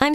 I'm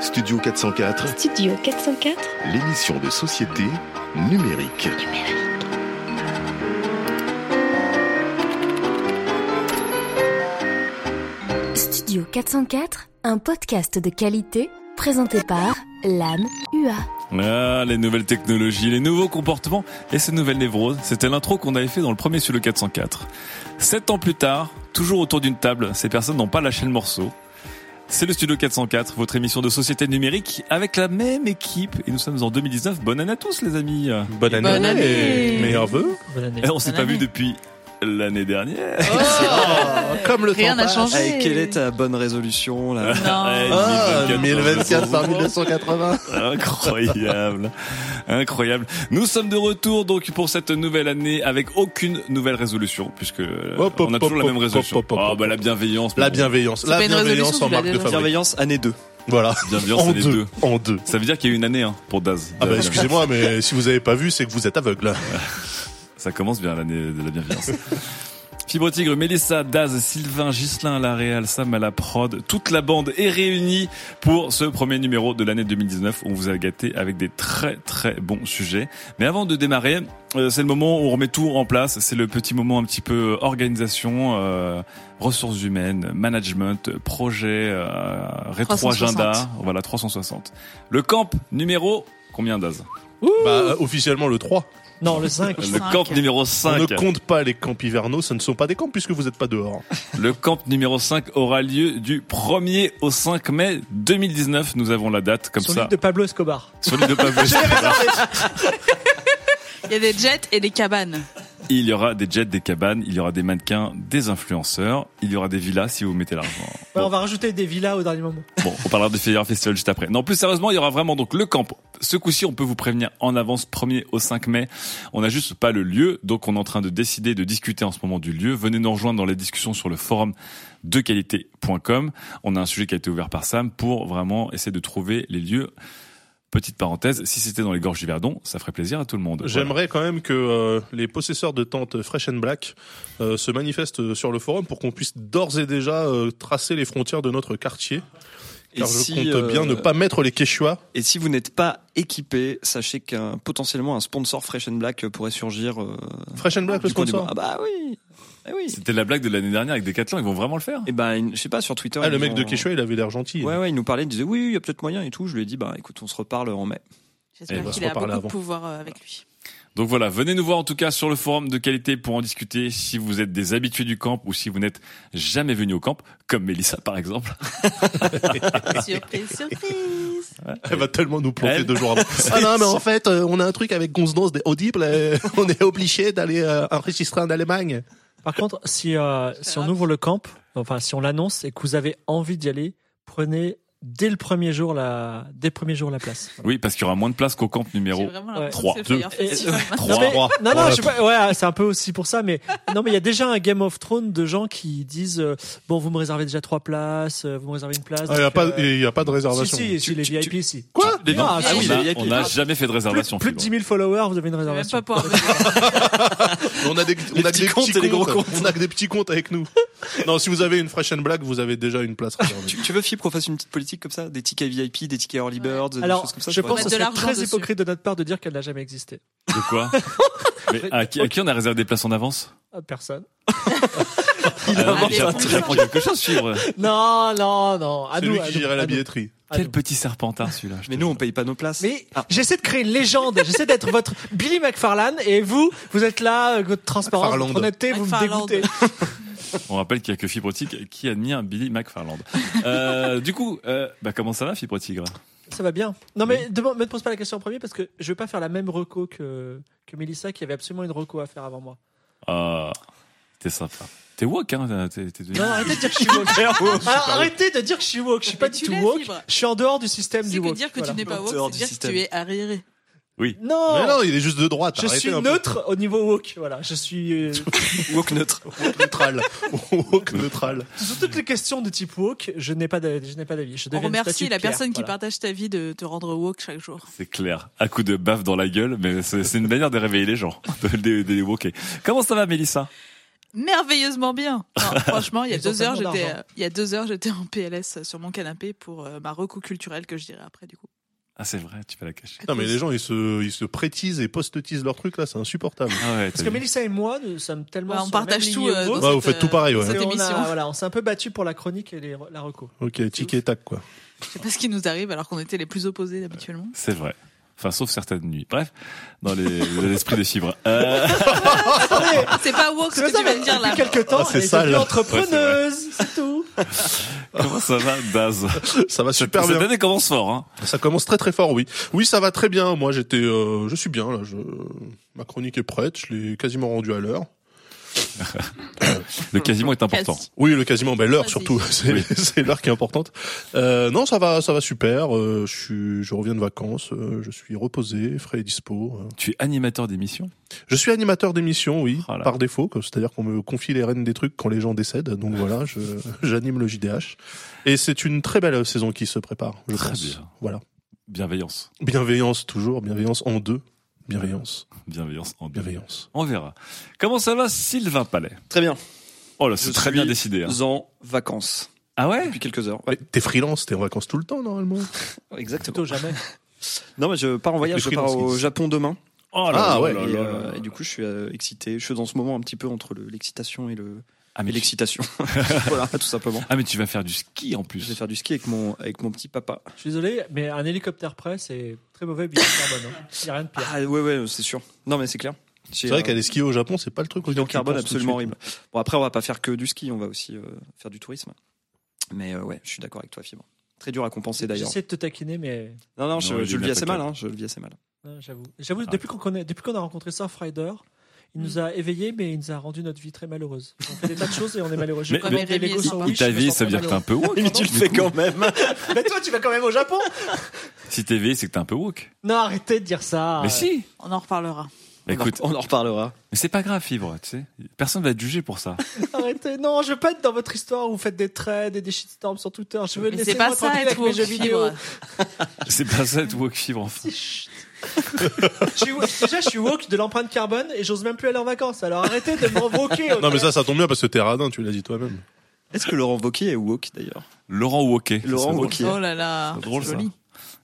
Studio 404, Studio 404 l'émission de société numérique. Studio 404, un podcast de qualité présenté par l'âme UA. Ah, les nouvelles technologies, les nouveaux comportements et ces nouvelles névroses, c'était l'intro qu'on avait fait dans le premier sur le 404. Sept ans plus tard, toujours autour d'une table, ces personnes n'ont pas lâché le morceau. C'est le Studio 404, votre émission de société numérique avec la même équipe et nous sommes en 2019. Bonne année à tous les amis Bonne année. Bonne année. Meilleurs vœux. Eh, On s'est pas vu depuis l'année dernière. comme le Rien n'a changé. Hey, quelle est ta bonne résolution là Eh, Non. 1024, 1024 par 1980. Incroyable. Incroyable. Nous sommes de retour donc pour cette nouvelle année avec aucune nouvelle résolution puisque euh, Hop, hop, on a toujours hop, la même hop, résolution. hop, hop, hop, Ah, bah la bienveillance. La bon, bienveillance. La pas une bienveillance résolution, en tu l'as marque de déjà. fabrique. Bienveillance année 2. Voilà. Bienveillance, En c'est les deux. deux. En deux. Ça veut dire qu'il y a eu une année hein, pour Daz. Ah bah Daz, excusez-moi, mais si vous avez pas vu, c'est que vous êtes aveugle. Ça commence bien l'année de la bienveillance. Fibre Tigre, Mélissa, Daz, Sylvain, Gislin à la Réal, Sam à la prod, toute la bande est réunie pour ce premier numéro de l'année 2019. On vous a gâté avec des très très bons sujets. Mais avant de démarrer, euh, c'est le moment où on remet tout en place. C'est le petit moment un petit peu organisation, euh, ressources humaines, management, projet, euh, rétro-agenda. 360. Voilà, 360. Le camp numéro, combien Daz Bah, euh, officiellement le 3. Non, le 5. Le camp numéro 5. On ne compte pas les camps hivernaux, ce ne sont pas des camps puisque vous n'êtes pas dehors. Le camp numéro 5 aura lieu du 1er au 5 mai 2019. Nous avons la date comme Sur ça. Bah. l'île de Pablo Escobar. Sur l'île de Pablo Escobar. Il y a des jets et des cabanes. Il y aura des jets, des cabanes, il y aura des mannequins, des influenceurs, il y aura des villas si vous mettez l'argent. Ouais, Bon, On va rajouter des villas au dernier moment. bon, on parlera du Fire Festival juste après. Non, plus sérieusement, il y aura vraiment donc le camp. Ce coup-ci, on peut vous prévenir en avance 1er au 5 mai. On n'a juste pas le lieu, donc on est en train de décider, de discuter en ce moment du lieu. Venez nous rejoindre dans les discussions sur le forum de qualité.com. On a un sujet qui a été ouvert par Sam pour vraiment essayer de trouver les lieux. Petite parenthèse, si c'était dans les gorges du Verdon, ça ferait plaisir à tout le monde. Voilà. J'aimerais quand même que euh, les possesseurs de tentes Fresh and Black euh, se manifestent sur le forum pour qu'on puisse d'ores et déjà euh, tracer les frontières de notre quartier. Car je compte euh, bien ne pas mettre les Quechua. Et si vous n'êtes pas équipé, sachez qu'un potentiellement un sponsor Fresh and Black pourrait surgir. euh, Fresh and Black, le du coin du sponsor bois. Ah bah oui. Eh oui. C'était la blague de l'année dernière avec Decathlon, ils vont vraiment le faire Et ben il- je sais pas sur Twitter. Ah, le ils mec de ont- Quechua, il avait l'air gentil. Ouais ouais, il nous parlait, il disait oui, oui, il y a peut-être moyen et tout. Je lui ai dit bah écoute, on se reparle en mai. Eh J'espère qu'il ben, on se a beaucoup reparle avant. de pouvoir euh, avec lui. Donc voilà, venez nous voir en tout cas sur le forum de qualité pour en discuter si vous êtes des habitués du camp ou si vous n'êtes jamais venu au camp, comme Mélissa par exemple. surprise, surprise. Elle va tellement nous planter Elle- deux jours avant. ah non, mais en fait, euh, on a un truc avec Gonznos des audibles. euh, on est obligé d'aller euh, enregistrer en Allemagne. Par contre, si, euh, si on grave. ouvre le camp, enfin, si on l'annonce et que vous avez envie d'y aller, prenez dès le premier jour la, dès le premier jour la place. Oui, parce qu'il y aura moins de place qu'au camp numéro. J'ai vraiment l'impression Trois, que c'est deux. le Fire Festival. Non, Trois. mais- Trois. non, non, Voilà. je sais pas, ouais, c'est un peu aussi pour ça, mais non, mais il y a déjà un Game of Thrones de gens qui disent euh, bon, vous me réservez déjà trois places, euh, vous me réservez une place. Ah, Il n'y a, donc, pas- euh, y a pas de si, réservation. si, si, les tu- VIP, si. Quoi Les Ah, gens- ah oui, on a- les VIP. on n'a jamais fait de Plus, réservation. plus de 10 Fibre. 000 followers, vous avez une Je vais même réservation. pas pouvoir venir. On a des, on a que des petits comptes et les gros comptes. On a que des petits comptes avec nous. non, si vous avez une Fresh and Black, vous avez déjà une place réservée. Tu, tu veux Fibre qu'on fasse une petite politique comme ça, des tickets VIP, des tickets early birds, des Alors, choses comme ça. je ça pense pourrait que Mettre ce de serait l'argent très dessus. hypocrite de notre part de dire qu'elle n'a jamais existé. De quoi Mais à qui, à qui on a réservé des places en avance Ah, Personne. Il Ah, inventé un truc. apprend quelque chose, euh, Fibre. Non, non, non. À C'est nous, lui à qui nous, gérait à la nous, billetterie. à Quel nous. petit serpentard celui-là. je te Mais nous, on jure. paye pas nos places. Mais Ah. j'essaie de créer une légende, j'essaie d'être votre Billy McFarlane et vous, vous êtes là, euh, votre transparence, McFarland. votre honnêteté, vous me McFarland. dégoûtez. on rappelle qu'il y a que Fibre Tigre qui admire Billy McFarland. Euh, du coup, euh, bah, comment ça va, Fibre Tigre Ça va bien. Non, mais ne me pose pas la question en premier parce que je veux pas faire la même reco que, que Mélissa qui avait absolument une reco à faire avant moi. Ah, t'es sympa. T'es woke, hein t'es- t'es devenu- Non, arrêtez de dire que je suis woke. woke, Ah, arrêtez de dire que je suis woke. Je suis pas Mais du tu tout la woke. vibres. Je suis en dehors du système C'est du que woke. dire que voilà. tu n'es pas Hors woke, c'est du dire que système. tu es arriéré. Mais Non, non, il est juste de droite. je arrêtez suis un peu. neutre au niveau woke. Voilà, je suis euh, Woke neutre. Woke neutral. Woke neutral. sur toutes les questions de type woke. Je n'ai pas, d'a- je n'ai pas d'avis. Je On deviens une statue remercie de la pierre, personne qui voilà. partage ta vie de te rendre woke chaque jour. C'est clair. À coup de baffe dans la gueule, mais c'est c'est une manière de réveiller les gens, de, de- de les woker. Comment ça va, Mélissa Merveilleusement bien. Ah, Non, franchement, il y a Ils ont deux heures, tellement j'étais, d'argent. euh, il y a deux heures, j'étais en PLS sur mon canapé pour euh, ma reco culturelle que je dirai après du coup. Ah, c'est vrai, tu vas la cacher. Non, mais les gens, ils se, ils se prétisent et post-tisent leurs trucs, là, c'est insupportable. Ah ouais, t'as Parce que vu. Mélissa et moi, nous sommes tellement Ouais, on sur la même partage tout. lignée euh, woke dans Ouais, vous cette, Bah, faites tout euh, pareil, ouais. dans cette que on a- émission. voilà, on s'est un peu battu pour la chronique et les- la reco. Ok, tic et tac, quoi. Je sais pas ce qui nous arrive alors qu'on était les plus opposés habituellement. C'est vrai. Enfin, sauf certaines nuits. Bref, dans les- dans l'esprit des fibres. Euh, C'est pas woke ce C'est que ça, tu mais viens de dire là. depuis quelques temps, Ah, c'est elle est devenue sale. entrepreneuse, c'est tout. comment ça va, Daz Ça va Cette super bien. année commence fort, hein. Ça commence très très fort, oui. Oui, ça va très bien. Moi, j'étais, euh, je suis bien là. Je... Ma chronique est prête. Je l'ai quasiment rendue à l'heure. Le quasiment est important. Casse. Oui, le quasiment, ben l'heure Vas-y. surtout. C'est Oui. c'est l'heure qui est importante. Euh, non, ça va, ça va super. Euh, je suis, je reviens de vacances. Euh, je suis reposé, frais et dispo. Euh, Tu es animateur d'émission. Je suis animateur d'émission, oui, Oh là. par défaut. que- C'est-à-dire qu'on me confie les rênes des trucs quand les gens décèdent. Donc voilà, je- j'anime le JDH. Et c'est une très belle saison qui se prépare. Je Très pense. bien. Voilà. Bienveillance. Bienveillance toujours. Bienveillance en deux. Bienveillance. Bienveillance en deux. Bienveillance. On verra. Comment ça va, Sylvain Palais Très bien. Oh là, c'est Je très suis bien décidé. hein. En vacances. Ah ouais Depuis quelques heures. Ouais, Mais T'es freelance, t'es en vacances tout le temps normalement. exactement. Plutôt jamais. Non, mais je pars en voyage, Les je pars freelances, au ils- Japon demain. Oh là Ah là ouais. là et, là euh, là. et du coup, je suis euh, excité. Je suis dans ce moment un petit peu entre le- l'excitation et le Ah, et mais tu- l'excitation. voilà, tout simplement. ah, mais tu vas faire du ski en Je vais plus. faire du ski avec mon avec mon petit papa. Je suis désolé, mais un hélicoptère près, c'est très mauvais bilan carbone. hein. Il n'y a rien de pire. Ah ouais ouais, c'est sûr. Non mais c'est clair. C'est vrai qu'aller skier au Japon, c'est pas le truc. bilan auquel tu carbone penses tout de absolument suite. horrible. Bon après, on va pas faire que du ski, on va aussi euh, faire du tourisme. Mais euh, ouais, je suis d'accord avec toi, Fibre. Très dur à compenser d'ailleurs. J'essaie de te taquiner, mais Non non, je, Non, il je est le vis assez mal. inattaquable. Hein, je le vis assez mal. non, j'avoue. J'avoue, Ah. depuis qu'on connaît, depuis qu'on a rencontré Surfrider, il nous a éveillés, mais il nous a rendu notre vie très malheureuse. On fait des tas de choses et on est malheureux. Je Mais- crois mais- que les Rémi Legos est sont sympa. riches, Ta mais vie, sont ça veut très dire que t'es un peu woke. hein. Mais tu le fais quand même. malheureux. Mais toi, tu vas quand même au Japon Si t'es éveillé, c'est que t'es un peu woke. Non, arrêtez de dire ça. Mais si. On en reparlera. Mais Bah, écoute, on en reparlera. mais c'est pas grave, fibre. Tu sais, personne va te juger pour ça. Arrêtez. Non, je veux pas être dans votre histoire où vous faites des trades et des shitstorms sur Twitter. Je veux Mais laisser c'est pas moi ça tranquille être avec mes woke. jeux vidéo. Fibre. C'est pas ça, être woke fibre. Enfin. Si, chut. je suis, wo- déjà, je suis woke de l'empreinte carbone et j'ose même plus aller en vacances. Alors arrêtez de me provoquer. ok Non mais ça, ça tombe bien parce que t'es radin, tu l'as dit toi-même. Est-ce que Laurent Wauquiez est woke d'ailleurs Laurent Wauquiez. Laurent C'est drôle. Wauquiez. Oh là là. Ah, C'est drôle c'est ça. joli.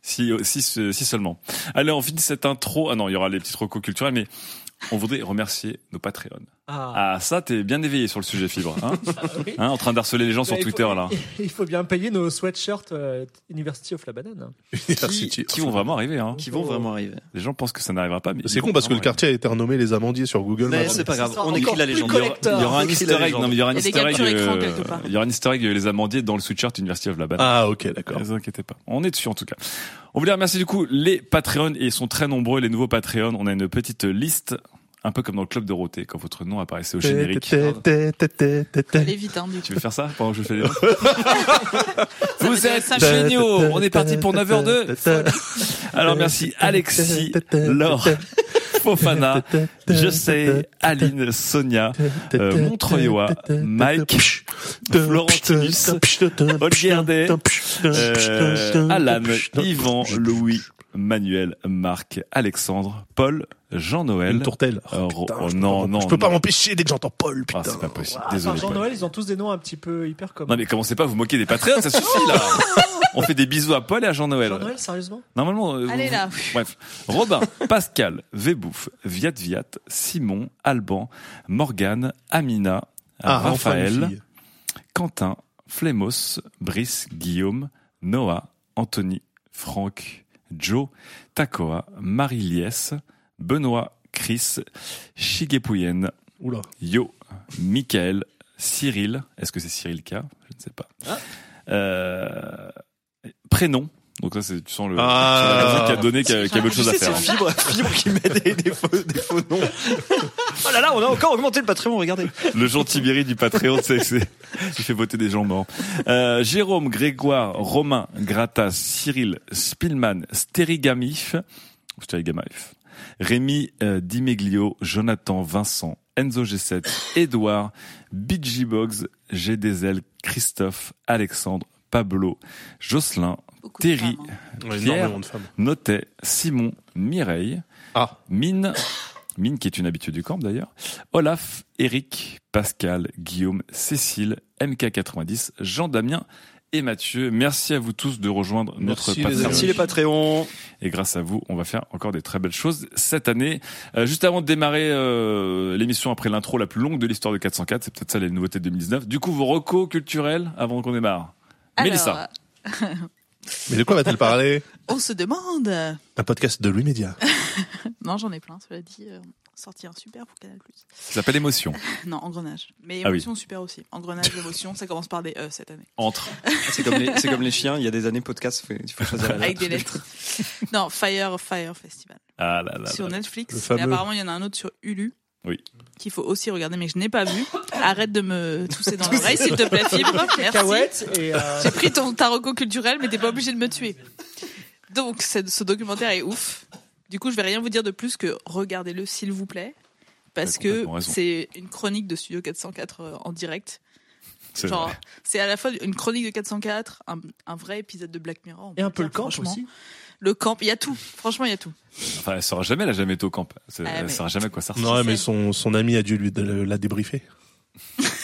Si, euh, si, si seulement. Allez, on finit cette intro. Ah non, il y aura les petites recos culturelles, mais on voudrait remercier nos Patreons. Ah, Ah, ça, t'es bien éveillé sur le sujet fibre. Hein, oui. Hein, en train d'harceler les gens sur Mais il faut- Twitter, là. Il faut bien payer nos sweatshirts euh, University of la Banane. Ah, University. Qui vont vraiment arriver. Hein. Qui vont vraiment arriver Les gens pensent que ça n'arrivera pas. mais C'est ils vont con parce que le vraiment quartier a été renommé les Amandiers sur Google Mais Maps. c'est pas grave, sera on écrit encore la plus légende. collector. arriver. Il y aura un Écrit easter la egg. légende. Non, mais il y aura un Et des easter egg. captures écran euh, quelque part. Il y aura un easter egg, euh, les amandiers, dans le sweatshirt University of Laban. Ah ok, d'accord. Ne vous inquiétez pas. On est dessus en tout cas. On voulait remercier du coup les Patreons et ils sont très nombreux, les nouveaux Patreons. On a une petite liste, un peu comme dans le club Dorothée, quand votre nom apparaissait au générique. Allez vite, hein, du coup. Tu veux faire ça pendant que je fais les noms Ça Vous fait êtes cinq géniaux On est parti pour 9h02 Alors merci Alexis, Laure, Fofana, Je sais, Aline, Sonia, euh, Montreuilois, Mike, Florentinus, Olivier Herdet, euh, Alan, Yvan, Louis, Manuel, Marc, Alexandre, Paul, Jean-Noël. Une tourtelle. Oh, putain, oh, je peux non, pas- non. Je peux pas non. m'empêcher dès que j'entends Paul, Ah, putain. c'est pas possible. Ah, Désolé. Paul. Jean-Noël, ils ont tous des noms un petit peu hyper communs. Non, mais commencez pas à vous moquer des Patreons, ça suffit là. On fait des bisous à Paul et à Jean-Noël. Jean-Noël, sérieusement Normalement. euh, Allez vous- là. Bref. Robin, Pascal, Vébouf, Viat Viat, Simon, Alban, Morgane, Amina, Ah, enfin, une Raphaël, fille. Quentin, Flémos, Brice, Guillaume, Noah, Anthony, Franck, Joe, Takoa, Marie-Liès, Benoît, Chris, Shigepuyen, Oula. Yo, Michael, Ah. Cyril, est-ce que c'est Cyril K Je ne sais pas. Euh, prénom, Donc là, c'est, tu sens le, Ah. tu sens la musique qui a donné, qui a, qui a autre chose à Tu sais, faire. c'est hein. Fibre, fibre qui met des, des faux, des faux noms. Oh là là, on a encore augmenté le Patreon, regardez. hein. Le Jean Tibéri du Patreon, tu sais, c'est, il fait voter des gens morts. Euh, Jérôme, Grégoire, Romain, Gratas, Cyril, Spillman, Sterigamif, Sterigamif, Rémi euh, Dimeglio, Jonathan, Vincent, Enzo G7, Edouard, BG Box, GDZL, Christophe, Alexandre, Pablo, Jocelyn, Beaucoup de Terry, femmes, hein. Ouais, Pierre. Énormément de femmes. Notet, Simon, Mireille, Ah. Mine, Mine qui est une habituée du camp d'ailleurs, Olaf, Eric, Pascal, Guillaume, Cécile, MK90, Jean-Damien et Mathieu. Merci à vous tous de rejoindre notre Merci, les Patreon. amis. Merci les Patreons. Et grâce à vous, on va faire encore des très belles choses cette année. Euh, juste avant de démarrer euh, l'émission après l'intro la plus longue de l'histoire de 404, c'est peut-être ça les nouveautés de 2019. Du coup, vos recos culturels avant qu'on démarre. Alors, euh, Mélissa. Mais de quoi va-t-elle parler on se demande. Un podcast de Louis Média. Non, j'en ai plein, cela dit. euh, on sortit un super pour Canal+. Ça s'appelle Émotion. Non, Engrenage. Mais Ah oui. Émotion, super aussi. Engrenage, Émotion, ça commence par des E cette année. Entre. C'est comme, les- c'est comme les chiens, il y a des années podcast, faut- il faut choisir la Avec lettre. des lettres. Non, Fire, Fire Festival. Ah là là là. sur Le Netflix. fameux. Mais apparemment, il y en a un autre sur Hulu. Oui. Qu'il faut aussi regarder, mais je n'ai pas vu. Arrête de me tousser dans l'oreille, s'il te plaît, Fibre. Merci. Cacahuètes et euh, J'ai pris ton taroko culturel, mais t'es pas obligé de me tuer. Donc, ce, ce documentaire est ouf. Du coup, je vais rien vous dire de plus que regardez-le, s'il vous plaît. Parce T'as que complètement raison. c'est une chronique de Studio 404 euh, en direct. C'est Genre, vrai. C'est à la fois une chronique de 404, un, un vrai épisode de Black Mirror. on et un peut peu le dire, camp franchement. aussi. Le camp, il y a tout. Franchement, il y a tout. Enfin, elle saura jamais, la jamais au camp. C'est- Ah, elle mais- saura jamais à quoi ça ressemble. Non, ouais, sais. mais son, son ami a dû lui de- la débriefer.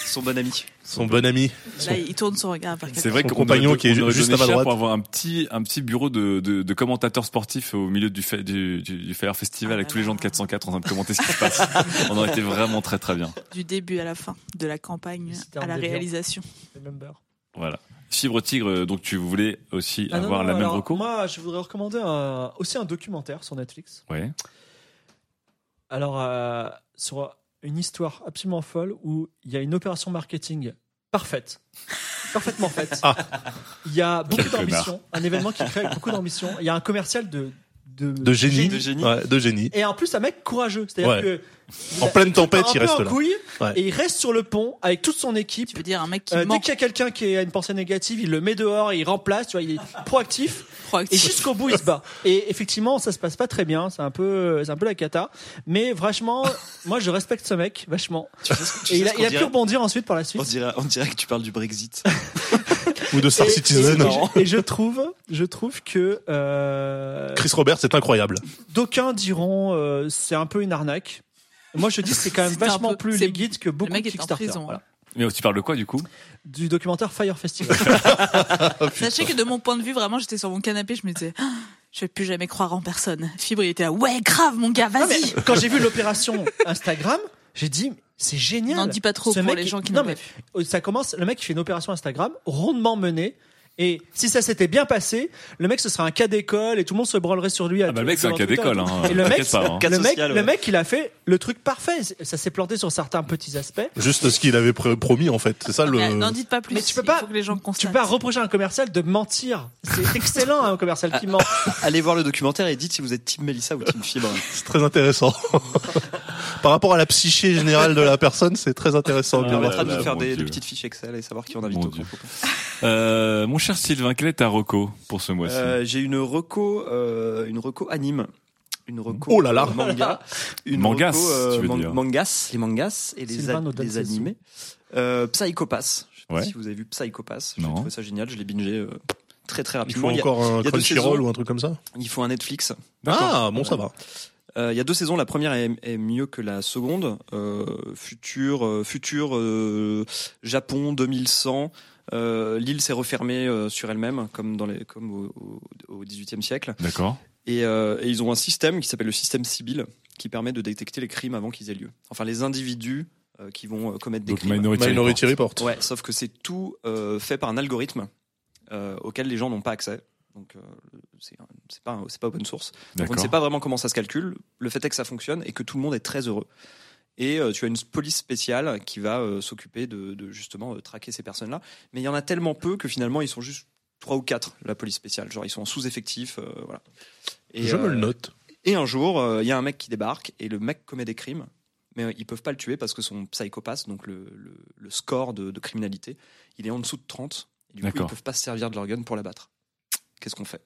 Son bon ami. Son bon ami. Là, il tourne son regard vers C'est vrai Son qu'on compagnon aurait- qui est on aurait juste donné à ma cher droite. pour avoir un petit un petit bureau de, de, de commentateurs sportifs au milieu du, fa- du, du, du Fire Festival Ah avec là tous les là. gens de 404 en train de commenter ce qui se passe. on aurait été vraiment très très bien. du début à la fin, de la campagne C'était hein. un à la déviant. réalisation. Remember. Voilà. Fibre Tigre, euh, donc tu voulais aussi Ah non, avoir non, la même alors, recours. Moi, je voudrais recommander un- aussi un documentaire sur Netflix. Ouais. Alors, euh, sur une histoire absolument folle où il y a une opération marketing parfaite. Parfaitement faite. Ah. Il y a beaucoup Quel connard. d'ambition. Un événement qui crée avec beaucoup d'ambition. Il y a un commercial de. De, De génie. De génie. Ouais, de génie. Et en plus, un mec courageux. C'est-à-dire Ouais. que. En pleine tempête, il reste en là. couille, Ouais. Et il reste sur le pont avec toute son équipe. Tu veux dire un mec qui Euh, dès ment qu'il y a quelqu'un qui a une pensée négative, il le met dehors, il remplace, tu vois, il est proactif. Et proactif. jusqu'au bout, il se bat. Et effectivement, ça se passe pas très bien. C'est un peu, c'est un peu la cata. Mais franchement, moi, je respecte ce mec, vachement. Tu sais ce- tu Et sais il ce a, qu'on il a pu dirait rebondir ensuite par la on suite. dirait, on dirait que tu parles du Brexit. Ou de Star Et- Citizen. Et, et je- et je trouve, je trouve que euh, Chris Robert, c'est incroyable. d'aucuns diront euh, c'est un peu une arnaque. Moi, je dis c'est quand même C'est un vachement peu- plus c'est- liquide que beaucoup mec de est en Kickstarter. prison, hein. voilà. Mais tu parles de quoi du coup Du documentaire Fire Festival. Sachez que de mon point de vue, vraiment, j'étais sur mon canapé, je me disais, Ah, je vais plus jamais croire en personne. Fibre, il était là, ouais, grave, mon gars, Non, mais vas-y. quand j'ai vu l'opération Instagram, j'ai dit c'est génial. N'en dis pas trop Ce pour mec, les gens qui non, n'ont pas mais euh, vu. ça commence, le mec il fait une opération Instagram rondement menée. Et si ça s'était bien passé, le mec ce serait un cas d'école et tout le monde se branlerait sur lui. à Ah bah tout- le mec c'est un sur cas Twitter et d'école. tout. Hein. Et le mec, T'inquiète pas. hein. Cas le, mec, social, le ouais. mec, il a fait le truc parfait. Ça s'est planté sur certains petits aspects. Juste ce qu'il avait pr- promis, en fait. C'est ça Ah, Mais euh, N'en le. dites pas plus. Mais tu peux il pas- faut que les gens Tu constatent. peux pas reprocher à un commercial de mentir. C'est excellent hein, un commercial qui ment. Allez voir le documentaire et dites si vous êtes Team Melissa ou Team Fibre. Ah C'est très intéressant. Par rapport à la psyché générale de la personne, c'est très intéressant. Ça Ah bien ouais. voir. permettra de là, nous faire mon des, Dieu. des petites fiches Excel et savoir qui on invite Mon au Dieu. concours. Euh, mon cher Sylvain, quelle est ta reco pour ce mois-ci Euh, J'ai une reco, euh, une reco anime. Une reco Oh là là. manga. Une Mangas, reco, euh, tu veux dire. mangas, les mangas et les, Sylvain a- Nodal, les c'est animés. Euh, Psychopass. Je sais Ouais. pas si vous avez vu Psychopass. J'ai Non. trouvé ça génial, je l'ai bingé euh, très très Il rapidement. faut Il, y a- encore un deux Crunchyroll saisons. ou un truc comme ça. il faut un Netflix. Ah, bon, ça va. Euh, Il y a deux saisons, la première est, est mieux que la seconde. Euh, futur, euh, futur euh, Japon 2100. Euh, L'île s'est refermée euh, sur elle-même, comme dans les, comme au, au, au XVIIIe siècle. D'accord. Et, euh, et ils ont un système qui s'appelle le système Sibyl, qui permet de détecter les crimes avant qu'ils aient lieu. Enfin, les individus euh, qui vont euh, commettre des Donc crimes. Minority, Minority Report. Report. Ouais, sauf que c'est tout euh, fait par un algorithme euh, auquel les gens n'ont pas accès. Donc euh, c'est c'est pas c'est pas open source. Donc on ne sait D'accord. pas vraiment comment ça se calcule. Le fait est que ça fonctionne et que tout le monde est très heureux. Et euh, tu as une police spéciale qui va euh, s'occuper de, de, justement euh, traquer ces personnes-là. Mais il y en a tellement peu que finalement ils sont juste trois ou quatre, la police spéciale. Genre, ils sont en sous-effectif. euh, voilà. Et, Je me le euh, note. Et un jour, euh, il y a un mec qui débarque et le mec commet des crimes, mais euh, ils peuvent pas le tuer parce que son psychopathe, donc le, le- le score de, de criminalité, il est en dessous de 30. Et du coup, ils D'accord. peuvent pas se servir de leur gun pour l'abattre. Qu'est-ce qu'on fait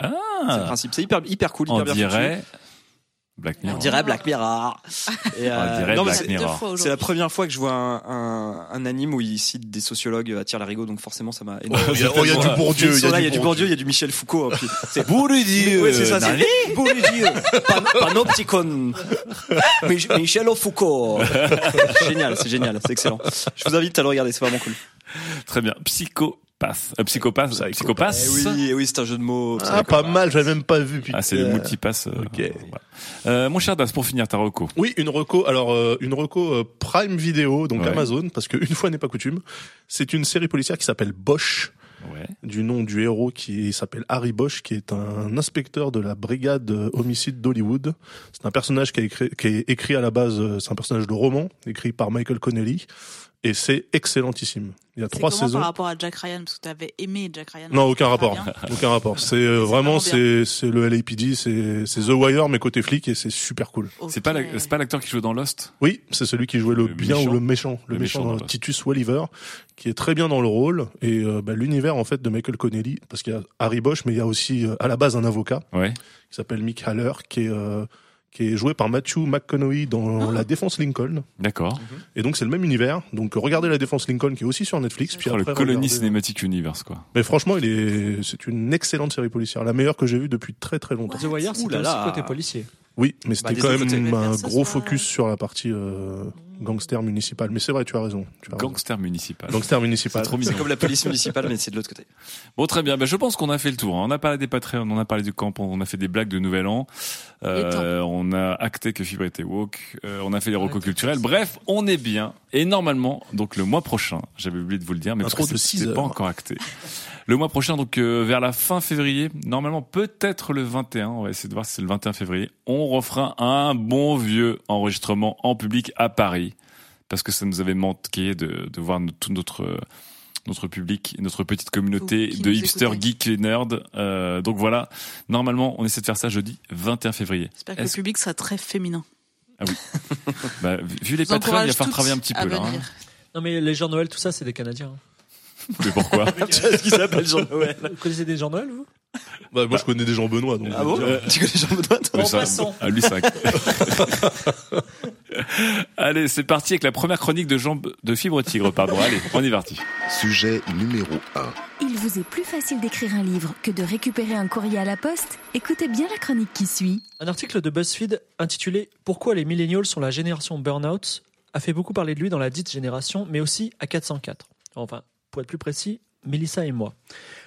C'est le Ah, principe. C'est hyper, hyper cool, hyper on bien foutu. dirait Black On Mirror. dirait Black Mirror. Et, euh, Ah, On dirait non, mais Black c'est- deux Mirror. fois c'est la aujourd'hui. première fois que je vois un, un- un anime où il cite des sociologues à tir larigot, donc forcément ça m'a énormément. Il y a, oh, il y a du Bourdieu. Ils sont là, il y a du Bourdieu, Bourdieu. il y a du Michel Foucault. hein, puis c'est Bourdieu. Ouais, c'est ça, c'est- Nani Bourdieu, pan- panopticon, Mich- Michel Foucault. génial, c'est génial, c'est excellent. Je vous invite à le regarder, c'est vraiment cool. Très bien. Psychopath. Euh, psychopathe. Psychopathe. Psychopathe. Eh oui, eh oui, c'est un jeu de mots. Ah, pas mal, j'avais même pas vu. Ah, c'est putain. le multipass. euh, Ok. voilà. Euh, mon cher Das, pour finir ta reco. Oui, une reco. Alors euh, une reco euh, Prime Video, donc Ouais. Amazon, parce que une fois n'est pas coutume. C'est une série policière qui s'appelle Bosch, Ouais. du nom du héros qui s'appelle Harry Bosch, qui est un inspecteur de la brigade euh, homicide d'Hollywood. C'est un personnage qui est écrit, qui est écrit à la base, euh, c'est un personnage de roman écrit par Michael Connelly, et c'est excellentissime. Il y a C'est trois comment saisons. par rapport à Jack Ryan Parce que t'avais aimé Jack Ryan. Non, aucun Très rapport. bien. Aucun rapport. C'est euh, vraiment vraiment c'est c'est le LAPD, c'est c'est The Wire mais côté flic et c'est super cool. C'est pas Ok. la- c'est pas l'acteur qui joue dans Lost Oui, c'est celui qui jouait le, Le bien méchant. ou le méchant, le, Le méchant, méchant, dans voilà. Titus Welliver, qui est très bien dans le rôle et euh, bah, l'univers en fait de Michael Connelly parce qu'il y a Harry Bosch mais il y a aussi euh, à la base un avocat Ouais. qui s'appelle Mick Haller qui est euh, qui est joué par Matthew McConaughey Ah. dans La Défense Lincoln D'accord. Mhm. et donc c'est le même univers donc regardez La Défense Lincoln qui est aussi sur Netflix puis Sur Ah, le après, Colony euh, regardez- Cinématique Universe, quoi. mais franchement il est c'est une excellente série policière la meilleure que j'ai vue depuis très très longtemps The Wire, c'est Ouh là aussi là. Bah, côté policier. Oui, mais c'était des quand deux même côtés. un Mais ça, gros ça- focus sur la partie euh, gangster municipal. Mais c'est vrai, tu as raison. tu as raison. Gangster municipal. Gangster C'est municipal. trop mignon. C'est comme la police municipale, mais c'est de l'autre côté. Bon, très bien. Ben, je pense qu'on a fait le tour. hein. On a parlé des Patreons, on a parlé du camp, on a fait des blagues de Nouvel An. Euh, on a acté que Fibre était woke. Euh, on a fait les recos culturels. Bref, on est bien. Et normalement, donc le mois prochain, j'avais oublié de vous le dire, mais Un parce trou que de c'est- six c'est pas heures. encore acté. Le mois prochain, donc euh, vers la fin février, normalement peut-être le 21, on va essayer de voir si c'est le 21 février, on refera un bon vieux enregistrement en public à Paris, parce que ça nous avait manqué de, de voir no- tout notre... euh, notre public, notre petite communauté Vous qui de nous hipsters, écoutez. geeks et nerds. Euh, donc voilà, normalement, on essaie de faire ça jeudi 21 février. J'espère que le Est-ce- public sera très féminin. Bah, vu- vu les Je vous patrons, il va encourage falloir toutes travailler un petit à peu là. venir. hein. Non, mais les gens Noël, tout ça, c'est des Canadiens. Mais pourquoi Qu'est-ce qu'ils s'appellent Jean-Noël Vous connaissez des gens Noël, vous Bah, moi, je connais des gens Benoît. Donc, Ah bon euh, Tu connais Jean-Benoît toi Mais ça- passant. Ah, lui, ça- Allez, c'est parti avec la première chronique de Jean de Fibre Tigre, pardon. Allez, on est parti. Sujet numéro 1. Il vous est plus facile d'écrire un livre que de récupérer un courrier à la poste Écoutez bien la chronique qui suit. Un article de BuzzFeed intitulé Pourquoi les millennials sont la génération burnout a fait beaucoup parler de lui dans la dite génération, mais aussi à 404. Enfin, pour être plus précis, Mélissa et moi.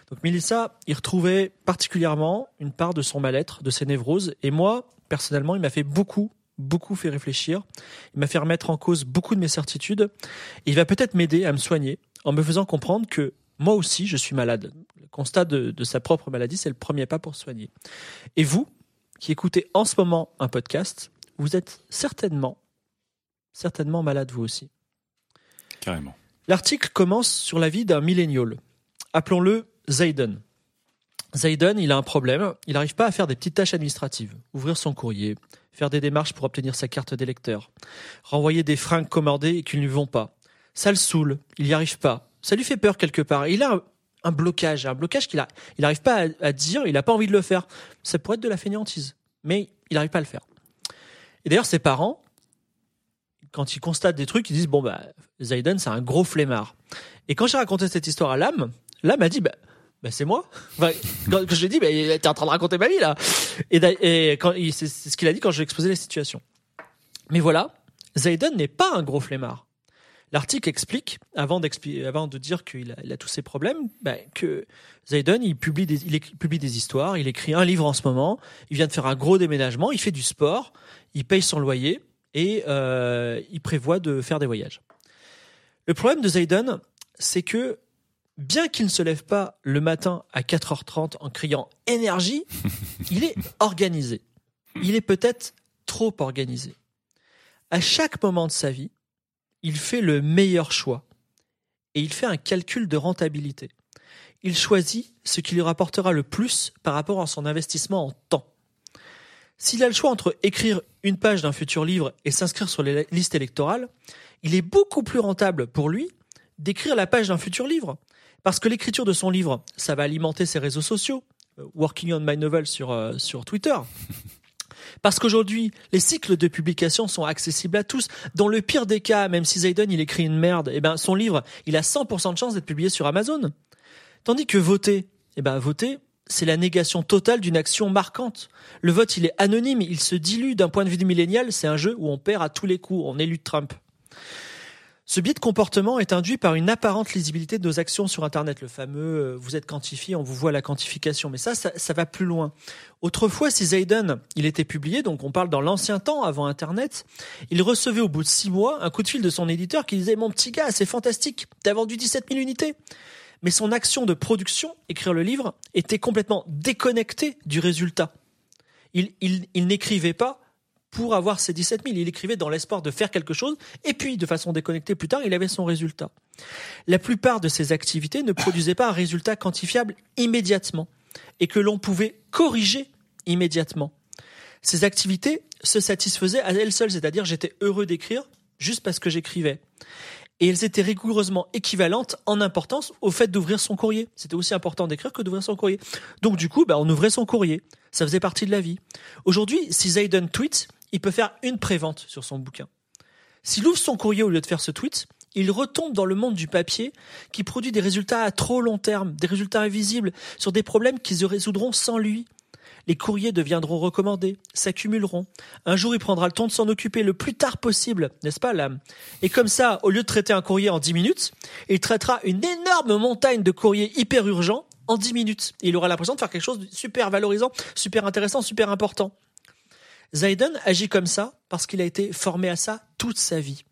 Donc Mélissa, il retrouvait particulièrement une part de son mal-être, de ses névroses, et moi, personnellement, il m'a fait beaucoup, beaucoup fait réfléchir, il m'a fait remettre en cause beaucoup de mes certitudes, et il va peut-être m'aider à me soigner en me faisant comprendre que moi aussi, je suis malade. Le constat de, de sa propre maladie, c'est le premier pas pour se soigner. Et vous, qui écoutez en ce moment un podcast, vous êtes certainement, certainement malade vous aussi. Carrément. L'article commence sur la vie d'un millénial. Appelons-le Zayden. Zayden, il a un problème. Il n'arrive pas à faire des petites tâches administratives. Ouvrir son courrier, faire des démarches pour obtenir sa carte d'électeur, renvoyer des fringues commandées et qui ne lui vont pas. Ça le saoule. Il n'y arrive pas. Ça lui fait peur quelque part. Et Il a un- un blocage, un blocage qu'il a, il n'arrive pas à, à dire, il n'a pas envie de le faire. Ça pourrait être de la fainéantise, mais il n'arrive pas à le faire. Et d'ailleurs, ses parents, quand ils constatent des trucs, ils disent bon bah Zayden c'est un gros flemmard. Et quand j'ai raconté cette histoire à l'âme, l'âme a dit bah, bah, c'est moi. Enfin, quand quand je lui ai dit bah, t'es en train de raconter ma vie là. Et, d'a- et quand il- c'est c'est ce qu'il a dit quand je lui ai exposé la situation. Mais voilà, Zayden n'est pas un gros flemmard. L'article explique, avant, d'expli- avant de dire qu'il a, il a tous ses problèmes, bah, que Zayden il publie, des, il écrit- publie des histoires, il écrit un livre en ce moment, il vient de faire un gros déménagement, il fait du sport, il paye son loyer et euh, il prévoit de faire des voyages. Le problème de Zayden, c'est que bien qu'il ne se lève pas le matin à 4h30 en criant énergie, il est organisé. Il est peut-être trop organisé. À chaque moment de sa vie, il fait le meilleur choix et il fait un calcul de rentabilité. Il choisit ce qui lui rapportera le plus par rapport à son investissement en temps. S'il a le choix entre écrire une page d'un futur livre et s'inscrire sur les listes électorales, il est beaucoup plus rentable pour lui d'écrire la page d'un futur livre. Parce que l'écriture de son livre, ça va alimenter ses réseaux sociaux, euh, Working on My Novel sur, euh, sur Twitter. Parce qu'aujourd'hui, les cycles de publication sont accessibles à tous. Dans le pire des cas, même si Zayden il écrit une merde, eh ben, son livre, il a 100% de chance d'être publié sur Amazon. Tandis que voter, eh ben, voter, c'est la négation totale d'une action marquante. Le vote, il est anonyme, il se dilue d'un point de vue du millénial, c'est un jeu où on perd à tous les coups, on élu Trump. Ce biais de comportement est induit par une apparente lisibilité de nos actions sur Internet, le fameux euh, vous êtes quantifié, on vous voit la quantification. Mais ça, ça, ça va plus loin. Autrefois, si Zayden, il était publié, donc on parle dans l'ancien temps, avant Internet, il recevait au bout de six mois un coup de fil de son éditeur qui disait Mon petit gars, c'est fantastique, t'as vendu 17 000 unités. Mais son action de production, écrire le livre, était complètement déconnectée du résultat. Il, il, il n'écrivait pas pour avoir ses 17 000. Il écrivait dans l'espoir de faire quelque chose, et puis, de façon déconnectée plus tard, il avait son résultat. La plupart de ces activités ne produisaient pas un résultat quantifiable immédiatement, et que l'on pouvait corriger immédiatement. Ces activités se satisfaisaient à elles seules, c'est-à-dire j'étais heureux d'écrire juste parce que j'écrivais. Et elles étaient rigoureusement équivalentes en importance au fait d'ouvrir son courrier. C'était aussi important d'écrire que d'ouvrir son courrier. Donc du coup, bah, on ouvrait son courrier. Ça faisait partie de la vie. Aujourd'hui, si Zayden tweet, il peut faire une prévente sur son bouquin. S'il ouvre son courrier au lieu de faire ce tweet, il retombe dans le monde du papier qui produit des résultats à trop long terme, des résultats invisibles, sur des problèmes qui se résoudront sans lui. Les courriers deviendront recommandés, s'accumuleront. Un jour, il prendra le temps de s'en occuper le plus tard possible, n'est-ce pas, l'âme Et comme ça, au lieu de traiter un courrier en 10 minutes, il traitera une énorme montagne de courriers hyper urgents en 10 minutes. Et il aura l'impression de faire quelque chose de super valorisant, super intéressant, super important. Zayden agit comme ça parce qu'il a été formé à ça toute sa vie.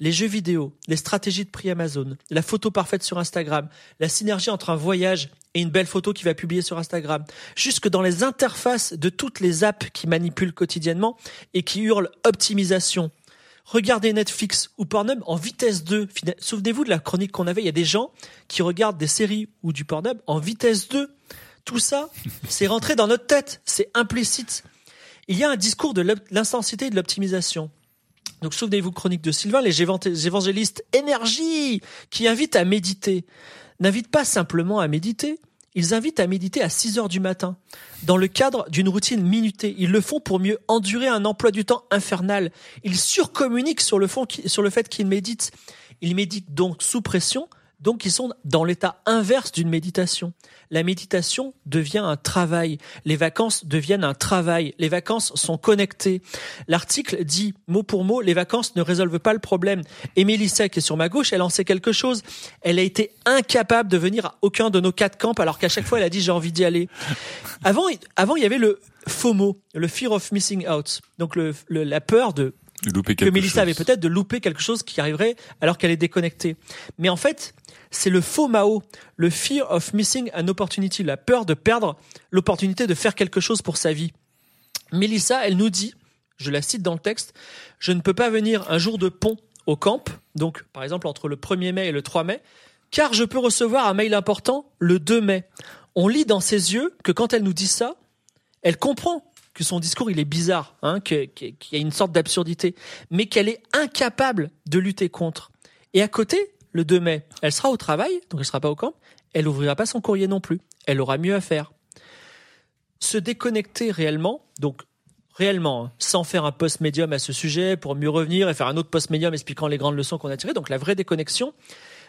Les jeux vidéo, les stratégies de prix Amazon, la photo parfaite sur Instagram, la synergie entre un voyage et une belle photo qui va publier sur Instagram, jusque dans les interfaces de toutes les apps qui manipulent quotidiennement et qui hurlent optimisation. Regardez Netflix ou Pornhub en vitesse 2. Fina- Souvenez-vous de la chronique qu'on avait, il y a des gens qui regardent des séries ou du Pornhub en vitesse 2. Tout ça, c'est rentré dans notre tête, c'est implicite. Il y a un discours de l'op- l'intensité et de l'optimisation. Donc souvenez-vous chronique de Sylvain, les évan- évangélistes énergie qui invitent à méditer. N'invitent pas simplement à méditer, ils invitent à méditer à 6 heures du matin, dans le cadre d'une routine minutée. Ils le font pour mieux endurer un emploi du temps infernal. Ils surcommuniquent sur le, fond qui- sur le fait qu'ils méditent. Ils méditent donc sous pression, donc ils sont dans l'état inverse d'une méditation. La méditation devient un travail. Les vacances deviennent un travail. Les vacances sont connectées. L'article dit, mot pour mot, les vacances ne résolvent pas le problème. Et Mélissa, qui est sur ma gauche, elle en sait quelque chose. Elle a été incapable de venir à aucun de nos quatre camps, alors qu'à chaque fois, elle a dit, j'ai envie d'y aller. Avant, il- avant, il y avait le FOMO, le fear of missing out. Donc, le- le- la peur de De louper que quelque Mélissa avait chose. peut-être de louper quelque chose qui arriverait alors qu'elle est déconnectée. Mais en fait, c'est le faux Mao, le fear of missing an opportunity, la peur de perdre l'opportunité de faire quelque chose pour sa vie. Mélissa, elle nous dit, je la cite dans le texte, je ne peux pas venir un jour de pont au camp, donc par exemple entre le 1er mai et le 3 mai, car je peux recevoir un mail important le 2 mai. On lit dans ses yeux que quand elle nous dit ça, elle comprend que son discours il est bizarre, hein, que- que- qu'il y a une sorte d'absurdité, mais qu'elle est incapable de lutter contre. Et à côté, le 2 mai, elle sera au travail, donc elle sera pas au camp, elle ouvrira pas son courrier non plus, elle aura mieux à faire. Se déconnecter réellement, donc réellement, hein, sans faire un post-médium à ce sujet pour mieux revenir et faire un autre post-médium expliquant les grandes leçons qu'on a tirées, donc la vraie déconnexion,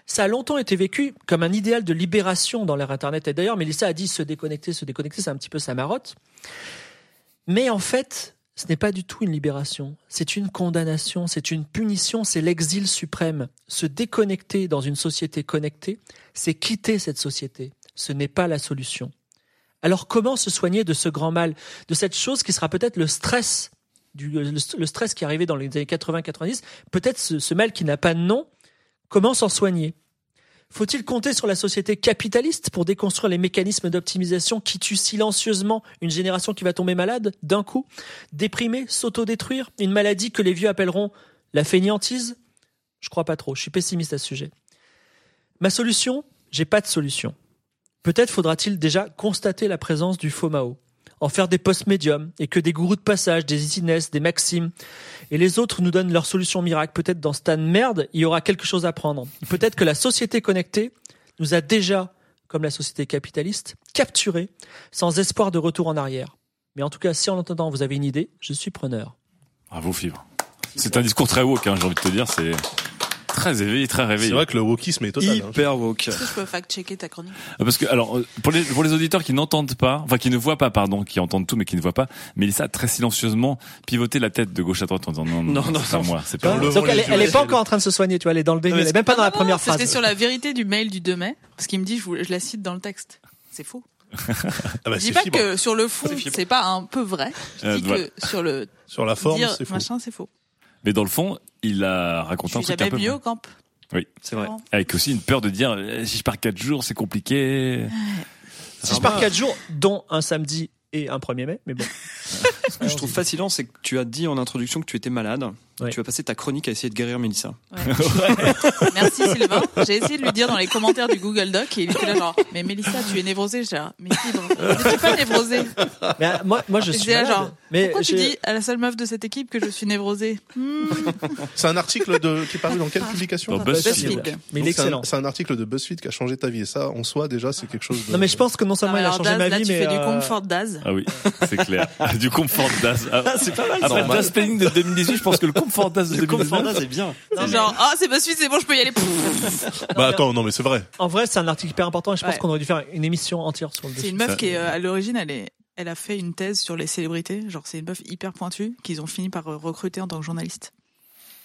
ça a longtemps été vécu comme un idéal de libération dans l'ère Internet. Et d'ailleurs, Mélissa a dit se déconnecter, se déconnecter, c'est un petit peu sa marotte. Mais en fait, ce n'est pas du tout une libération, c'est une condamnation, c'est une punition, c'est l'exil suprême. Se déconnecter dans une société connectée, c'est quitter cette société. Ce n'est pas la solution. Alors comment se soigner de ce grand mal, de cette chose qui sera peut-être le stress, du, le, le stress qui est arrivé dans les années 80-90, peut-être ce, ce mal qui n'a pas de nom, comment s'en soigner faut-il compter sur la société capitaliste pour déconstruire les mécanismes d'optimisation qui tuent silencieusement une génération qui va tomber malade d'un coup, déprimée, s'autodétruire, une maladie que les vieux appelleront la fainéantise Je crois pas trop, je suis pessimiste à ce sujet. Ma solution J'ai pas de solution. Peut-être faudra-t-il déjà constater la présence du faux Mao, en faire des postes médiums et que des gourous de passage, des Itinès, des Maximes et les autres nous donnent leur solution miracle. Peut-être dans ce tas de merde, il y aura quelque chose à prendre. Peut-être que la société connectée nous a déjà, comme la société capitaliste, capturés sans espoir de retour en arrière. Mais en tout cas, si en entendant vous avez une idée, je suis preneur. Bravo, Ah, Fibre. C'est un discours très woke, hein, j'ai envie de te dire. C'est très éveillé, très réveillé. C'est vrai que le wokisme est total. hein. Hyper woke. Est-ce que je peux fact-checker ta chronique Ah, Parce que alors euh, pour les pour les auditeurs qui n'entendent pas, enfin qui ne voient pas pardon, qui entendent tout mais qui ne voient pas, Mélissa a très silencieusement pivoté la tête de gauche à droite en disant non non, Non, non, c'est pas non. moi, c'est Dans pas le moi. vent, Donc elle, les est- elle est yeux, pas c'est- encore en train de se soigner, tu vois, elle est dans le déni, elle est même pas dans la première C'était phrase. sur la vérité du mail du 2 mai, parce qu'il me dit, je, vous- je la cite dans le texte. C'est faux. Ah bah, Je c'est dis pas fibre. que sur le fond, C'est fibre. c'est pas un peu vrai. Euh, Je dis voilà. que sur le Sur la forme, dire c'est faux. machin, c'est faux. Mais dans le fond, il a Je raconté un suis truc un jamais peu mieux au camp. C'est vrai. vraiment. avec aussi une peur de dire eh, si je pars quatre jours, c'est compliqué. Si je pars 4 jours, dont un samedi et un 1er mai, mais bon. Ce que je trouve fascinant, c'est que tu as dit en introduction que tu étais malade. Ouais. Tu vas passer ta chronique à essayer de guérir Mélissa. Merci Sylvain. J'ai essayé de lui dire dans les commentaires du Google Doc et il était là genre mais Mélissa tu es névrosée j'ai là, mais fibre je suis pas névrosée. Mais, euh, moi, moi je Et suis c'est là, malade, genre, mais Pourquoi tu j'ai- dis à la seule meuf de cette équipe que je suis névrosée Hmm, C'est un article de, qui est paru dans quelle publication Dans BuzzFeed. BuzzFeed. Ah. BuzzFeed. Mais il est Donc, c'est un- excellent. C'est un, article de BuzzFeed qui a changé ta vie. Et ça, en soi, déjà, c'est quelque chose de... Non mais je pense que non seulement il a Alors, changé Daz, ma là, vie, tu mais fais du euh, confort d'Az. Ah oui, c'est clair. du confort d'As. c'est pas mal. Après le Das Planning de 2018, je pense que le confort d'As de 2019. c'est bien. C'est genre ah c'est pas suisse c'est bon je peux y aller. Pfff. Bah attends, non mais c'est vrai. en vrai, c'est un article hyper important et je pense Ouais. qu'on aurait dû faire une émission entière sur le C'est dessus. une meuf qui est euh, à l'origine elle est elle a fait une thèse sur les célébrités genre c'est une meuf hyper pointue qu'ils ont fini par euh, recruter en tant que journaliste.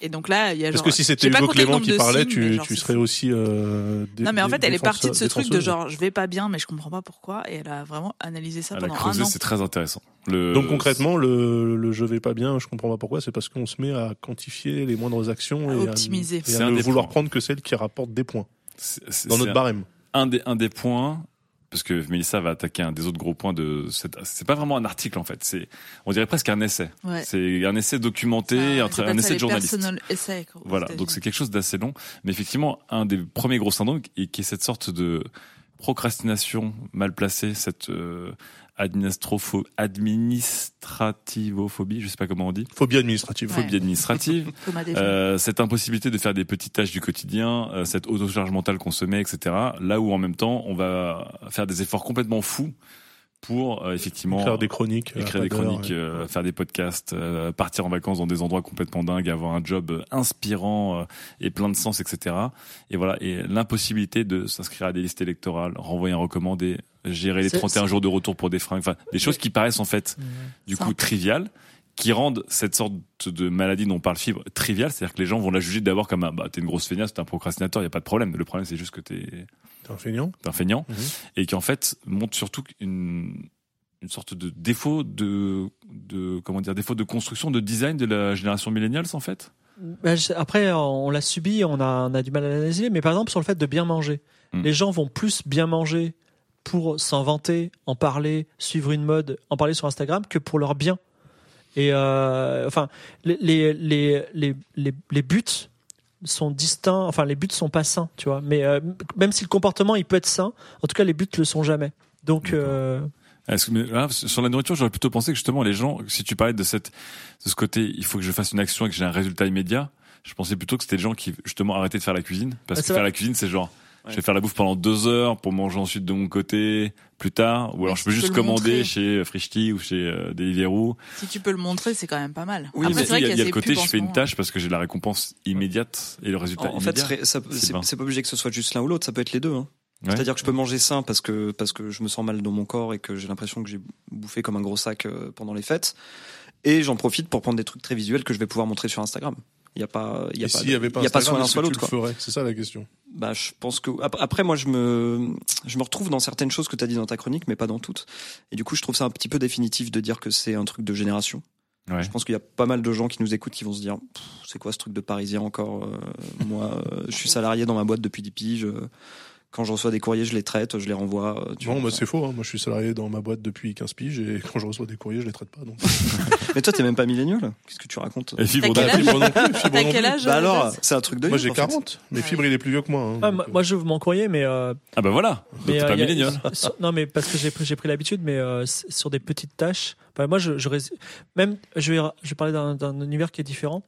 Et donc là il y a Parce genre que si j'ai c'était pas Hugo compté le Clément nombre qui de parlait, signes, tu, mais genre, tu c'est- serais aussi... euh, dé- Non mais en dé- fait elle est défenseur- partie de ce truc de défenseuse. genre je vais pas bien mais je comprends pas pourquoi et elle a vraiment analysé ça Elle a pendant un creusé, an. c'est très intéressant. Le- Donc concrètement, le, le je vais pas bien, je comprends pas pourquoi, c'est parce qu'on se met à quantifier les moindres actions À et à- optimiser. et C'est à un ne des vouloir points. prendre que celles qui rapportent des points c'est- c'est- dans c'est- notre barème. un des, un des points, parce que Mélissa va attaquer un des autres gros points de cette, c'est pas vraiment un article en fait, c'est, on dirait presque un essai. Ouais. Ah, C'est un essai documenté, Ouais, un, ils tra- appellent un ça essai les de journaliste. personal essay, quoi, aux Voilà, donc c'est États-Unis. quelque chose d'assez long, mais effectivement, un des premiers gros syndromes qui qui est cette sorte de procrastination mal placée, cette euh, administropho- administrativophobie, je sais pas comment on dit, Phobie administrative. Ouais. phobie administrative, Thomas Desjardins. euh, cette impossibilité de faire des petites tâches du quotidien, euh, cette autocharge mentale qu'on se met, etc. Là où en même temps, on va faire des efforts complètement fous pour euh, effectivement Faire des chroniques. euh, à écrire des pas d'heure, chroniques, ouais. euh, faire des podcasts, euh, partir en vacances dans des endroits complètement dingues, avoir un job euh, inspirant euh, et plein de sens, etc. Et voilà, et l'impossibilité de s'inscrire à des listes électorales, renvoyer un recommandé, gérer les C'est- 31 jours de retour pour des fringues, enfin des choses qui paraissent en fait du coup Simple. triviales qui rendent cette sorte de maladie dont on parle fibre triviale, c'est-à-dire que les gens vont la juger d'abord comme un, bah, t'es une grosse feignasse, t'es un procrastinateur, y a pas de problème. Le problème c'est juste que t'es T'es un feignant. d'un feignant Mhm. et qui en fait montre surtout une, une sorte de défaut de, de comment dire défaut de construction de design de la génération millennials en fait. Bah, je- Après, on on l'a subi, on a, on a du mal à l'analyser, mais par exemple sur le fait de bien manger, Mm. les gens vont plus bien manger pour s'en vanter, en parler, suivre une mode, en parler sur Instagram que pour leur bien. Et euh, enfin, les, les, les, les, les- les buts sont distincts, enfin les buts sont pas sains, tu vois. Mais euh, m- même si le comportement il peut être sain, en tout cas les buts le sont jamais. Donc D'accord. euh, Est-ce que- mais là, sur la nourriture, j'aurais plutôt pensé que justement les gens, si tu parlais de cette de ce côté, il faut que je fasse une action et que j'ai un résultat immédiat. Je pensais plutôt que c'était les gens qui justement arrêtaient de faire la cuisine parce Ah, que c'est faire vrai. la cuisine c'est genre je vais Ouais. faire la bouffe pendant deux heures pour manger ensuite de mon côté plus tard ou alors Mais je tu peux peux juste le commander montrer. chez euh, Frischti ou chez euh, Deliveroo Si tu peux le montrer, c'est quand même pas mal. Oui, Après, mais c'est si, vrai il y a, qu'il il y a ces le côté pubs en je ce fais une moment. tâche parce que j'ai la récompense immédiate et le résultat En, en fait, ce immédiat. serait- ça- C'est c'est bien. c'est pas obligé que ce soit juste l'un ou l'autre, ça peut être les deux. hein. Ouais. C'est-à-dire que je peux manger sain parce que, parce que je me sens mal dans mon corps et que j'ai l'impression que j'ai bouffé comme un gros sac euh, pendant les fêtes. Et j'en profite pour prendre des trucs très visuels que je vais pouvoir montrer sur Instagram. Il n'y a pas, il Euh, y a Et pas, s'il y avait pas il y a pas Instagram, soit l'un est-ce soit que tu l'autre. le quoi. ferais C'est ça la question. Bah, je pense que ap- après moi je me je me retrouve dans certaines choses que tu as dit dans ta chronique mais pas dans toutes. Et du coup, je trouve ça un petit peu définitif de dire que c'est un truc de génération. Ouais. Je pense qu'il y a pas mal de gens qui nous écoutent qui vont se dire Pff, c'est quoi ce truc de parisien encore euh, moi euh, je suis salarié dans ma boîte depuis 10 piges euh, Quand je reçois des courriers, je les traite, je les renvoie. euh, tu Non, vois, bah, enfin. c'est faux. hein. Moi, je suis salarié dans ma boîte depuis 15 piges et quand je reçois des courriers, je les traite pas. Donc. Mais toi, t'es même pas millénial Qu'est-ce que tu racontes Et fibre T'as quel d'âme. âge bah, Fibre non plus, fibre T'as non quel plus. âge Bah alors, Joseph c'est un truc de Moi, vieux, j'ai en fait. 40, mais Fibre, il est plus vieux que moi. hein, Ah, donc, moi, euh, moi, je vous m'en courrier, mais. euh, Ah bah voilà, Donc, mais t'es euh, pas y a- millénial. sur- non, mais parce que j'ai pris, j'ai pris l'habitude, mais euh, c'est- sur des petites tâches. Enfin, moi, je, je rés- même, je vais, je vais parler d'un d'un univers qui est différent.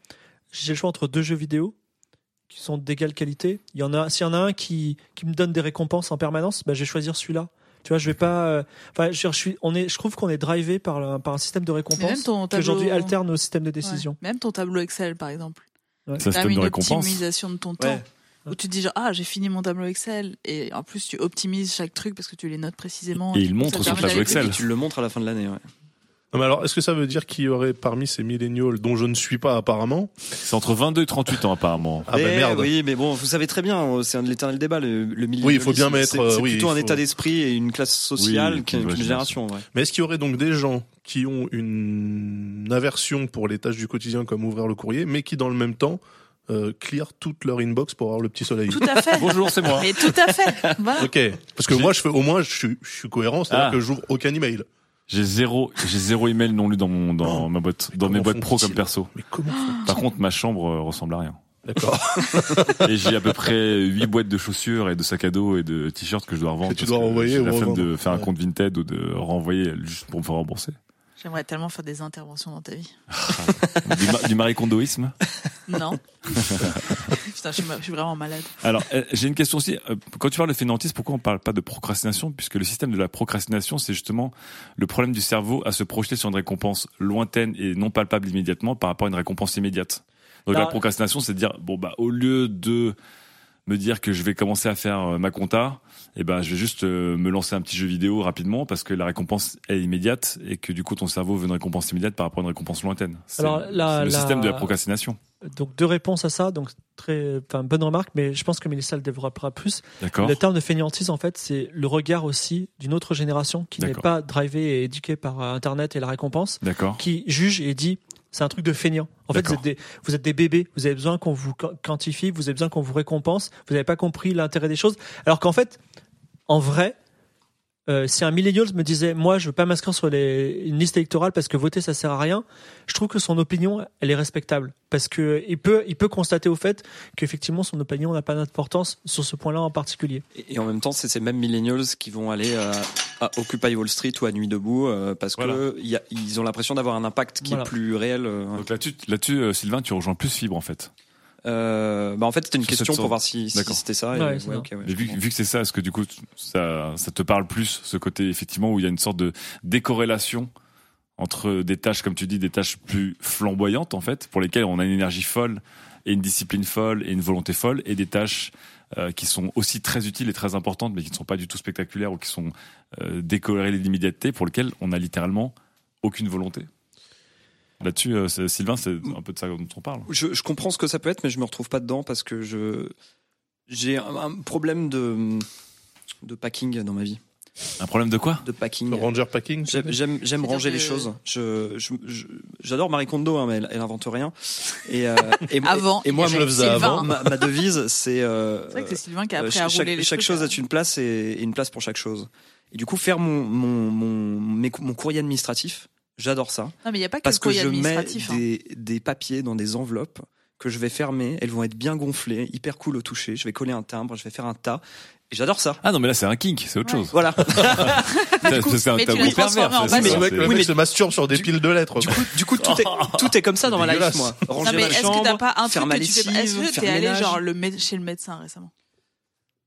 J'ai le choix entre deux jeux vidéo qui sont d'égale qualité. Il y en a, s'il y en a un qui, qui me donne des récompenses en permanence, bah, je vais choisir celui-là. Tu vois, je vais pas. euh, Enfin, je, je suis, on est, je trouve qu'on est drivé par, le- par un système de Mais même récompense ton qui tableau- aujourd'hui alterne au système de Ouais. décision. Même ton tableau Excel, par exemple. Ça, T'as c'est une une récompense. optimisation de ton Ouais. temps. Où tu te dis genre, ah, j'ai fini mon tableau Excel. Et en plus, tu optimises chaque truc parce que tu les notes précisément. Et il Ça montre te sur permet tableau d'aller Excel. Et tu le montres à la fin de l'année. Ouais. Non, mais alors, est-ce que ça veut dire qu'il y aurait parmi ces millénials, dont je ne suis pas apparemment, C'est entre 22 et 38 ans apparemment. ah bah Eh merde, Oui, mais bon, vous savez très bien, euh, c'est un de l'éternel débat, le, le millénialisme. Oui, il faut bien mettre, C'est, euh, c'est oui, plutôt il un faut- état d'esprit et une classe sociale Oui, qu'une une qu'une génération. génération. ouais. Mais est-ce qu'il y aurait donc des gens qui ont une aversion pour les tâches du quotidien comme ouvrir le courrier, mais qui dans le même temps euh, clear toute leur inbox pour avoir le petit soleil Tout à fait. Bonjour, c'est moi. Mais tout à fait. Voilà. Ok, parce que moi je fais au moins je suis, je suis cohérent, c'est-à-dire Ah. que j'ouvre aucun email. J'ai zéro, j'ai zéro email non lu dans mon, dans Oh. ma boîte, Mais dans mes comment boîtes pro font-ils comme perso. Mais comment font- Par contre, ma chambre euh, ressemble à rien. D'accord. Et j'ai à peu près 8 boîtes de chaussures et de sacs à dos et de t-shirts que je dois revendre. Que tu parce dois renvoyer j'ai ou la flemme revendre. de faire un Ouais. compte Vinted ou de renvoyer juste pour me faire rembourser. J'aimerais tellement faire des interventions dans ta vie. Du, ma- du maricondoïsme. Non. Putain, je suis, ma- je suis vraiment malade. Alors, euh, j'ai une question aussi. Euh, Quand tu parles de fainéantise, pourquoi on parle pas de procrastination Puisque le système de la procrastination, c'est justement le problème du cerveau à se projeter sur une récompense lointaine et non palpable immédiatement par rapport à une récompense immédiate. Donc Bah, la procrastination, c'est de dire bon bah au lieu de me dire que je vais commencer à faire euh, ma compta, eh ben je vais juste euh, me lancer un petit jeu vidéo rapidement parce que la récompense est immédiate et que du coup ton cerveau veut une récompense immédiate par rapport à une récompense lointaine. C'est Alors, la- c'est le la- système de la procrastination. Donc deux réponses à ça. Donc très, enfin bonne remarque, mais je pense que Mélissa le développera plus. D'accord. Le terme de fainéantise, en fait, c'est le regard aussi d'une autre génération qui n'est D'accord. pas drivée et éduquée par euh, Internet et la récompense, D'accord. qui juge et dit c'est un truc de feignant. En fait, vous D'accord. êtes, des, vous êtes des bébés, vous avez besoin qu'on vous qua- quantifie, vous avez besoin qu'on vous récompense, vous n'avez pas compris l'intérêt des choses. Alors qu'en fait, en vrai, euh, si un millennial me disait moi je veux pas m'inscrire sur les, une liste électorale parce que voter ça sert à rien, je trouve que son opinion elle est respectable parce que il peut il peut constater au fait qu'effectivement son opinion n'a pas d'importance sur ce point-là en particulier. Et, et en même temps, c'est ces mêmes millennials qui vont aller euh, à Occupy Wall Street ou à Nuit debout euh, parce Voilà. que y a- ils ont l'impression d'avoir un impact qui Voilà. est plus réel. euh, ouais. Donc là-dessus, là-dessus, euh, Sylvain, tu rejoins plus Fibre en fait. Euh, bah, en fait, c'était une Sur question 700. pour voir si, si D'accord. c'était ça. et- Ouais, c'est ouais, ça. ok, ouais, Mais je vu, comprends. vu que c'est ça, est-ce que du coup ça, ça te parle plus ce côté effectivement où il y a une sorte de décorrélation entre des tâches, comme tu dis, des tâches plus flamboyantes en fait, pour lesquelles on a une énergie folle et une discipline folle et une volonté folle, et des tâches euh, qui sont aussi très utiles et très importantes, mais qui ne sont pas du tout spectaculaires ou qui sont euh, décorrélées d'immédiateté, pour lesquelles on a littéralement aucune volonté. Là-dessus, euh, c'est- Sylvain, c'est un peu de ça dont on parle. Je, je comprends ce que ça peut être, mais je me retrouve pas dedans parce que je j'ai un, un problème de de packing dans ma vie. Un problème de quoi De packing. Le Ranger packing J'aime- J'aime j'aime C'est-à-dire ranger que- les choses. Je je- je- j'adore Marie Kondo, hein, mais elle, elle invente rien. Et, euh, et- Avant, Et, moi, il y mon- avait le faisais Sylvain. avant. ma, ma devise, c'est euh, C'est vrai que c'est Sylvain qui a euh, appris cha- à chaque, rouler les chaque trucs, chose hein. a une place et, et une place pour chaque chose. Et du coup, faire mon mon mon mes- mon courrier administratif, j'adore ça. Non, mais il n'y a pas que parce le que courrier je mets administratif. hein. des, des papiers dans des enveloppes que je vais fermer, elles vont être bien gonflées, hyper cool au toucher, je vais coller un timbre, je vais faire un tas, et j'adore ça. Ah non, mais là c'est un kink, c'est autre Ouais. chose. Voilà. C'est c'est un mais tu tabou l'as transformé en pervers. c'est base. ça, Le mec, c'est- le Oui, mec mais- se masturbe sur des du- piles de lettres. du, coup, du coup, tout, est, tout est comme ça dans ma life, Dégueulasse. moi. Non, Ranger mais ma est-ce que chambre, t'as pas un faire truc ma que tu fais lessive, Est-ce que faire t'es le allé ménage. genre le mé- chez le médecin récemment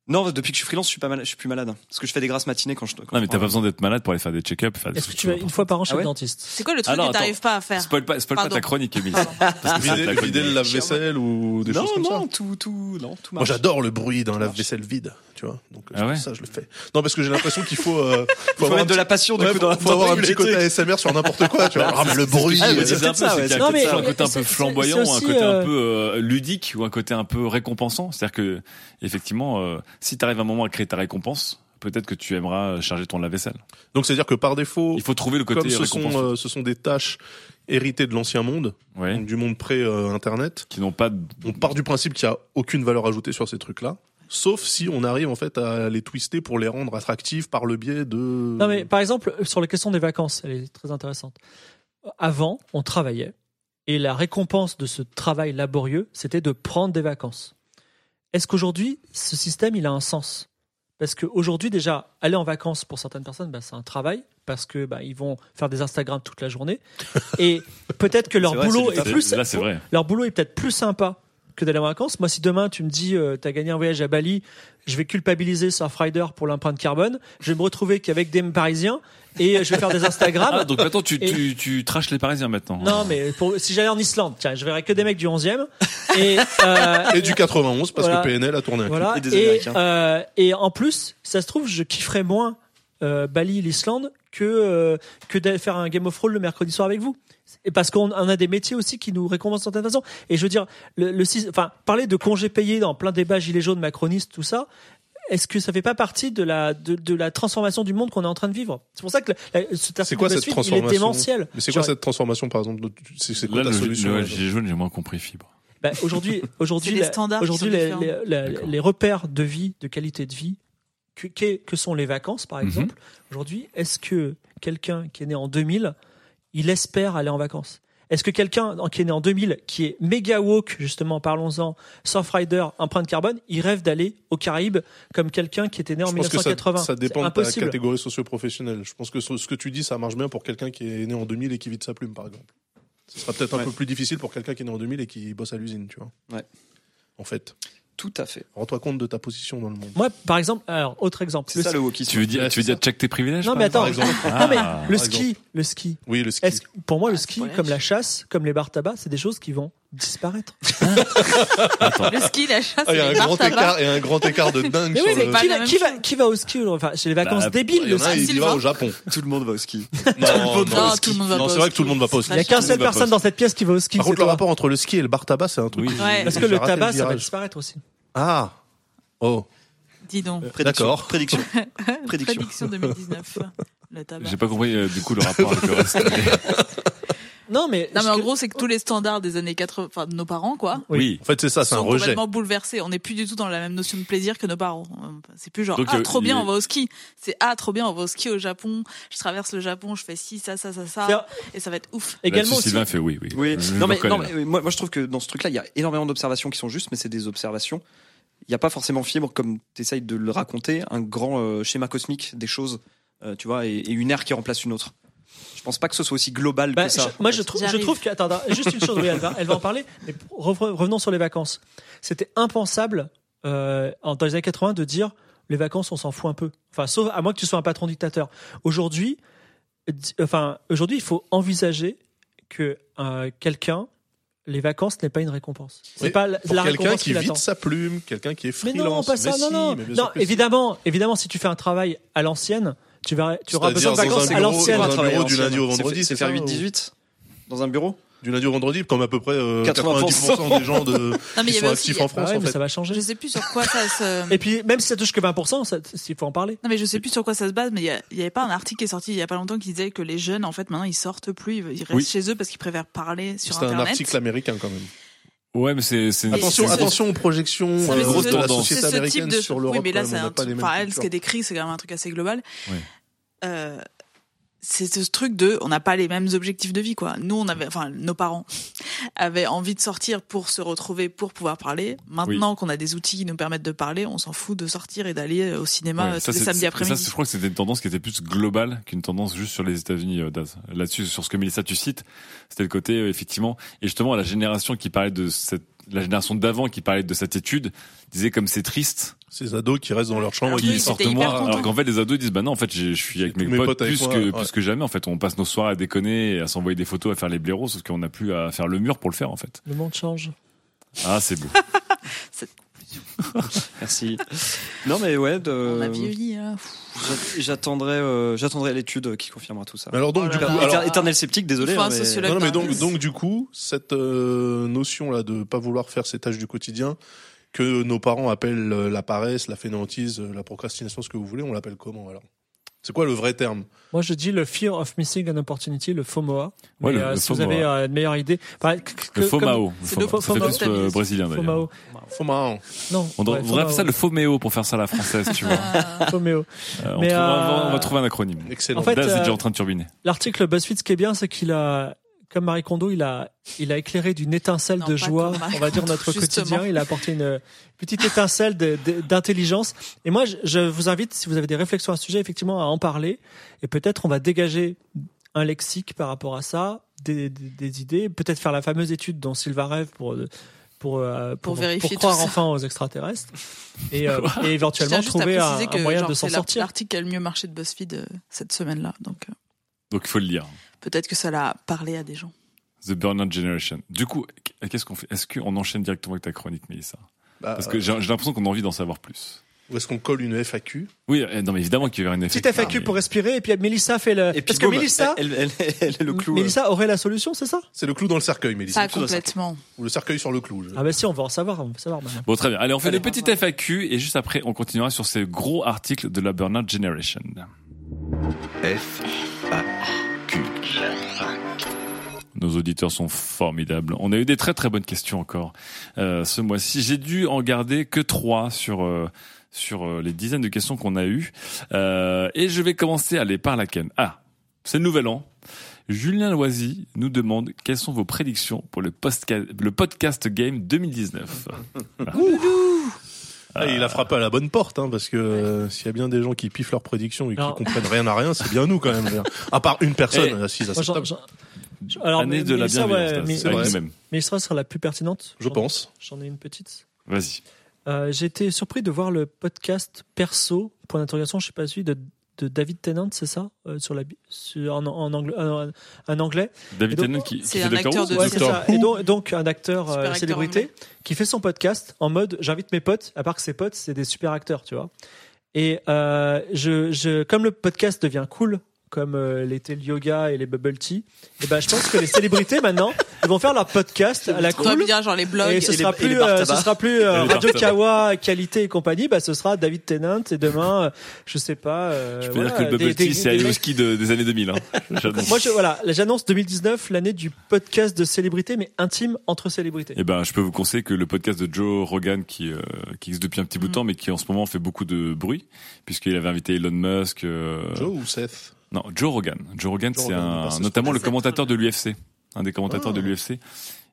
Non, depuis que je suis freelance, je suis pas malade, je suis plus malade. Parce que je fais des grasses matinées quand je. Quand Non mais t'as je- pas besoin d'être malade pour aller faire des check-up, faire des Est-ce que trucs tu vas qui vont une fois par an chez Ah le ouais dentiste C'est quoi le truc Alors, que t'arrives pas à faire Spoil pas, spoil pas Pardon. ta chronique, Emile. Pardon. Parce que c'est ta Vider, chronique. vider le lave-vaisselle ou des Non, choses comme ça. non, tout, tout, non, tout Moi marche. j'adore le bruit d'un lave-vaisselle vide, tu vois. Donc Ah ouais ça je le fais. Non parce que j'ai l'impression qu'il faut, euh, Faut avoir un mettre de petit- la passion du Ouais, coup faut, dans faut avoir un petit côté côté. ASMR sur n'importe quoi, tu vois. Ah, mais le bruit. Ah, mais euh, c'est C'est un peu, ça, ouais. c'est qu'il y a Non, peut-être mais- un côté un c'est- peu c'est- flamboyant, c'est aussi, un côté euh, un peu euh, ludique ou un côté un peu récompensant. C'est-à-dire que, effectivement, euh, si t'arrives un moment à créer ta récompense, peut-être que tu aimeras charger ah, ton lave-vaisselle. Donc c'est à dire que par défaut, Il faut trouver le côté comme ce sont, récompensant. euh, ce sont des tâches héritées de l'ancien monde, Ouais. donc du monde pré-internet, Qui n'ont pas de... on part du principe qu'il n'y a aucune valeur ajoutée sur ces trucs-là. sauf si on arrive en fait à les twister pour les rendre attractifs par le biais de. Non, mais par exemple, sur la question des vacances, elle est très intéressante. Avant, on travaillait et la récompense de ce travail laborieux, c'était de prendre des vacances. Est-ce qu'aujourd'hui, ce système, il a un sens Parce qu'aujourd'hui, déjà, aller en vacances pour certaines personnes, bah, c'est un travail parce que bah, ils vont faire des Instagram toute la journée et peut-être que leur C'est vrai, boulot c'est est, du taf. plus Là, c'est vrai. leur boulot est peut-être plus sympa que d'aller en vacances. Moi, si demain tu me dis euh, t'as gagné un voyage à Bali, je vais culpabiliser Surfrider pour l'empreinte carbone. Je vais me retrouver qu'avec des Parisiens et euh, je vais faire des Instagram. Ah, donc maintenant, tu, Et- tu, tu trash les Parisiens maintenant. Non, mais pour- si j'allais en Islande, tiens, je verrais que des mecs du 11e et euh, Et du 91 parce Voilà. que PNL a tourné. un clip. voilà. Et des Et, Américains. euh, et en plus, ça se trouve, je kifferais moins euh, Bali, l'Islande, que euh, que d'aller faire un Game of Thrones le mercredi soir avec vous. Et parce qu'on on a des métiers aussi qui nous récompensent de certaines façons. Et je veux dire, le, le six- enfin, parler de congés payés dans plein débat gilets jaunes, macronistes, tout ça. Est-ce que ça fait pas partie de la de, de la transformation du monde qu'on est en train de vivre C'est pour ça que la- la- cet C'est article quoi de cette BuzzFeed, Bah, il est transformation démentiel. Mais c'est quoi Genre, cette transformation par exemple de- C'est c'est quoi Là, ta le, solution euh, le là gilet jaune, j'ai moins compris fibre. Bah, aujourd'hui, aujourd'hui, C'est les la- standards qui aujourd'hui, sont les, différents. les- la- D'accord. les repères de vie, de qualité de vie, que, qu'est- que sont les vacances, par Mhm. exemple. Aujourd'hui, est-ce que quelqu'un qui est né en 2000, il espère aller en vacances Est-ce que quelqu'un en- qui est né en 2000, qui est méga woke, justement, parlons-en, surfrider, empreinte carbone, il rêve d'aller aux Caraïbes comme quelqu'un qui était né en Je pense que ça, 1980 ça dépend de C'est ta impossible. catégorie socio-professionnelle. Je pense que ce ce que tu dis, ça marche bien pour quelqu'un qui est né en 2000 et qui vit de sa plume, par exemple. Ce sera peut-être un Ouais. peu plus difficile pour quelqu'un qui est né en 2000 et qui bosse à l'usine, tu vois. Ouais. En fait, Tout à fait. rends-toi compte de ta position dans le monde. Moi, par exemple, alors, autre exemple. C'est Le ça ski- le wokisme. Tu veux dire, tu veux dire check tes privilèges Non, par mais attends, exemple non, mais Ah. le par ski, le ski, Oui, le ski. Est-ce que- pour moi, le Ah, c'est ski, pas la comme chasse. la chasse, comme les bars tabac, c'est des choses qui vont disparaître. Le ski, la chasse, Ah, il y a les un bars, grand tabac. écart, et un grand écart de dingue Mais sur oui, mais le... pas qui, la va, même qui, va, chose. qui va au ski aujourd'hui Enfin, c'est les vacances Bah, débiles. Il y le en a, ski. il y va Sylvain. au Japon. Tout le monde va au ski. Oh Non, monde va au ski. Non, c'est vrai que tout le monde va pas au C'est ski. Il y a qu'un seul Tout le monde va pas au personne ski. dans cette pièce qui va au ski. Par c'est contre, le toi. rapport entre le ski et le bar tabac, c'est un truc. Oui. Ouais. Parce J'ai que le raté le tabac, ça va virage. disparaître aussi. Ah Oh Dis donc. Prédiction. D'accord. Prédiction. Prédiction. Prédiction 2019. Le tabac. J'ai pas compris euh, du coup le rapport avec le reste. Non, mais. Non mais ce en que- gros c'est que tous les standards des années 80, enfin de nos parents quoi, Oui. Oui. En fait, c'est ça, c'est un sont rejet. complètement bouleversés. On n'est plus du tout dans la même notion de plaisir que nos parents. C'est plus genre Donc, ah euh, trop bien il- on va au ski. C'est ah trop bien on va au ski au Japon. Je traverse le Japon, je fais ci ça ça ça C'est-à-dire- ça et ça va être ouf. Également Là-dessus, aussi. Sylvain fait oui, oui. Euh, Euh, Oui, Je non, me mais, reconnais, non, là. mais moi, moi je trouve que dans ce truc-là, il y a énormément d'observations qui sont justes, mais c'est des observations. Il n'y a pas forcément fibre, comme tu essayes de le raconter, un grand euh, schéma cosmique des choses, euh, tu vois, et, et une ère qui remplace une autre. Je pense pas que ce soit aussi global Bah, que ça. je- moi, je, trouve je J'arrive. trouve que. Attends, attends, juste une chose, oui, elle, va, elle va en parler. Mais re- revenons sur les vacances. C'était impensable euh, en- dans les années 80 de dire les vacances, on s'en fout un peu. Enfin, sauf à moins que tu sois un patron dictateur. Aujourd'hui, di- enfin, aujourd'hui, il faut envisager que euh, quelqu'un, les vacances n'est pas une récompense. C'est Oui, pas la, Pour la quelqu'un récompense qui qui vide l'attend. sa plume, quelqu'un qui est Mais freelance. non, pas ça, Mais non, si, non. mais bien Non, sûr que si. évidemment, évidemment, si tu fais un travail à l'ancienne, tu, vas, tu auras besoin de C'est-à-dire vacances dans un à bureau, l'ancienne. Ah, dans un Travailler à bureau du l'ancienne. lundi au vendredi, c'est c'est faire ça, ou- 8-18 dans un bureau Du lundi au vendredi, comme à peu près euh, 80% 90% des gens de, Non mais il qui y sont avait aussi, actifs en France. Ah ouais, en mais fait. ça va changer. je sais plus sur quoi ça se. Et puis, même si ça touche que 20%, ça- c'est- il faut en parler. Non mais je sais plus sur quoi ça se base, mais il y a- il y avait pas un article qui est sorti il y a pas longtemps qui disait que les jeunes en fait maintenant ils sortent plus, ils ils restent Oui. chez eux parce qu'ils préfèrent parler sur C'est un internet. article américain quand même. Ouais, mais c'est c'est une- Attention, c'est- c'est- attention aux projections C'est- Ouais, euh, c'est- grosse c'est- de la tendance. société c'est ce américaine type de- sur l'Europe. Oui, mais là, quand même, c'est on n'a un pas les truc. mêmes Enfin, elle, ce cultures. qui est décrit, c'est quand même un truc assez global. Oui. Euh, c'est ce truc de, on n'a pas les mêmes objectifs de vie, quoi. Nous, on avait, enfin, nos parents avaient envie de sortir pour se retrouver, pour pouvoir parler. Maintenant qu'on a des outils qui nous permettent de parler, on s'en fout de sortir et d'aller au cinéma ouais, euh, ça, tous les c'est- samedis c'est- après-midi. ça, je crois que c'était une tendance qui était plus globale qu'une tendance juste sur les États-Unis, euh, Daz. Là-dessus, sur ce que Mélissa tu cites, c'était le côté euh, effectivement et justement la génération qui parlait de cette la génération d'avant qui parlait de cette étude disait comme c'est triste Ces ados qui restent dans leur chambre. Alors, et oui, ils qui qu'ils sortent. sortent étaient hyper moins contents. alors qu'en fait les ados ils disent bah non en fait j'ai- je suis avec Tous mes, mes potes, potes avec plus moi, que ouais. plus que jamais en fait on passe nos soirs à déconner et à s'envoyer des photos à faire les blaireaux sauf qu'on n'a plus à faire le mur pour le faire en fait Le monde change. ah c'est beau Merci. non, mais ouais, de- On a Euh, vieilli, hein. j'a- j'attendrai euh, j'attendrai l'étude qui confirmera tout ça. Mais Alors donc, Oh là du coup, là. alors- Éter- éternel sceptique, désolé. Il faut hein, un mais- sociologue. Non, non, mais D'accord. donc, donc du coup, cette euh, notion là de pas vouloir faire ses tâches du quotidien que nos parents appellent euh, la paresse, la fainéantise, euh, la procrastination, ce que vous voulez, on l'appelle comment alors C'est quoi le vrai terme Moi, je dis le fear of missing an opportunity, le FOMOA. Mais, Ouais, le- euh, le si vous FOMOA. avez euh, une meilleure idée. Bah, Enfin, que- que- Le FOMAO. c'est Le le FOMAO. Ça fait FOMAO plus euh, stabilisé. brésilien comme- FOMAO. d'ailleurs. Faut marrant. Non. On ouais, devrait appeler ça le FOMAO. FOMEO pour faire ça à la française, tu vois. FOMEO. Euh, on, Mais, trouvera- euh, on va trouver un acronyme. Excellent. En fait, Daz est euh, déjà en train de turbiner. L'article BuzzFeed, ce qui est bien, c'est qu'il a, comme Marie Kondo, il a, il a éclairé d'une étincelle Non, de pas joie, comme Marie on va dire, Kondo, notre justement. quotidien. Il a apporté une petite étincelle de- de- d'intelligence. Et moi, je, je vous invite, si vous avez des réflexions à ce sujet, effectivement, à en parler. Et peut-être on va dégager un lexique par rapport à ça, des, des- des idées, peut-être faire la fameuse étude dont Sylvain rêve pour, euh, pour, euh, Pour pour, vérifier tout croire ça. enfin aux extraterrestres. Et, euh, et Je éventuellement tiens juste à trouver un, préciser un que moyen genre, de c'est s'en l'art- sortir. l'article qui a le mieux marché de BuzzFeed euh, cette semaine-là. Donc euh, Donc il faut le lire. peut-être que ça l'a parlé à des gens. The Burnout Generation. Du coup, qu'est-ce qu'on fait Est-ce qu'on enchaîne directement avec ta chronique, Mélissa Bah, Parce que j'ai j'ai l'impression qu'on a envie d'en savoir plus. Où est-ce qu'on colle une FAQ Oui, euh, non, mais évidemment qu'il y aura une Petite FAQ pour respirer, et puis Mélissa fait le. Et puis, Parce que boum, Mélissa, elle, elle- elle- elle est le clou. euh, Mélissa aurait la solution, c'est ça C'est le clou dans le cercueil, Mélissa. Pas complètement. Ou le cercueil sur le clou. je- Ah bah si, on va en savoir, on va savoir maintenant. Bon, très bien. Allez, on fait Allez, les petites on va. FAQ et juste après, on continuera sur ces gros articles de la Burnout Generation. F A Q. Nos auditeurs sont formidables. On a eu des très très bonnes questions encore euh, ce mois-ci. J'ai dû en garder que trois sur euh, sur euh, les dizaines de questions qu'on a eues. Euh, et je vais commencer à aller par laquelle. Ah, c'est le nouvel an. Julien Loisy nous demande quelles sont vos prédictions pour le, postca- le podcast game 2019. Ah, il a frappé à la bonne porte, hein, parce que euh, s'il y a bien des gens qui piffent leurs prédictions et qui Non. comprennent rien à rien, c'est bien nous quand même. À part une personne Eh, assise à Moi, cette j'en- table, j'en- j'en- Alors, Année mais- de la Mélissa, bienveillance. ouais, là, mais- c'est avec mais- nous-mêmes. Mélissa sera la plus pertinente. je J'en- pense. J'en ai une petite. Vas-y. Euh, J'ai été surpris de voir le podcast perso, point d'interrogation, je sais pas celui de, de David Tennant, c'est ça Euh, sur la, bi- sur- en, en anglais, un, un anglais. David Et donc, Tennant qui, qui c'est fait un Doctor acteur Who, de ou Ouais, Doctor c'est Doctor ça. Et donc, donc un acteur Super euh, acteur célébrité anglais. qui fait son podcast en mode j'invite mes potes, à part que ses potes, c'est des super acteurs, tu vois. Et euh, je, je, comme le podcast devient cool, comme euh, l'était le yoga et les bubble tea, et ben, je pense que les célébrités maintenant, ils vont faire leur podcast à la Toi cool. bien genre les blogs. Et et ce les- sera, et les plus, bars euh, ce tabac. sera plus euh, Et les bars Radio tabac. Kawa, qualité et compagnie, bah, ce sera David Tennant et demain, euh, je sais pas. euh, Je peux dire que voilà, le bubble des- tea, des- c'est des allé au mecs- ski de- des années 2000. Hein. J'annonce. Moi, je, voilà, là, j'annonce 2019, l'année du podcast de célébrités, mais intime entre célébrités. Eh ben, je peux vous conseiller que le podcast de Joe Rogan, qui, euh, qui existe depuis un petit bout de temps, mais qui en ce moment fait beaucoup de bruit, puisqu'il avait invité Elon Musk. euh, Joe ou Seth Non, Joe Rogan. Joe Rogan, Joe c'est Rogan, un- bah, c'est notamment ce le qu'on commentateur de essaie de l'UFC, un des commentateurs Ah. de l'UFC,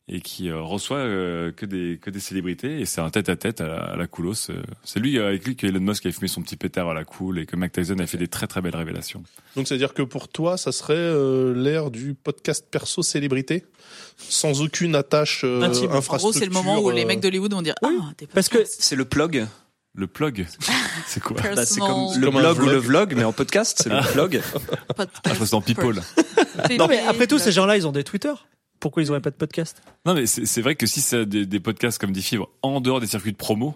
et qui euh, reçoit euh, que des que des célébrités. Et c'est un tête-à-tête à, la- à la coolos. euh. C'est lui euh, avec lui que Elon Musk a fumé son petit pétard à la cool, et que Mike Tyson a fait des très très belles révélations. Donc c'est-à-dire que pour toi, ça serait euh, l'ère du podcast perso célébrité, sans aucune attache euh, Intime. En gros, En gros, infrastructure. c'est le moment où euh, les mecs d'Hollywood vont dire Oui, Ah, t'es pas Parce que C'est le plug. Le plug, c'est quoi Bah, c'est personal comme le Comme un blog ou vlog. le vlog, mais en podcast, c'est le vlog. podcast. Ah, je pense dans People. Non, mais après tout, ces gens-là, ils ont des Twitter. Pourquoi ils n'auraient pas de podcast Non, mais c'est c'est vrai que si c'est des, des podcasts comme des fibres en dehors des circuits de promo,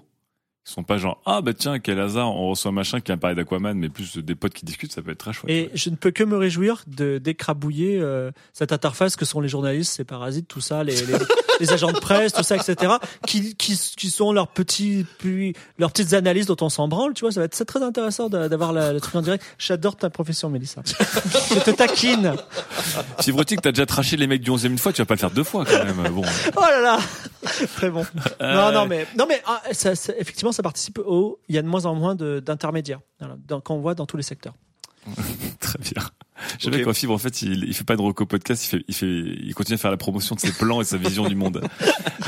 ils sont pas genre ah bah tiens quel hasard on reçoit machin qui a parlé d'Aquaman, mais plus des potes qui discutent, ça peut être très chouette. Et je ne peux que me réjouir de d'écrabouiller euh, cette interface que sont les journalistes, ces parasites, tout ça, les, les, les agents de presse, tout ça, etc. Qui, qui, qui sont leurs petits, puis leurs petites analyses dont on s'en branle. Tu vois, ça va être c'est très intéressant d'a- d'avoir la- le truc en direct. J'adore ta profession, Mélissa. je te taquine. Fibrotique, t'as déjà traché les mecs du 11 e une fois, tu vas pas le faire deux fois quand même. Bon. Oh là là, très bon. Euh, Non, non, mais, non, mais ah, ça- ça- effectivement, ça participe au. Il y a de moins en moins de- d'intermédiaires Voilà, dans- qu'on voit dans tous les secteurs. Très bien. Je Ok. sais qu'en fibre, en fait, il, il fait pas de reco podcast, il fait, il fait, il continue à faire la promotion de ses plans et de sa vision du monde.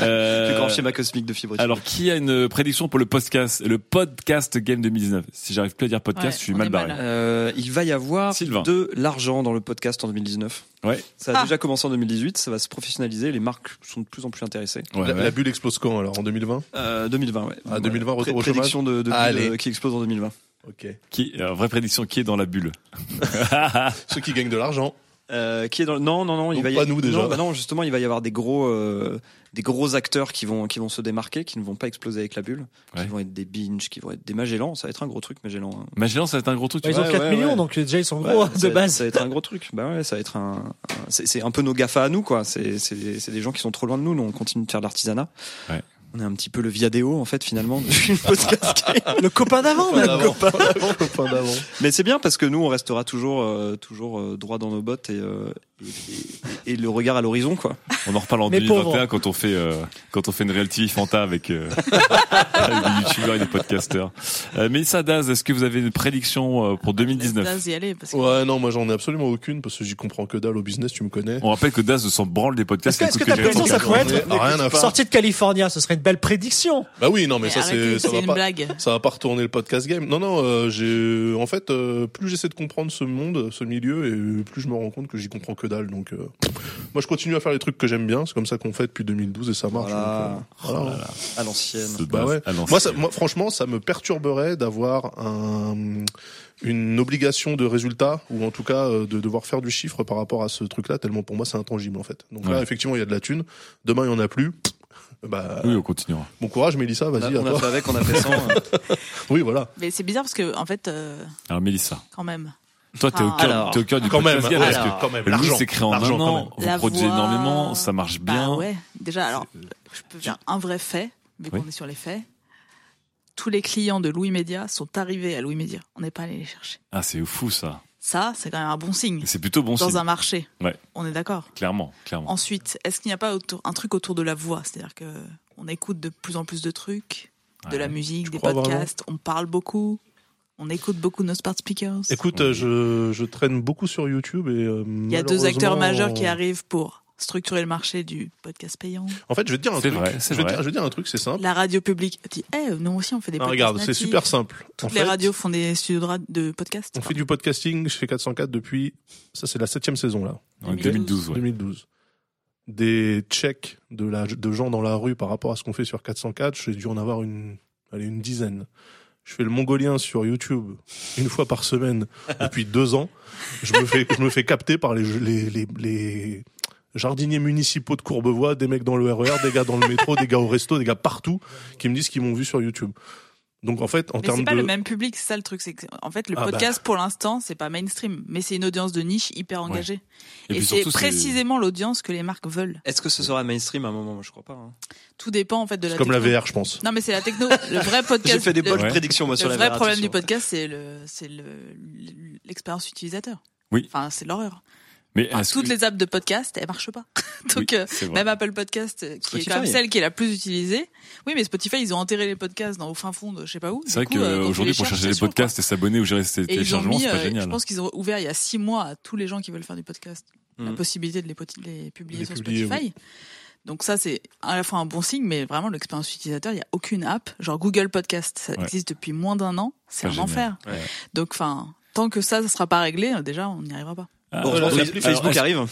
Euh, Le grand schéma cosmique de fibre. alors, qui a une prédiction pour le podcast, le podcast game 2019? Si j'arrive plus à dire podcast, Ouais, je suis on mal est barré. mal. Euh, il va y avoir Sylvain. de l'argent dans le podcast en 2019. Ouais. Ça a Ah. déjà commencé en 2018, ça va se professionnaliser, les marques sont de plus en plus intéressées. Ouais, la, ouais. la bulle explose quand alors En 2020 Euh, 2020, ouais. Ah, 2020, Pré- retour au Prédiction de, de Allez. bulle, euh, qui explose en 2020. Ok. Qui, alors, vraie prédiction, qui est dans la bulle? Ceux qui gagnent de l'argent. Euh, qui est dans le- Non, non, non, il Donc va y pas nous, déjà. Non, bah non, justement, il va y avoir des gros, euh, des gros acteurs qui vont, qui vont se démarquer, qui ne vont pas exploser avec la bulle, Ouais. qui vont être des binge, qui vont être des Magellan. Ça va être un gros truc, Magellan. hein. Magellan, ça va être un gros truc. tu Bah, ils ont Ouais, 4 ouais, millions, ouais. donc déjà, ils sont Ouais, gros hein, ça de va- base. Ça va être un gros truc. Bah ouais, ça va être un. un- c'est c'est un peu nos GAFA à nous, quoi. C'est c'est- c'est des gens qui sont trop loin de nous. Nous, on continue de faire de l'artisanat. Ouais. On est un petit peu le viadéo, en fait, finalement, du podcast game. Le copain d'avant, Copain même. d'avant. Copain d'avant. Mais c'est bien parce que nous, on restera toujours, euh, toujours euh, droit dans nos bottes et, euh, et, et- et le regard à l'horizon, quoi. On en reparle en Mais 2021 pauvre. quand on fait euh, quand on fait une Real TV Fanta avec, euh, avec des youtubeurs et des podcasteurs. Euh, Mélissa Daz, est-ce que vous avez une prédiction euh, Ah, pour 2019 Laisse Daz y aller parce que Ouais, non, moi j'en ai absolument aucune parce que j'y comprends que dalle au business, tu me connais. On rappelle que Daz s'en branle des podcasts. Est-ce que- écoute est-ce que les t'as raison, podcasts. ça pourrait être Ah, rien à faire. Sortie de California, ce serait une belle prédiction. Bah oui, non, mais, ça arrêtez, c'est ça c'est va une pas. blague. Ça va pas retourner le podcast game. Non, non, euh, j'ai en fait euh, plus j'essaie de comprendre ce monde, ce milieu, et plus je me rends compte que j'y comprends que dalle. Donc euh, moi je continue à faire les trucs que j'aime bien. C'est comme ça qu'on fait depuis 2012 et ça marche. Voilà. donc, Oh euh, voilà. À l'ancienne. Oh De Bah Daz ouais. à l'ancienne. Moi, ça- moi, franchement, ça me perturberait d'avoir un, une obligation de résultat ou en tout cas euh, de devoir faire du chiffre par rapport à ce truc-là, tellement pour moi c'est intangible en fait. Donc là, Ouais. effectivement, il y a de la thune. Demain, il y en a plus. Bah, Oui, on continuera. bon courage, Mélissa, On a- vas-y, à on a toi. fait avec, on a fait sans. hein. Oui, voilà. Mais c'est bizarre parce que en fait, euh, Alors Mélissa, quand même, toi t'es au Ah, cœur, alors. t'es au cœur du Quand même, podcast Game, parce alors, que quand même, le l'argent, c'est créé en un l'argent, quand an, même. vous La produisez voix- énormément, ça marche bien. Bah ouais. Déjà, alors, je peux dire un vrai fait, vu Oui. qu'on est sur les faits. Tous les clients de Louis Média sont arrivés à Louis Média. On n'est pas allé les chercher. Ah c'est fou ça. Ça, c'est quand même un bon signe C'est plutôt bon dans signe. un marché. Ouais. On est d'accord. Clairement, clairement. Ensuite, est-ce qu'il n'y a pas autour- un truc autour de la voix C'est-à-dire que on écoute de plus en plus de trucs, de Ouais. la musique, des crois vraiment. podcasts, on parle beaucoup, on écoute beaucoup nos smart speakers. Écoute, euh, je, je traîne beaucoup sur YouTube et euh, Il y a deux acteurs malheureusement- majeurs qui arrivent pour structurer le marché du podcast payant. En fait, je vais te dire un C'est truc. vrai, c'est je, vais vrai. Dire, je vais dire un truc, c'est simple. La radio publique dit Eh, nous aussi, on fait des Non, podcasts. regarde, c'est natifs. super simple. En Toutes les fait, radios font des studios de, ra- de podcasts. On fait du podcasting, je fais 404 depuis, ça c'est la septième saison là, En 2012, 2012, ouais. 2012. Des checks de, la, de gens dans la rue par rapport à ce qu'on fait sur 404, j'ai dû en avoir une, allez, une dizaine. Je fais le mongolien sur YouTube une fois par semaine depuis deux ans. Je me fais, je me fais capter par les, les, les, les jardiniers municipaux de Courbevoie, des mecs dans le RER, des gars dans le métro, des gars au resto, des gars partout qui me disent qu'ils m'ont vu sur YouTube. Donc en fait, en Mais c'est termes pas de... le même public, c'est ça le truc. C'est que, en fait, le Ah bah. podcast pour l'instant, c'est pas mainstream, mais c'est une audience de niche hyper engagée. Et Et, puis c'est surtout, c'est- précisément l'audience que les marques veulent. Est-ce que ce sera mainstream à un moment Moi, Je crois pas. hein. Tout dépend en fait de la. c'est comme la techno. VR, je pense. Non, mais c'est la techno. Le vrai podcast. J'ai fait des le- bonnes Ouais. prédictions, moi, Le sur la vrai VR, problème du attention. podcast, c'est le, c'est le, l'expérience utilisateur. Oui. Enfin, c'est l'horreur. Mais Enfin, est-ce toutes que- les apps de podcast, elles marchent pas. Donc, Oui, euh, c'est vrai. même Apple Podcast, euh, qui Spotify. est quand même celle qui est la plus utilisée. Oui, mais Spotify, ils ont enterré les podcasts dans au fin fond de je sais pas où. Du C'est vrai coup, euh, quand tu qu'aujourd'hui, les pour cherches, chercher c'est des sûr, quoi. podcasts et s'abonner ou gérer ses Et ils ont téléchargements, mis, c'est pas euh, je génial. hein. pense qu'ils ont ouvert il y a six mois à tous les gens qui veulent faire du podcast la Mm. possibilité de les, poti- les publier Les sur publier, Spotify. Donc ça, c'est à la fois un bon signe, mais vraiment l'expérience utilisateur, il n'y a aucune app. Genre Google Podcast, ça Ouais. existe depuis moins d'un an, c'est Pas un Ah, génial. enfer. Ouais. Donc enfin, tant que ça, ne sera pas réglé, euh, déjà, on n'y arrivera pas. Ah, Bon, alors, heureusement, est-ce- Facebook alors, est-ce- arrive.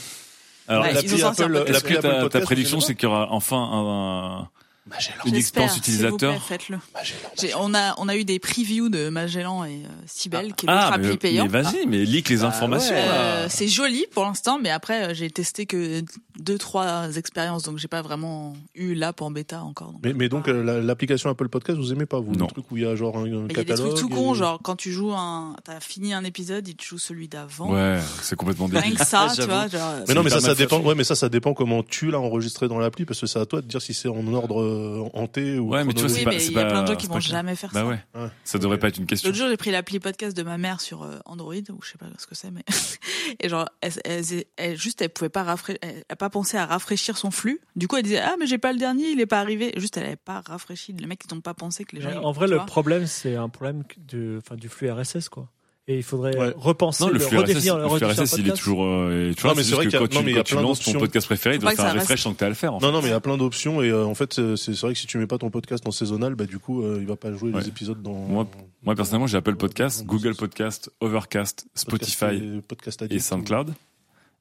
alors, Ouais, est-ce- ils ont sorti un Apple- podcast. est-ce que l'appli Apple ta- ta, Podcast, prédiction, je sais c'est qu'il y aura enfin un- un- une J'espère, expérience utilisateur s'il vous plaît, faites-le. J'ai- On a, on a eu des previews de Magellan et euh, Cybelle, qui est notre Ah, mais, appli payant. Bah mais vas-y, mais leak les informations. ouais. là. Euh, c'est joli pour l'instant, mais après euh, j'ai testé que deux trois expériences, donc j'ai pas vraiment eu l'app en bêta encore. Mais, mais donc euh, la- l'application Apple Podcast, vous aimez pas vous Non. Le truc où il y a genre un, un Mais il y a des catalogue. trucs tout cons, et- genre quand tu joues un, t'as fini un épisode, il te joue celui d'avant. Ouais, c'est complètement Rien débile. que ça, Ouais, tu vois. Genre, Mais non, mais ça, hyper ça mal fait. dépend. Ouais, mais ça, ça dépend comment tu l'as enregistré dans l'appli, parce que c'est à toi de dire si c'est en ordre euh, hanté ou. Ouais, mais tu vois, oui, c'est pas- mais c'est il y a pas- plein de gens qui c'est vont pas clair. jamais faire Bah ça. ouais, Ouais. ça devrait pas être une question. L'autre jour, j'ai pris l'appli podcast de ma mère sur euh, Android, ou je sais pas ce que c'est, mais. et genre, elle, elle- elle- juste, elle pouvait pas rafraîchir, elle a pas pensé à rafraîchir son flux. Du coup, elle disait, ah, mais j'ai pas le dernier, il est pas arrivé. Juste, elle avait pas rafraîchi. Les mecs, ils n'ont pas pensé que les gens. En vrai, tu le vois. problème, c'est un problème du, enfin, du flux RSS, quoi. Et il faudrait Ouais. repenser, Non, le le flux RSS, redéfinir le flux RSS, il est toujours. euh, et tu vois, Non, mais c'est c'est juste vrai que qu'il y a- quand tu, non, mais il y a quand tu plein lances ton d'options. podcast préféré, il Faut doit pas faire que un ça refresh sans que t'aies à le faire. en fait. Non, non, mais il y a plein d'options et euh, en fait, c'est c'est vrai que si tu mets pas ton podcast en saisonnal, bah du coup, euh, il va pas jouer Ouais. les épisodes dans. Moi, Moi, personnellement, j'ai Apple Podcast, dans- Google Podcast, Overcast, Podcast Spotify et- podcast et Addict. SoundCloud.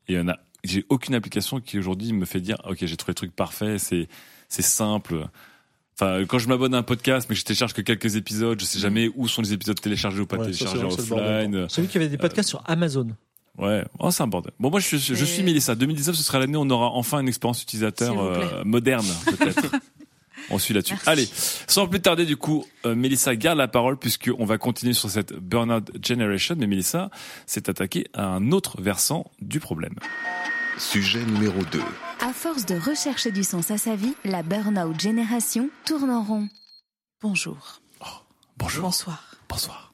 Et il y en a, j'ai aucune application qui aujourd'hui me fait dire, OK, j'ai trouvé le truc parfait, c'est, c'est simple. Enfin, quand je m'abonne à un podcast, mais que je télécharge que quelques épisodes, je sais jamais où sont les épisodes téléchargés ou pas Mm. Ouais, ça, c'est téléchargés vrai, c'est le bordel. offline. Celui qui avait Euh, des podcasts sur Amazon. Ouais, oh, c'est un bordel. Bon, moi, je suis, je Mais- suis Mélissa. 2019, ce sera l'année où on aura enfin une expérience utilisateur S'il vous plaît. euh, moderne, peut-être. on suit là-dessus. Merci. Allez, sans plus tarder, du coup, euh, Mélissa garde la parole puisqu'on va continuer sur cette Burnout Generation. Mais Mélissa s'est attaquée à un autre versant du problème. Sujet numéro 2. À force de rechercher du sens à sa vie, la burn-out génération tourne en rond. Bonjour. Oh, Bonjour. Bonsoir. Bonsoir.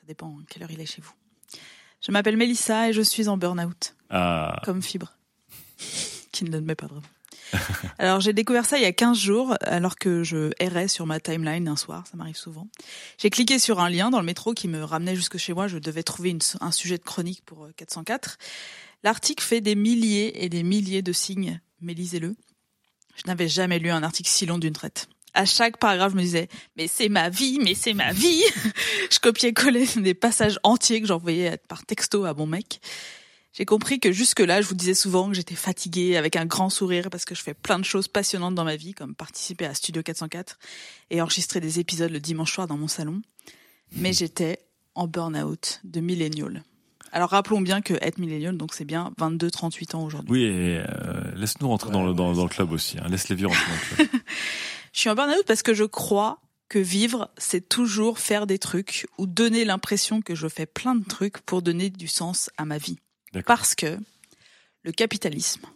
Ça dépend à quelle heure il est chez vous. Je m'appelle Mélissa et je suis en burn-out, Ah, comme fibre, qui ne l'admet pas vraiment. Alors j'ai découvert ça il y a 15 jours, alors que je errais sur ma timeline un soir, ça m'arrive souvent. J'ai cliqué sur un lien dans le métro qui me ramenait jusque chez moi, je devais trouver une- un sujet de chronique pour euh, 404. L'article fait des milliers et des milliers de signes, mais lisez-le. Je n'avais jamais lu un article si long d'une traite. À chaque paragraphe, je me disais mais c'est ma vie, mais c'est ma vie. je copiais-collais des passages entiers que j'envoyais par texto à mon mec. J'ai compris que jusque-là, je vous disais souvent que j'étais fatiguée avec un grand sourire parce que je fais plein de choses passionnantes dans ma vie, comme participer à Studio 404 et enregistrer des épisodes le dimanche soir dans mon salon. Mais j'étais en burn-out de millénial. Alors rappelons bien que être millénial, donc c'est bien 22-38 ans aujourd'hui. oui, et, euh, laisse-nous rentrer dans, le, dans, dans le club aussi. hein. Laisse les vieux rentrer dans le club. Je suis en burn-out parce que je crois que vivre, c'est toujours faire des trucs ou donner l'impression que je fais plein de trucs pour donner du sens à ma vie. D'accord. Parce que le capitalisme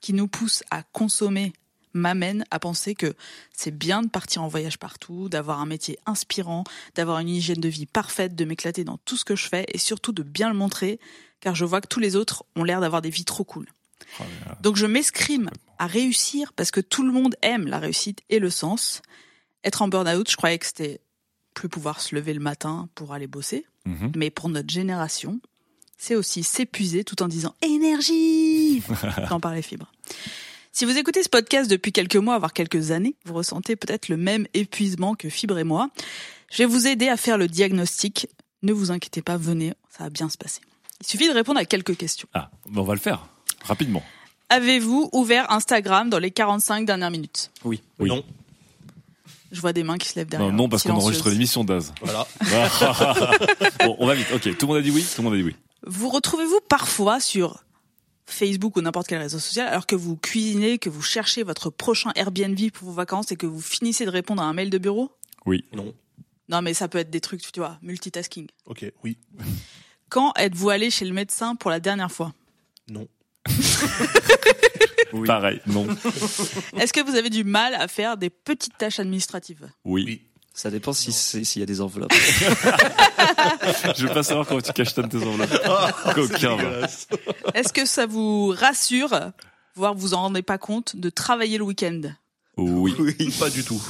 qui nous pousse à consommer m'amène à penser que c'est bien de partir en voyage partout, d'avoir un métier inspirant, d'avoir une hygiène de vie parfaite, de m'éclater dans tout ce que je fais et surtout de bien le montrer, car je vois que tous les autres ont l'air d'avoir des vies trop cool. Oh, mais, euh, Donc je m'escrime à réussir parce que tout le monde aime la réussite et le sens. Être en burn-out, je croyais que c'était plus pouvoir se lever le matin pour aller bosser, mhm. mais pour notre génération, c'est aussi s'épuiser tout en disant énergie T'en parles les fibres. Si vous écoutez ce podcast depuis quelques mois, voire quelques années, vous ressentez peut-être le même épuisement que Fibre et moi. Je vais vous aider à faire le diagnostic. Ne vous inquiétez pas, venez, ça va bien se passer. Il suffit de répondre à quelques questions. Ah, bah, on va le faire. Rapidement. Avez-vous ouvert Instagram dans les 45 dernières minutes Oui. Oui. Non, Je vois des mains qui se lèvent derrière. Non, non, parce qu'on silencieuses. enregistre l'émission d'Az. voilà. bon, on va vite. Ok, tout le monde a dit oui. Tout le monde a dit oui. Vous retrouvez-vous parfois sur Facebook ou n'importe quel réseau social alors que vous cuisinez, que vous cherchez votre prochain Airbnb pour vos vacances et que vous finissez de répondre à un mail de bureau Oui. Non. Non, mais ça peut être des trucs, tu vois, multitasking. Ok, oui. Quand êtes-vous allé chez le médecin pour la dernière fois Non. Oui. Pareil. Non. Est-ce que vous avez du mal à faire des petites tâches administratives Oui. Oui. Ça dépend si c'est- s'il y a des enveloppes. Je veux pas savoir comment tu caches tes enveloppes. Oh, hein. Coquin. va. Est-ce que ça vous rassure, voire vous en rendez pas compte, de travailler le week-end Oui. Pas du tout.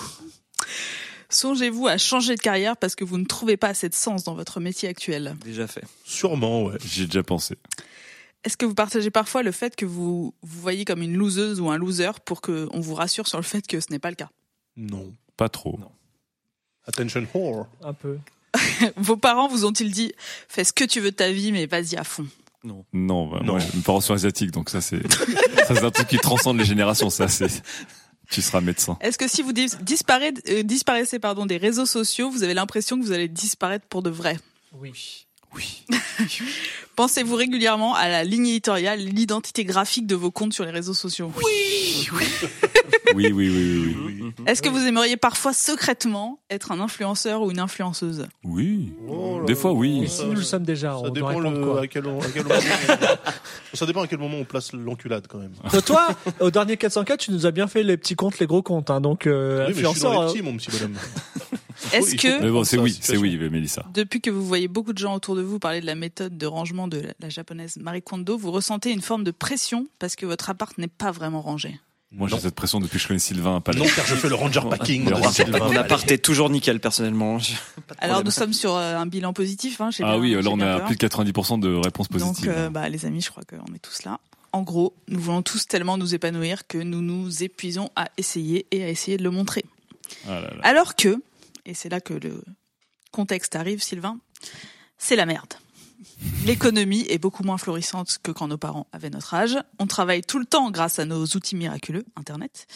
Songez-vous à changer de carrière parce que vous ne trouvez pas assez de sens dans votre métier actuel. Déjà fait. Sûrement, ouais. J'y ai déjà pensé. Est-ce que vous partagez parfois le fait que vous vous voyez comme une loseuse ou un loser pour que on vous rassure sur le fait que ce n'est pas le cas Non. Pas trop. Attention whore. Un peu. Vos parents vous ont-ils dit fais ce que tu veux de ta vie mais vas-y à fond Non, bah, Non. ouais, mes parents sont asiatiques, donc ça c'est ça c'est un truc qui transcende les générations. Ça c'est tu seras médecin. Est-ce que si vous dis- disparaît- euh, disparaissez pardon des réseaux sociaux, vous avez l'impression que vous allez disparaître pour de vrai Oui. Oui. Pensez-vous régulièrement à la ligne éditoriale, l'identité graphique de vos comptes sur les réseaux sociaux Oui, oui, oui, oui, oui. Oui. Est-ce que vous aimeriez parfois secrètement être un influenceur ou une influenceuse Oui. Oh là Des fois, oui. là. Et si nous le sommes déjà, Ça on doit dépend répondre le- quoi à quel, à quel moment. ça dépend à quel moment on place l'enculade quand même. Donc Toi, au dernier 404, tu nous as bien fait les petits comptes, les gros comptes. Hein, donc, euh, oui, mais je suis influenceur, dans les euh, petits, mon petit bonhomme. Est-ce que Mais bon, c'est Ça, oui, c'est situation. oui, Mélissa. Depuis que vous voyez beaucoup de gens autour de vous parler de la méthode de rangement de la- la japonaise Marie Kondo, vous ressentez une forme de pression parce que votre appart n'est pas vraiment rangé. Moi, non. j'ai cette pression depuis que je connais Sylvain Palais. non, car je fais le ranger packing. Le de ranger Sylvain Mon Mallet. appart est toujours nickel, personnellement. Je- pas de Alors nous problème. sommes sur euh, un bilan positif. Hein, j'ai Ah bien- oui, j'ai là on bien a peur. plus de 90% de réponses Donc positives. hein. euh, bah, les amis, je crois qu'on est tous là. En gros, nous voulons tous tellement nous épanouir que nous nous épuisons à essayer et à essayer de le montrer. Ah là là. Alors que, et c'est là que le contexte arrive, Sylvain, c'est la merde. L'économie est beaucoup moins florissante que quand nos parents avaient notre âge. On travaille tout le temps grâce à nos outils miraculeux, Internet.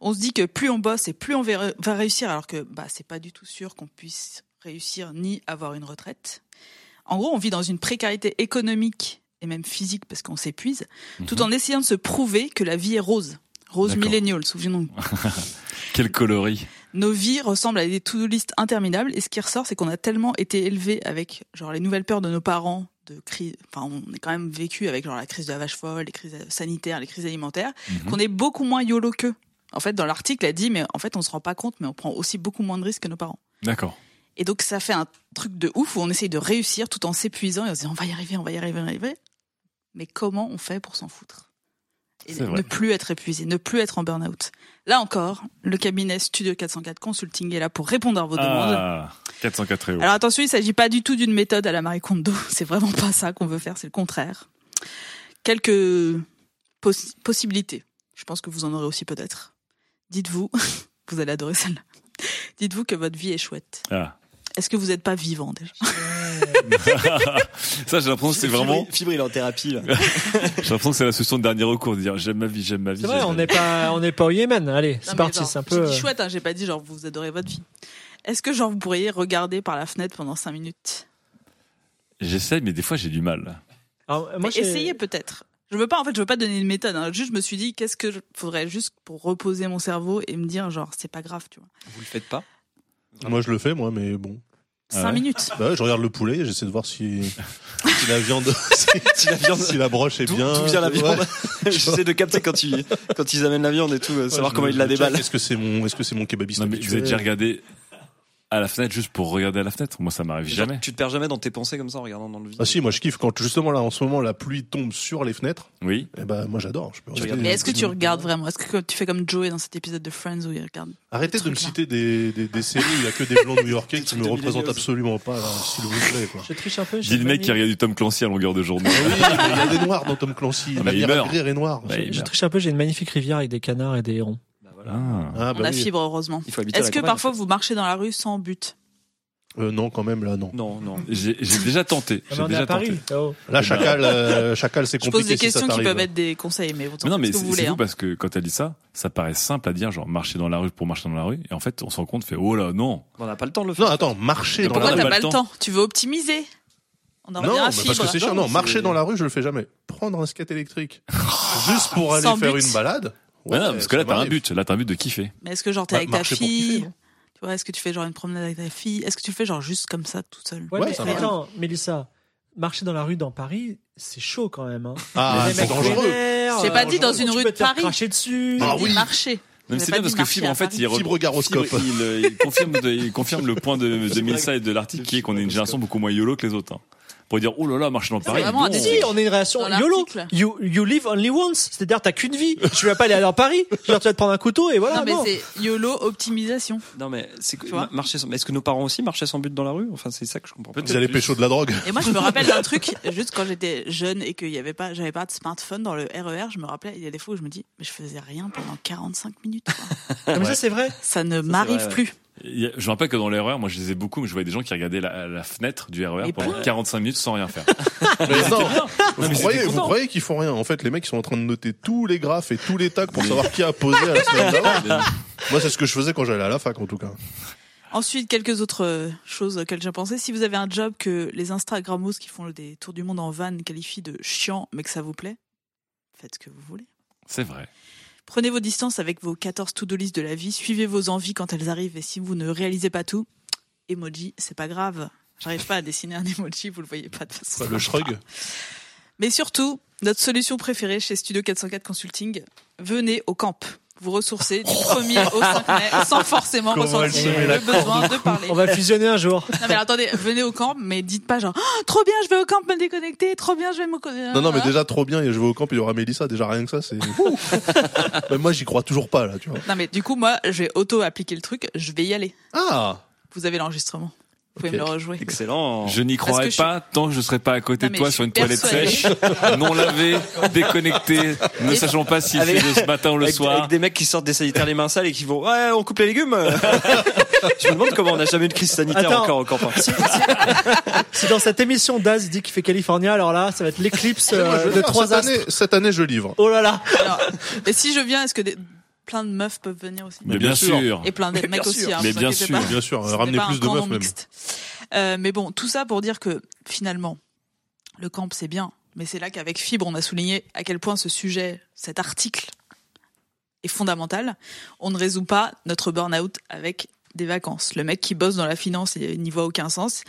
On se dit que plus on bosse et plus on va va réussir, alors que bah, c'est pas du tout sûr qu'on puisse réussir ni avoir une retraite. En gros, on vit dans une précarité économique et même physique parce qu'on s'épuise, tout en essayant de se prouver que la vie est rose. Rose D'accord. millénial, souvenons-nous. Quel coloris. Nos vies ressemblent à des to-do list interminables et ce qui ressort, c'est qu'on a tellement été élevés avec genre les nouvelles peurs de nos parents, de crise, enfin, on est quand même vécu avec genre la crise de la vache folle, les crises sanitaires, les crises alimentaires, qu'on est beaucoup moins yolo qu'eux. En fait, dans l'article, elle dit, mais en fait, on se rend pas compte, mais on prend aussi beaucoup moins de risques que nos parents. D'accord. Et donc, ça fait un truc de ouf où on essaye de réussir tout en s'épuisant et en se disant, on va y arriver, on va y arriver, on va y arriver. Mais comment on fait pour s'en foutre Et C'est ne vrai. plus être épuisé, ne plus être en burn-out. Là encore, le cabinet Studio 404 Consulting est là pour répondre à vos demandes. Ah, 404 euros. Alors attention, il ne s'agit pas du tout d'une méthode à la Marie Kondo. C'est vraiment pas ça qu'on veut faire, c'est le contraire. Quelques poss- possibilités. Je pense que vous en aurez aussi peut-être. Dites-vous, vous allez adorer celle-là. Dites-vous que votre vie est chouette. Ah. Est-ce que vous n'êtes pas vivant déjà Ah. Ça, j'ai l'impression que c'est vraiment, Fibre, il est en thérapie, là. j'ai l'impression que c'est la solution de dernier recours, de dire j'aime ma vie, j'aime ma vie. C'est vrai, j'aime on ma n'est vie. pas, on n'est pas au Yémen. Allez, c'est Non, mais parti, genre, c'est un peu. J'ai dit euh, chouette, hein, j'ai pas dit genre vous adorez votre vie. Est-ce que genre vous pourriez regarder par la fenêtre pendant 5 minutes J'essaie, mais des fois j'ai du mal. alors, Ah, moi, Mais j'ai- Essayez peut-être. Je veux pas en fait, je veux pas donner une méthode. hein. Juste, je me suis dit qu'est-ce que je- faudrait juste pour reposer mon cerveau et me dire genre c'est pas grave, tu vois. Vous le faites pas Moi, je le fais, moi, mais bon. 5 ouais minutes. Bah ouais, je regarde le poulet, j'essaie de voir si, si la viande, si, Si la viande- si la broche est D'où bien. d'où vient la Ouais. viande J'essaie de capter quand ils, quand ils amènent la viande et tout, euh, savoir Ouais, comment je- ils la je check, déballent. Est-ce que c'est mon, est-ce que c'est mon kebabiste Non, mais vous habituel avez déjà regardé à la fenêtre juste pour regarder à la fenêtre Moi, ça m'arrive Genre, jamais. Tu te perds jamais dans tes pensées comme ça en regardant dans le vide. Ah si, moi je kiffe quand justement là en ce moment la pluie tombe sur les fenêtres. Oui. Eh ben moi j'adore. Je peux Tu rester- regardes. Mais est-ce que tu regardes vraiment Est-ce que tu fais comme Joey dans cet épisode de Friends où il regarde Arrêtez Des de me trucs, là. citer des, des, des séries où il y a que des blancs new-yorkais Des qui trucs me de représentent millennials. absolument pas, là, s'il vous plaît. Quoi. Je triche un peu. j'ai Dis le pas mec mis- qui regarde du Tom Clancy à longueur de journée. Ah oui, mais il y a des noirs dans Tom Clancy. Ah, mais L'avenir il à meurt. gris est noir. Bah, il Je meurt. triche un peu. J'ai une magnifique rivière avec des canards et des hérons. Bah voilà. Ah. Ah, bah On a oui. fibre heureusement. Il faut habiter à la Est-ce que campagne, en parfois vous marchez dans la rue sans but Euh, non, quand même, là, non. fait. Non, non. J'ai j'ai déjà tenté. Ah, mais J'ai on est à déjà tenté. Paris. là-haut. Là, chacal, euh, chacal, c'est Je pose compliqué. des si questions ça qui t'arrive. peuvent être des conseils, mais vous en hein. Mais non, faites mais ce que c'est vous c'est voulez. fou hein. parce que quand elle dit ça, ça paraît simple à dire, genre marcher dans la rue pour marcher dans la rue. Et en fait, on se rend compte, fait oh là, non. On n'a pas le temps de le faire. Non, attends, marcher Mais dans la Pourquoi on rue. a t'as pas pas le le temps Tu veux optimiser On en Non, revient à bah, parce fibre. que c'est cher. Non, Non, c'est- marcher dans la rue, je le fais jamais. Prendre un skate électrique juste pour aller Sans faire but. une balade. Ouais, non, parce que là, ça t'as un m'arrive. but. Là, t'as un but de kiffer. Mais est-ce que genre t'es Bah, avec ta marcher pour fille kiffer, non Tu vois, est-ce que tu fais genre une promenade avec ta fille Est-ce que tu le fais genre juste comme ça toute seule Ouais, Ouais, mais ça va. attends, Mélissa, marcher dans la rue dans Paris, c'est chaud quand même. Hein. Ah, Les c'est mecs dangereux. vénères, J'ai pas dit dans tu une peux rue te de faire Paris. cracher dessus. Ah J'ai oui. marcher. Non, mais J'avais c'est pas bien parce dit que marcher Fibre, à en fait, Paris. il, re- Fibre garoscope. Fibre, il, euh, il confirme, de- il confirme le point de, de Mélissa et de l'article qui est qu'on est une génération beaucoup moins YOLO que les autres. hein. Pour dire, oh là là, marcher dans Paris. vraiment bon. un Si, on est une relation Dans YOLO. l'article. You, you live only once. C'est-à-dire, t'as qu'une vie. Tu vas pas aller à Paris. Je veux dire, tu vas te prendre un couteau et voilà. non, mais non. c'est YOLO optimisation. Non, mais c'est que Tu vois marcher sans... mais Est-ce que nos parents aussi marchaient sans but dans la rue Enfin, c'est ça que je comprends. pas. Vous allez pécho de la drogue. Et moi, je me rappelle d'un truc, juste quand j'étais jeune et que y avait pas, j'avais pas de smartphone dans le RER, je me rappelais, il y a des fois où je me dis, mais je faisais rien pendant 45 minutes. quoi. Non, Ah, mais ça, c'est vrai. Ça ne m'arrive vrai, ouais. plus. Il y a- Je me rappelle que dans les RER, moi je les ai beaucoup, mais je voyais des gens qui regardaient la, la fenêtre du RER Mais pendant 45 minutes sans rien faire. Mais non, Non, vous mais croyez, c'était vous content. croyez qu'ils font rien. En fait, les mecs, ils sont en train de noter tous les graphes et tous les tags pour savoir qui a posé à la semaine d'avant. Moi, c'est ce que je faisais quand j'allais à la fac, en tout cas. Ensuite, quelques autres euh, choses auxquelles j'ai pensé. Si vous avez un job que les Instagrammos qui font des tours du monde en van qualifient de chiant, mais que ça vous plaît, faites ce que vous voulez. C'est vrai. Prenez vos distances avec vos 14 to-do list de la vie, suivez vos envies quand elles arrivent et si vous ne réalisez pas tout, emoji, c'est pas grave. J'arrive pas à dessiner un emoji, vous le voyez pas de toute façon. Le shrug. Mais surtout, notre solution préférée chez Studio 404 Consulting, venez au camp. Vous ressourcez du 1er au 5 mai sans forcément Comment elle ressentir se met la le besoin de parler. On va fusionner un jour. Non mais attendez, venez au camp, mais dites pas genre Oh, trop bien, je vais au camp me déconnecter, trop bien, je vais me euh, connecter. Non, non, mais déjà trop bien. et Je vais au camp, il y aura Mélissa. Déjà rien que ça, c'est. Ouh. Même moi, j'y crois toujours pas là, tu vois. Non mais du coup moi, je vais auto appliquer le truc, je vais y aller. Ah. Vous avez l'enregistrement, vous pouvez Ok. me le rejouer. Excellent. Je n'y croyais que je- pas tant que je serais pas à côté Non, de mais toi je sur une suis toilette persuadée. sèche, non lavée, déconnectée, ne Et- sachant pas si c'est Avec- le ce matin ou le Avec, soir. avec des mecs qui sortent des sanitaires les mains sales et qui vont ouais on coupe les légumes. je me demande comment on n'a jamais eu de crise sanitaire Attends. encore encore pas. Si dans cette émission Daz dit qu'il fait California, alors là, ça va être l'éclipse euh, Ah, Moi, je vais de faire. trois cette astres. année, cette année, je livre. Oh là là. Alors, mais si je viens, est-ce que des- plein de meufs peuvent venir aussi Mais bien bien sûr. sûr. Et plein de mecs aussi, hein, Mais vous bien inquiétez sûr. pas. Bien sûr, Ce euh, n'est ramenez pas plus un de camp meufs non même. mixte. Euh, mais bon, tout ça pour dire que finalement, le camp c'est bien, mais c'est là qu'avec Fibre on a souligné à quel point ce sujet, cet article est fondamental. On ne résout pas notre burn-out avec des vacances. Le mec qui bosse dans la finance et n'y voit aucun sens,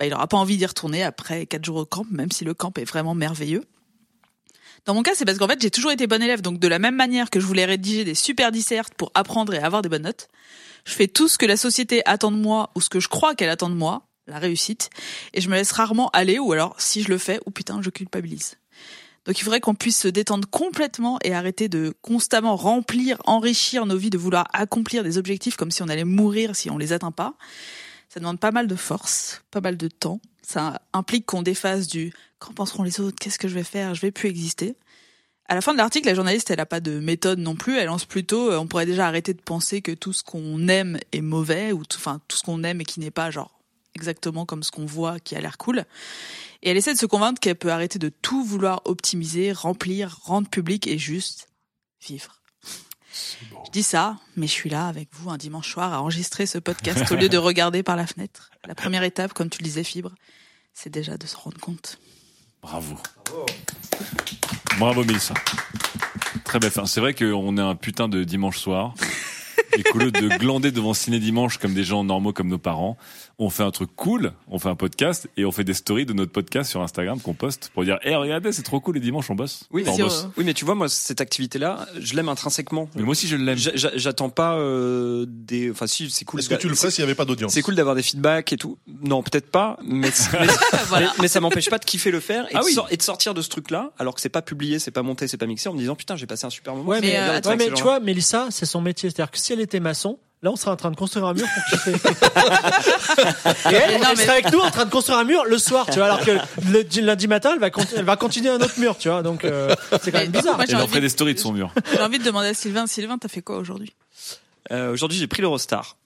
bah, il n'aura pas envie d'y retourner après quatre jours au camp, même si le camp est vraiment merveilleux. Dans mon cas, c'est parce qu'en fait, j'ai toujours été bonne élève. Donc, de la même manière que je voulais rédiger des super dissertes pour apprendre et avoir des bonnes notes, je fais tout ce que la société attend de moi ou ce que je crois qu'elle attend de moi, la réussite, et je me laisse rarement aller ou alors, si je le fais, ou putain, je culpabilise. Donc, il faudrait qu'on puisse se détendre complètement et arrêter de constamment remplir, enrichir nos vies, de vouloir accomplir des objectifs comme si on allait mourir si on les atteint pas. Ça demande pas mal de force, pas mal de temps. Ça implique qu'on défasse du qu'en penseront les autres, qu'est-ce que je vais faire, je vais plus exister. À la fin de l'article, la journaliste, elle n'a pas de méthode non plus. Elle lance plutôt, euh, on pourrait déjà arrêter de penser que tout ce qu'on aime est mauvais, ou tout, enfin tout ce qu'on aime et qui n'est pas genre exactement comme ce qu'on voit, qui a l'air cool. Et elle essaie de se convaincre qu'elle peut arrêter de tout vouloir optimiser, remplir, rendre public et juste vivre. Je dis ça, mais je suis là avec vous un dimanche soir à enregistrer ce podcast au lieu de regarder par la fenêtre. La première étape, comme tu le disais, Fibre, c'est déjà de se rendre compte. Bravo. Bravo Mélissa. Très belle fin. C'est vrai qu'on est un putain de dimanche soir. Et qu'au lieu de glander devant Ciné Dimanche comme des gens normaux comme nos parents, on fait un truc cool, on fait un podcast et on fait des stories de notre podcast sur Instagram qu'on poste pour dire Eh, regardez, c'est trop cool, les dimanches on bosse. Oui, Enfin, mais- on bosse. oui, mais tu vois, moi, cette activité-là, je l'aime intrinsèquement. Mais moi aussi je l'aime. J'a- j'a- J'attends pas euh, des. Enfin, si, c'est cool. Est-ce que tu le C'est- ferais s'il n'y avait pas d'audience C'est cool d'avoir des feedbacks et tout. Non, peut-être pas, mais, mais, Voilà. mais- mais ça m'empêche pas de kiffer le faire et, Ah de, oui. sor- et de sortir de ce truc-là, alors que c'est pas publié, c'est pas monté, c'est pas mixé, en me disant putain, j'ai passé un super moment. Ouais, Mais, mais, euh, ouais, attends, mais c'est tu genre- vois, Mélissa, c'est son métier. C'est-à-dire que si elle était maçon, là, on serait en train de construire un mur pour kiffer. Et elle, Mais non, elle mais- serait avec nous en train de construire un mur le soir, tu vois, alors que le di- lundi matin, elle va, con- elle va continuer un autre mur, tu vois. Donc, euh, c'est quand Mais même du coup, bizarre. moi, Et j'ai elle en envie ferait de- des stories de son mur. J'ai envie de demander à Sylvain, Sylvain, t'as fait quoi aujourd'hui Euh, Aujourd'hui, j'ai pris l'Eurostar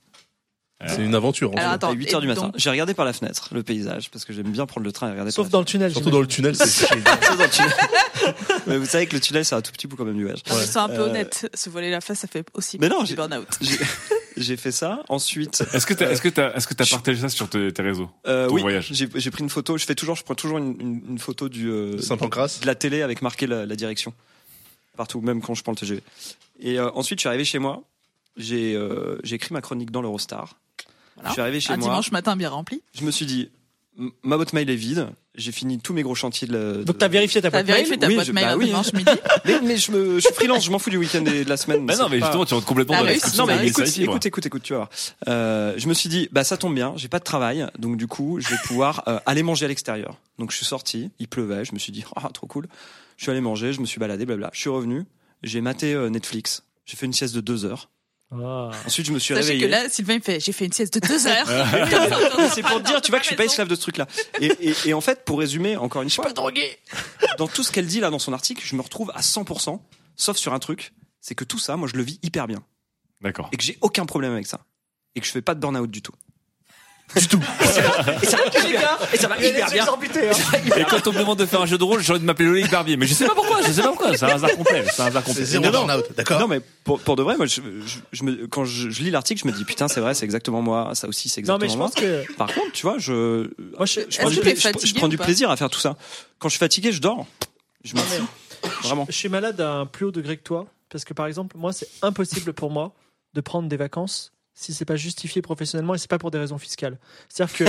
C'est une aventure en Alors, fait. attends, à 8h du et donc- matin. J'ai regardé par la fenêtre le paysage parce que j'aime bien prendre le train et regarder Sauf dans par le tunnel. Surtout dans le tunnel, c'est génial. la fenêtre. Sauf dans le tunnel. mais vous savez que le tunnel, c'est un tout petit bout quand même du voyage. Ah, mais Sois un peu Euh, honnête, se voiler la face, ça fait aussi Mais non, du j'ai- burn-out. J'ai- J'ai fait ça. Ensuite, Est-ce que t'as, est-ce que t'as, est-ce que t'as partagé ça sur tes, tes réseaux euh, Ton oui, voyage. j'ai j'ai pris une photo. Je fais toujours, je prends toujours une, une- une photo du euh, Saint-Pancras. de la télé avec marqué la, la direction partout, même quand je prends le TGV. Et euh, ensuite, je suis arrivé chez moi. J'ai euh, j'ai écrit ma chronique dans l'Eurostar. Voilà. Je suis arrivé chez un moi. dimanche matin bien rempli. Je me suis dit, m- ma boîte mail est vide. J'ai fini tous mes gros chantiers de la. Donc, de- t'as vérifié ta T'as boîte mail vérifié ta oui, boîte je- mail bah un oui, hein. dimanche midi. Mais, mais je, me, je suis freelance, je m'en fous du week-end et de la semaine. Bah non, c'est mais pas- justement, tu rentres complètement Ah, dans mais la oui, description Non c'est de mais vrai. écoute, Mélissa Fibre. écoute, écoute, écoute, tu vas voir. Euh, je me suis dit, bah ça tombe bien, j'ai pas de travail, donc du coup, je vais pouvoir euh, aller manger à l'extérieur. Donc je suis sorti, il pleuvait, je me suis dit, ah trop cool. Je suis allé manger, je me suis baladé, blabla. Je suis revenu, j'ai maté euh, Netflix, j'ai fait une sieste de deux heures. Ah. Ensuite, je me suis Sachez réveillé. que là, Sylvain, il fait j'ai fait une sieste de deux heures. Euh. c'est pour te dire, tu vois, que je suis pas esclave de ce truc-là. Et, et- et en fait, pour résumer, encore une fois, dans tout ce qu'elle dit là dans son article, je me retrouve à 100%, sauf sur un truc, c'est que tout ça, moi, je le vis hyper bien. D'accord. Et que j'ai aucun problème avec ça. Et que je fais pas de burn-out du tout. Du tout. Ah. Et ça va hyper, et ça va hyper bien. hein. Et quand on me demande de faire un jeu de rôle, j'ai envie de m'appeler Loïc Barbier. Mais je sais pas pourquoi, je sais pas pourquoi. C'est un hasard complet. C'est un hasard complet. C'est zéro Non, non. burn-out, Non d'accord mais pour, pour de vrai, moi, je, je- je me- quand je, je lis l'article, je me dis putain c'est vrai, c'est exactement moi, ça aussi c'est Non, exactement mais je moi. pense que. Par contre, tu vois, je, Moi, je, je je prends, que du, t'es pla- je- je fatigué prends ou du pas plaisir à faire tout ça. Quand je suis fatigué, je dors. Je m'en fous. Vraiment. je suis malade à un plus haut degré que toi. Parce que, par exemple, moi, c'est impossible pour moi de prendre des vacances si c'est pas justifié professionnellement et c'est pas pour des raisons fiscales. C'est-à-dire que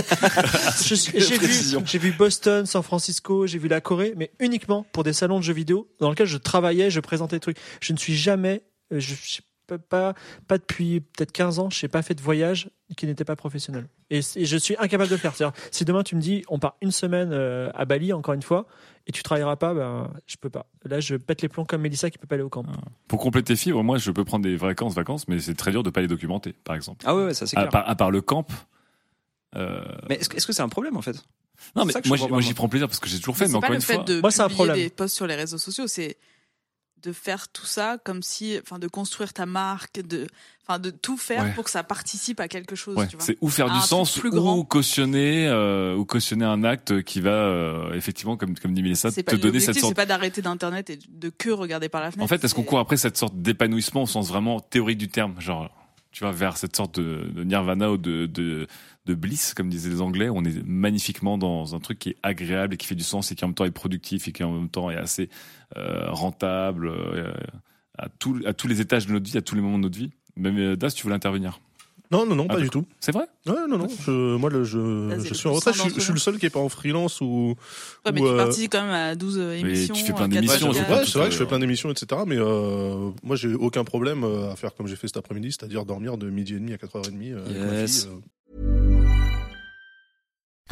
je suis- j'ai vu, Précision. j'ai vu Boston, San Francisco, j'ai vu la Corée, mais uniquement pour des salons de jeux vidéo dans lesquels je travaillais, je présentais des trucs. Je ne suis jamais, euh, je, je sais pas, pas, pas depuis peut-être 15 ans, je n'ai pas fait de voyage qui n'était pas professionnel. Et, c- et je suis incapable de le faire. C'est-à-dire, si demain tu me dis on part une semaine euh, à Bali, encore une fois, et tu travailleras pas, ben, je peux pas. Là, je pète les plombs comme Mélissa qui peut pas aller au camp. Pour compléter Fibre, moi, je peux prendre des vacances, vacances, mais c'est très dur de pas les documenter, par exemple. Ah ouais, ouais ça c'est À clair. part, à part le camp. euh, Mais est-ce que est-ce que c'est un problème hein, en fait Non, mais ça que je moi, comprends j'y- moi, pas, j'y prends plaisir parce que j'ai toujours fait, C'est mais pas encore le une fait fois. de Moi, c'est un publier problème. des posts sur les réseaux sociaux, c'est de faire tout ça comme si, enfin, de construire ta marque, de, enfin, de tout faire Ouais. pour que ça participe à quelque chose. Ouais, tu vois. c'est ou faire Un du truc sens plus ou grand. cautionner euh, ou cautionner un acte qui va euh, effectivement comme comme dit Mélissa C'est te pas donner l'objectif, cette c'est sorte pas d'arrêter d'internet et de que regarder par la fenêtre. En fait, est-ce qu'on c'est- court après cette sorte d'épanouissement au sens vraiment théorique du terme Genre, tu vois, vers cette sorte de, de nirvana ou de, de, de bliss, comme disaient les Anglais, où on est magnifiquement dans un truc qui est agréable et qui fait du sens et qui en même temps est productif et qui en même temps est assez euh, rentable euh, à, tout- à tous les étages de notre vie, à tous les moments de notre vie. Même euh, Das, tu voulais intervenir Non, non, non, pas Ah, du tout. C'est vrai Ouais, non, non. Je, moi, le, Là, je, c'est je le suis en plus retraite. Je, sans suis- je suis le seul qui est pas en freelance ou. Ouais, mais ou, tu euh, participes quand même à 12 émissions. tu fais plein euh, d'émissions, quatre surtout. euh, podcasts. Ouais, c'est vrai que je fais plein d'émissions, etc. Mais euh, moi, j'ai aucun problème euh, à faire comme j'ai fait cet après-midi, c'est-à-dire dormir de midi et demi à 4h30 euh, avec ma Yes. fille, euh,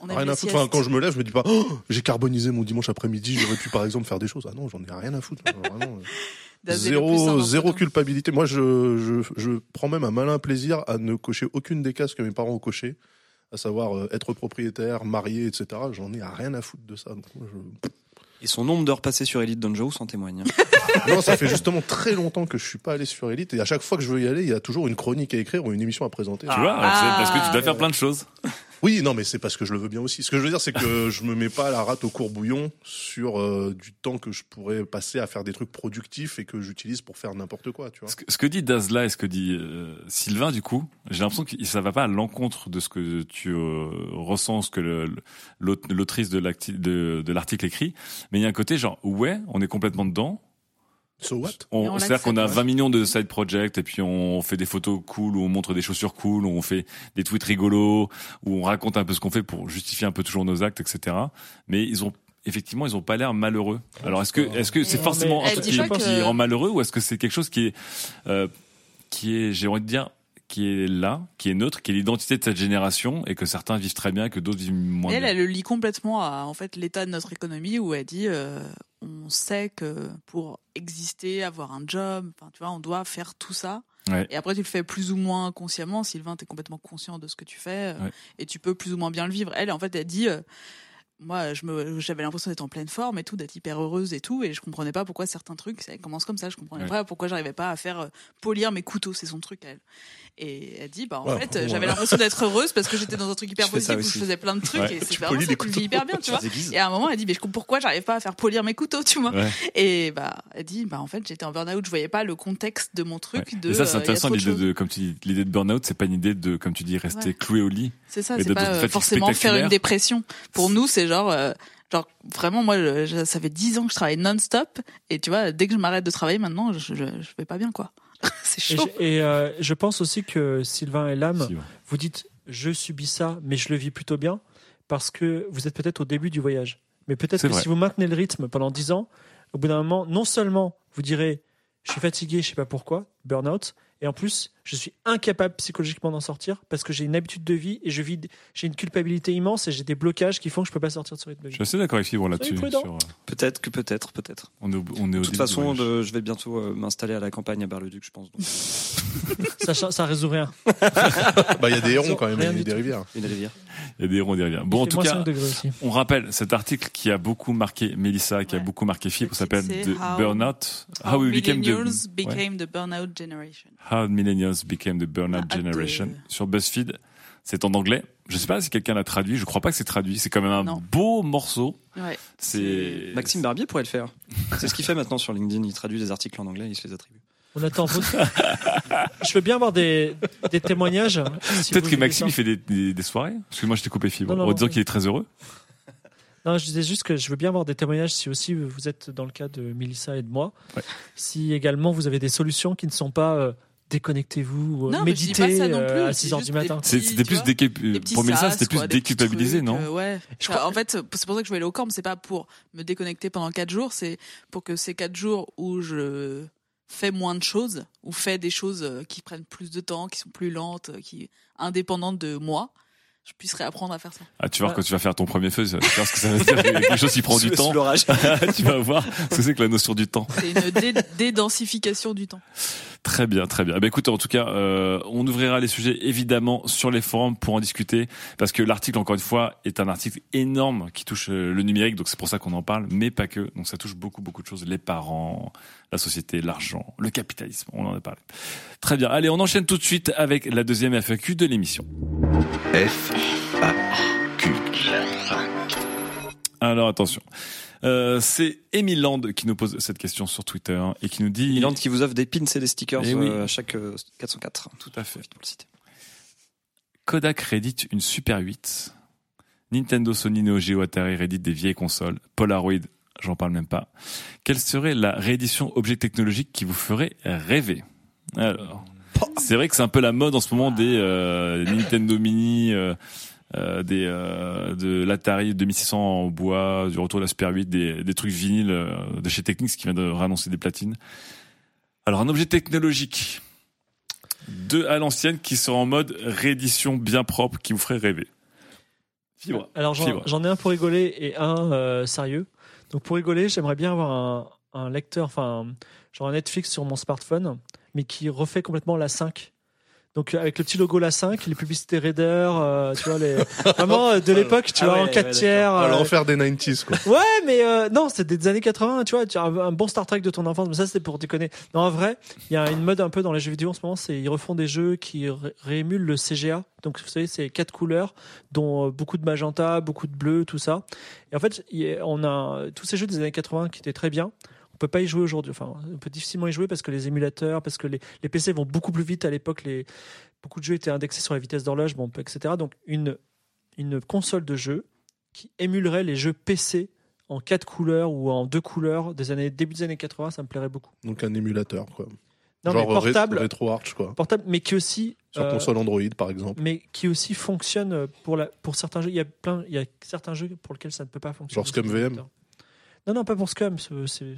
On aime Rien les à foutre. Enfin, siestes. quand je me lève, je me dis pas, Oh, j'ai carbonisé mon dimanche après-midi, j'aurais pu par exemple faire des choses. Ah non, j'en ai rien à foutre. moi, vraiment. Daz est le plus zéro, important. zéro culpabilité. Moi, je, je, je prends même un malin plaisir à ne cocher aucune des cases que mes parents ont cochées, à savoir euh, être propriétaire, marié, etc. J'en ai rien à foutre de ça. Donc, moi, je- Et son nombre d'heures passées sur Elite Dangerous en témoigne. Non, ça fait justement très longtemps que je suis pas allé sur Elite et à chaque fois que je veux y aller, il y a toujours une chronique à écrire ou une émission à présenter. Tu vois, Ah. c'est parce que tu dois faire plein de choses. Oui, non, mais c'est parce que je le veux bien aussi. Ce que je veux dire, c'est que je me mets pas la rate au courbouillon sur euh, du temps que je pourrais passer à faire des trucs productifs et que j'utilise pour faire n'importe quoi, tu vois. Ce que, ce que dit Dazla et ce que dit euh, Sylvain, du coup, j'ai l'impression que ça va pas à l'encontre de ce que tu euh, ressens, ce que le- le- l'aute- l'autrice de l'acti- de de l'article écrit. Mais il y a un côté genre, ouais, on est complètement dedans. So what Et on On- C'est-à-dire qu'on a l'accepte, 20 millions de side projects et puis on fait des photos cool, où on montre des chaussures cool, où on fait des tweets rigolos, où on raconte un peu ce qu'on fait pour justifier un peu toujours nos actes, etc. Mais ils ont effectivement, ils ont pas l'air malheureux. Alors est-ce que est-ce que c'est Non, forcément mais- un Eh, truc dis qui, pas que- qui rend malheureux ou est-ce que c'est quelque chose qui est euh, qui est j'ai envie de dire qui est là, qui est neutre, qui est l'identité de cette génération et que certains vivent très bien et que d'autres vivent moins Et elle, bien. elle le lie complètement à en fait l'état de notre économie où elle dit euh, on sait que pour exister, avoir un job, enfin, tu vois, on doit faire tout ça. Ouais. Et après, tu le fais plus ou moins consciemment. Sylvain, t'es complètement conscient de ce que tu fais euh, Ouais. et tu peux plus ou moins bien le vivre. Elle, en fait, elle dit. euh, moi, je me- j'avais l'impression d'être en pleine forme et tout, d'être hyper heureuse et tout, et je comprenais pas pourquoi certains trucs, ça commence comme ça, je comprenais Ouais. pas pourquoi j'arrivais pas à faire euh, polir mes couteaux, c'est son truc, elle. Et elle dit, bah, en Ouais, fait, bon, j'avais voilà. l'impression d'être heureuse parce que j'étais dans un truc hyper Je fais ça positif où je aussi. faisais plein de trucs Ouais. et c'est Tu vraiment polis ça, les tu le couteaux. vis hyper bien, tu vois. déguises. Et à un moment, elle dit, mais je comprends pourquoi j'arrive pas à faire polir mes couteaux, tu vois. Ouais. Et bah, elle dit, bah, en fait, j'étais en burn-out, je voyais pas le contexte de mon truc. Ouais. De, et ça c'est euh, y a intéressant trop de l'idée choses. de comme tu dis l'idée de burn-out c'est pas une idée de comme tu dis rester Ouais. cloué au lit C'est ça, et c'est de- pas de euh, fatigue forcément faire spectaculaire. une dépression. Pour nous, c'est genre, euh, genre vraiment, moi, je- je- ça fait 10 ans que je travaille non-stop. Et tu vois, dès que je m'arrête de travailler maintenant, je, je, je vais pas bien, quoi. c'est Et, chaud. je, et, euh, je pense aussi que Sylvain et Lame, Si, ouais. vous dites je subis ça, mais je le vis plutôt bien, parce que vous êtes peut-être au début du voyage. Mais peut-être C'est que vrai. si vous maintenez le rythme pendant 10 ans, au bout d'un moment, non seulement vous direz je suis fatigué, je sais pas pourquoi, burn-out, et en plus, je suis incapable psychologiquement d'en sortir parce que j'ai une habitude de vie et je vis, j'ai une culpabilité immense et j'ai des blocages qui font que je peux pas sortir de ce rythme de Je vie. suis assez d'accord avec Fibre là-dessus. Soyez prudent. sur, euh, Peut-être que peut-être, peut-être. On est au, on est au De toute début façon, du de- voyage. je vais bientôt euh, m'installer à la campagne à Bar-le-Duc, je pense. donc. Ça, cha- ça résout rien. Bah, il y a des hérons quand même, Rien il y a du des tout. rivières. Une rivière. il y a des ronds derrière. Bon, Il en fait tout moins cas, 5 degrés aussi. on rappelle cet article qui a beaucoup marqué Mélissa, qui a Ouais. beaucoup marqué Fibre, Le s'appelle titre, The c'est How- Burnout. How we became Millennials the, ouais. became the burnout generation. How Millennials became the On Burnout a hâte Generation de- sur BuzzFeed. C'est en anglais. Je sais pas si quelqu'un l'a traduit. Je crois pas que c'est traduit. C'est quand même un Non. beau morceau. Ouais. C'est Maxime Barbier pourrait le faire. C'est ce qu'il fait maintenant sur LinkedIn. Il traduit des articles en anglais, il se les attribue. On attend vos... Ah, je veux bien avoir des, des témoignages. hein, si Peut-être vous que voulez Maxime ça. il fait des, des- des soirées. Parce que moi je t'ai coupé Fibre Non, non, en non. disant qu'il est très heureux. Non, je disais juste que je veux bien avoir des témoignages si aussi vous êtes dans le cas de Mélissa et de moi. Ouais. Si également vous avez des solutions qui ne sont pas euh, déconnectez-vous, euh, Non, mais je dis méditez pas ça non plus, euh, à c'est 6 h juste du matin. des- C'est- Si, C'était tu plus vois, décu- Des petits pour Mélissa, sas, c'était plus quoi, des petits déculpabilisé, trucs, non euh, Ouais. Je Enfin, crois- En fait, c'est pour ça que je vais aller au camp, c'est pas pour me déconnecter pendant quatre jours, c'est pour que ces quatre jours où je fais moins de choses, ou fais des choses euh, qui prennent plus de temps, qui sont plus lentes, euh, qui indépendantes de moi, je puisse réapprendre à faire ça. Ah, tu vas voir Ouais. quand tu vas faire ton premier feu, tu vas voir ce que ça veut dire. Quelque chose qui prend du Sous- sous temps. l'orage. tu vas voir ce que c'est que la notion du temps. C'est une dé- dédensification du temps. Très bien, très bien. Eh ben, écoute, en tout cas, euh, on ouvrira les sujets évidemment sur les forums pour en discuter, parce que l'article, encore une fois, est un article énorme qui touche euh, le numérique, donc c'est pour ça qu'on en parle, mais pas que. Donc ça touche beaucoup, beaucoup de choses, les parents, la société, l'argent, le capitalisme, on en a parlé. Très bien, allez, on enchaîne tout de suite avec la deuxième FAQ de l'émission. F A Q Alors attention, Euh, c'est Émile Land qui nous pose cette question sur Twitter et qui nous dit... Milan qui vous offre des pins et des stickers Eh oui. euh, à chaque euh, 404. Tout à fait. Pour le citer. Kodak réédite une Super 8. Nintendo, Sony, Neo Geo, Atari réédite des vieilles consoles. Polaroid, j'en parle même pas. Quelle serait la réédition objet technologique qui vous ferait rêver Alors, c'est vrai que c'est un peu la mode en ce moment des euh, Nintendo Mini, euh, euh, des euh, de l'Atari 2600 en bois, du retour de la Super 8, des, des trucs vinyles euh, de chez Technics qui vient de réannoncer des platines. Alors, un objet technologique deux à l'ancienne qui sont en mode réédition bien propre qui vous ferait rêver. Fibre. Alors j'en- Fibre. j'en ai un pour rigoler et un euh, sérieux. Donc pour rigoler, j'aimerais bien avoir un, un lecteur, enfin genre un Netflix sur mon smartphone, mais qui refait complètement la 5. Donc euh, avec le petit logo la 5, les publicités Raider, euh, tu vois les vraiment euh, de l'époque, tu Ah vois ouais, en ouais, 4 d'accord. tiers. Alors, euh, refaire des 90s, quoi. Ouais, mais euh, non, c'est des années 80, tu vois, tu as un bon Star Trek de ton enfance, mais ça c'était pour déconner. Non, en vrai, il y a une mode un peu dans les jeux vidéo en ce moment, c'est ils refont des jeux qui ré- réémulent le CGA. Donc vous savez, c'est quatre couleurs dont euh, beaucoup de magenta, beaucoup de bleu, tout ça. Et en fait, il y a- on a tous ces jeux des années 80 qui étaient très bien. On peut pas y jouer aujourd'hui, enfin, on peut difficilement y jouer parce que les émulateurs, parce que les, les PC vont beaucoup plus vite à l'époque, les beaucoup de jeux étaient indexés sur la vitesse d'horloge, bon, etc. Donc une une console de jeu qui émulerait les jeux PC en quatre couleurs ou en deux couleurs des années début des années 80, ça me plairait beaucoup. Donc, un émulateur, quoi. Non Genre euh, mais portable, rétro arch, quoi. portable, mais qui aussi Sur euh, console Android, par exemple. mais qui aussi fonctionne euh, pour la pour certains jeux. Il y a plein, il y a certains jeux pour lesquels ça ne peut pas fonctionner. Genre Scum sur VM? ordinateur. Non non pas pour Scum, c'est- c'est-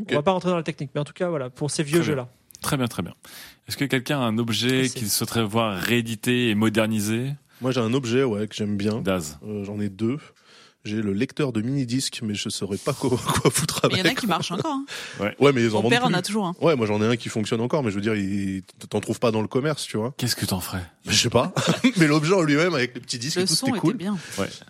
Ok. on va pas rentrer dans la technique, mais en tout cas voilà pour ces vieux Très bien. jeux là. Très bien, très bien. Est-ce que quelqu'un a un objet Et c'est- qu'il souhaiterait voir réédité et modernisé Moi, j'ai un objet, ouais, que j'aime bien. Daz. Euh, J'en ai deux. J'ai le lecteur de mini-disques, mais je saurais pas quoi, quoi foutre Mais avec. il y en a qui marchent encore. hein. Ouais, mais ils en Mon vendent père en plus. a toujours un. Ouais, moi j'en ai un qui fonctionne encore, mais je veux dire, il... t'en trouves pas dans le commerce, tu vois. Bah, Qu'est-ce que t'en ferais Je sais pas. mais l'objet en lui-même, avec les petits disques Le et tout, son c'était était cool. bien.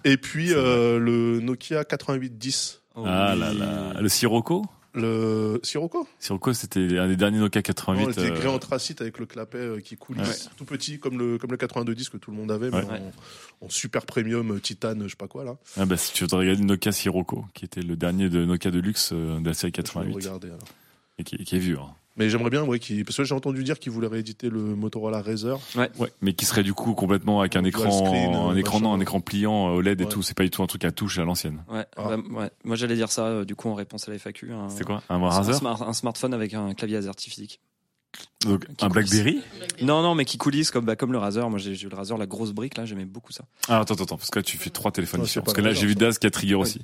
Et puis euh, le Nokia 8810. Ah là là, le Sirocco Le Sirocco Sirocco, c'était un des derniers Nokia Non, 88. était euh, gris en tracite avec le clapet euh, qui coule, Ouais. tout petit, comme le, comme le 9210 que tout le monde avait, mais Ouais. en, en super premium, euh, titane, je sais pas quoi là. ah bah, si tu voudrais regarder Nokia Sirocco, qui était le dernier de Nokia de luxe euh, de la série Je vais 88, regarder, alors. et qui, qui est vieux. hein. Mais j'aimerais bien, ouais, qu'il- parce que j'ai entendu dire qu'ils voulaient rééditer le Motorola Razer. Ouais, mais qui serait du coup complètement avec un Dual écran, screen, un euh, écran non, machin. un écran pliant euh, OLED et Ouais. tout. C'est pas du tout un truc à touche à l'ancienne. Ouais, Ah. bah, ouais. Moi j'allais dire ça euh, du coup en réponse à la FAQ. Un, C'est quoi Un hein. un, Razer smart- un smartphone avec un clavier Razer physique. Donc qui un coulisse. BlackBerry Non, non, mais qui coulisse comme, bah, comme le Razer. Moi j'ai j'ai eu le Razer, la grosse brique là, j'aimais beaucoup ça. Ah, attends, attends, parce que là, tu fais trois téléphones Non, c'est différents. pas Parce que là, grave, j'ai vu ça. Daz qui a trigger aussi.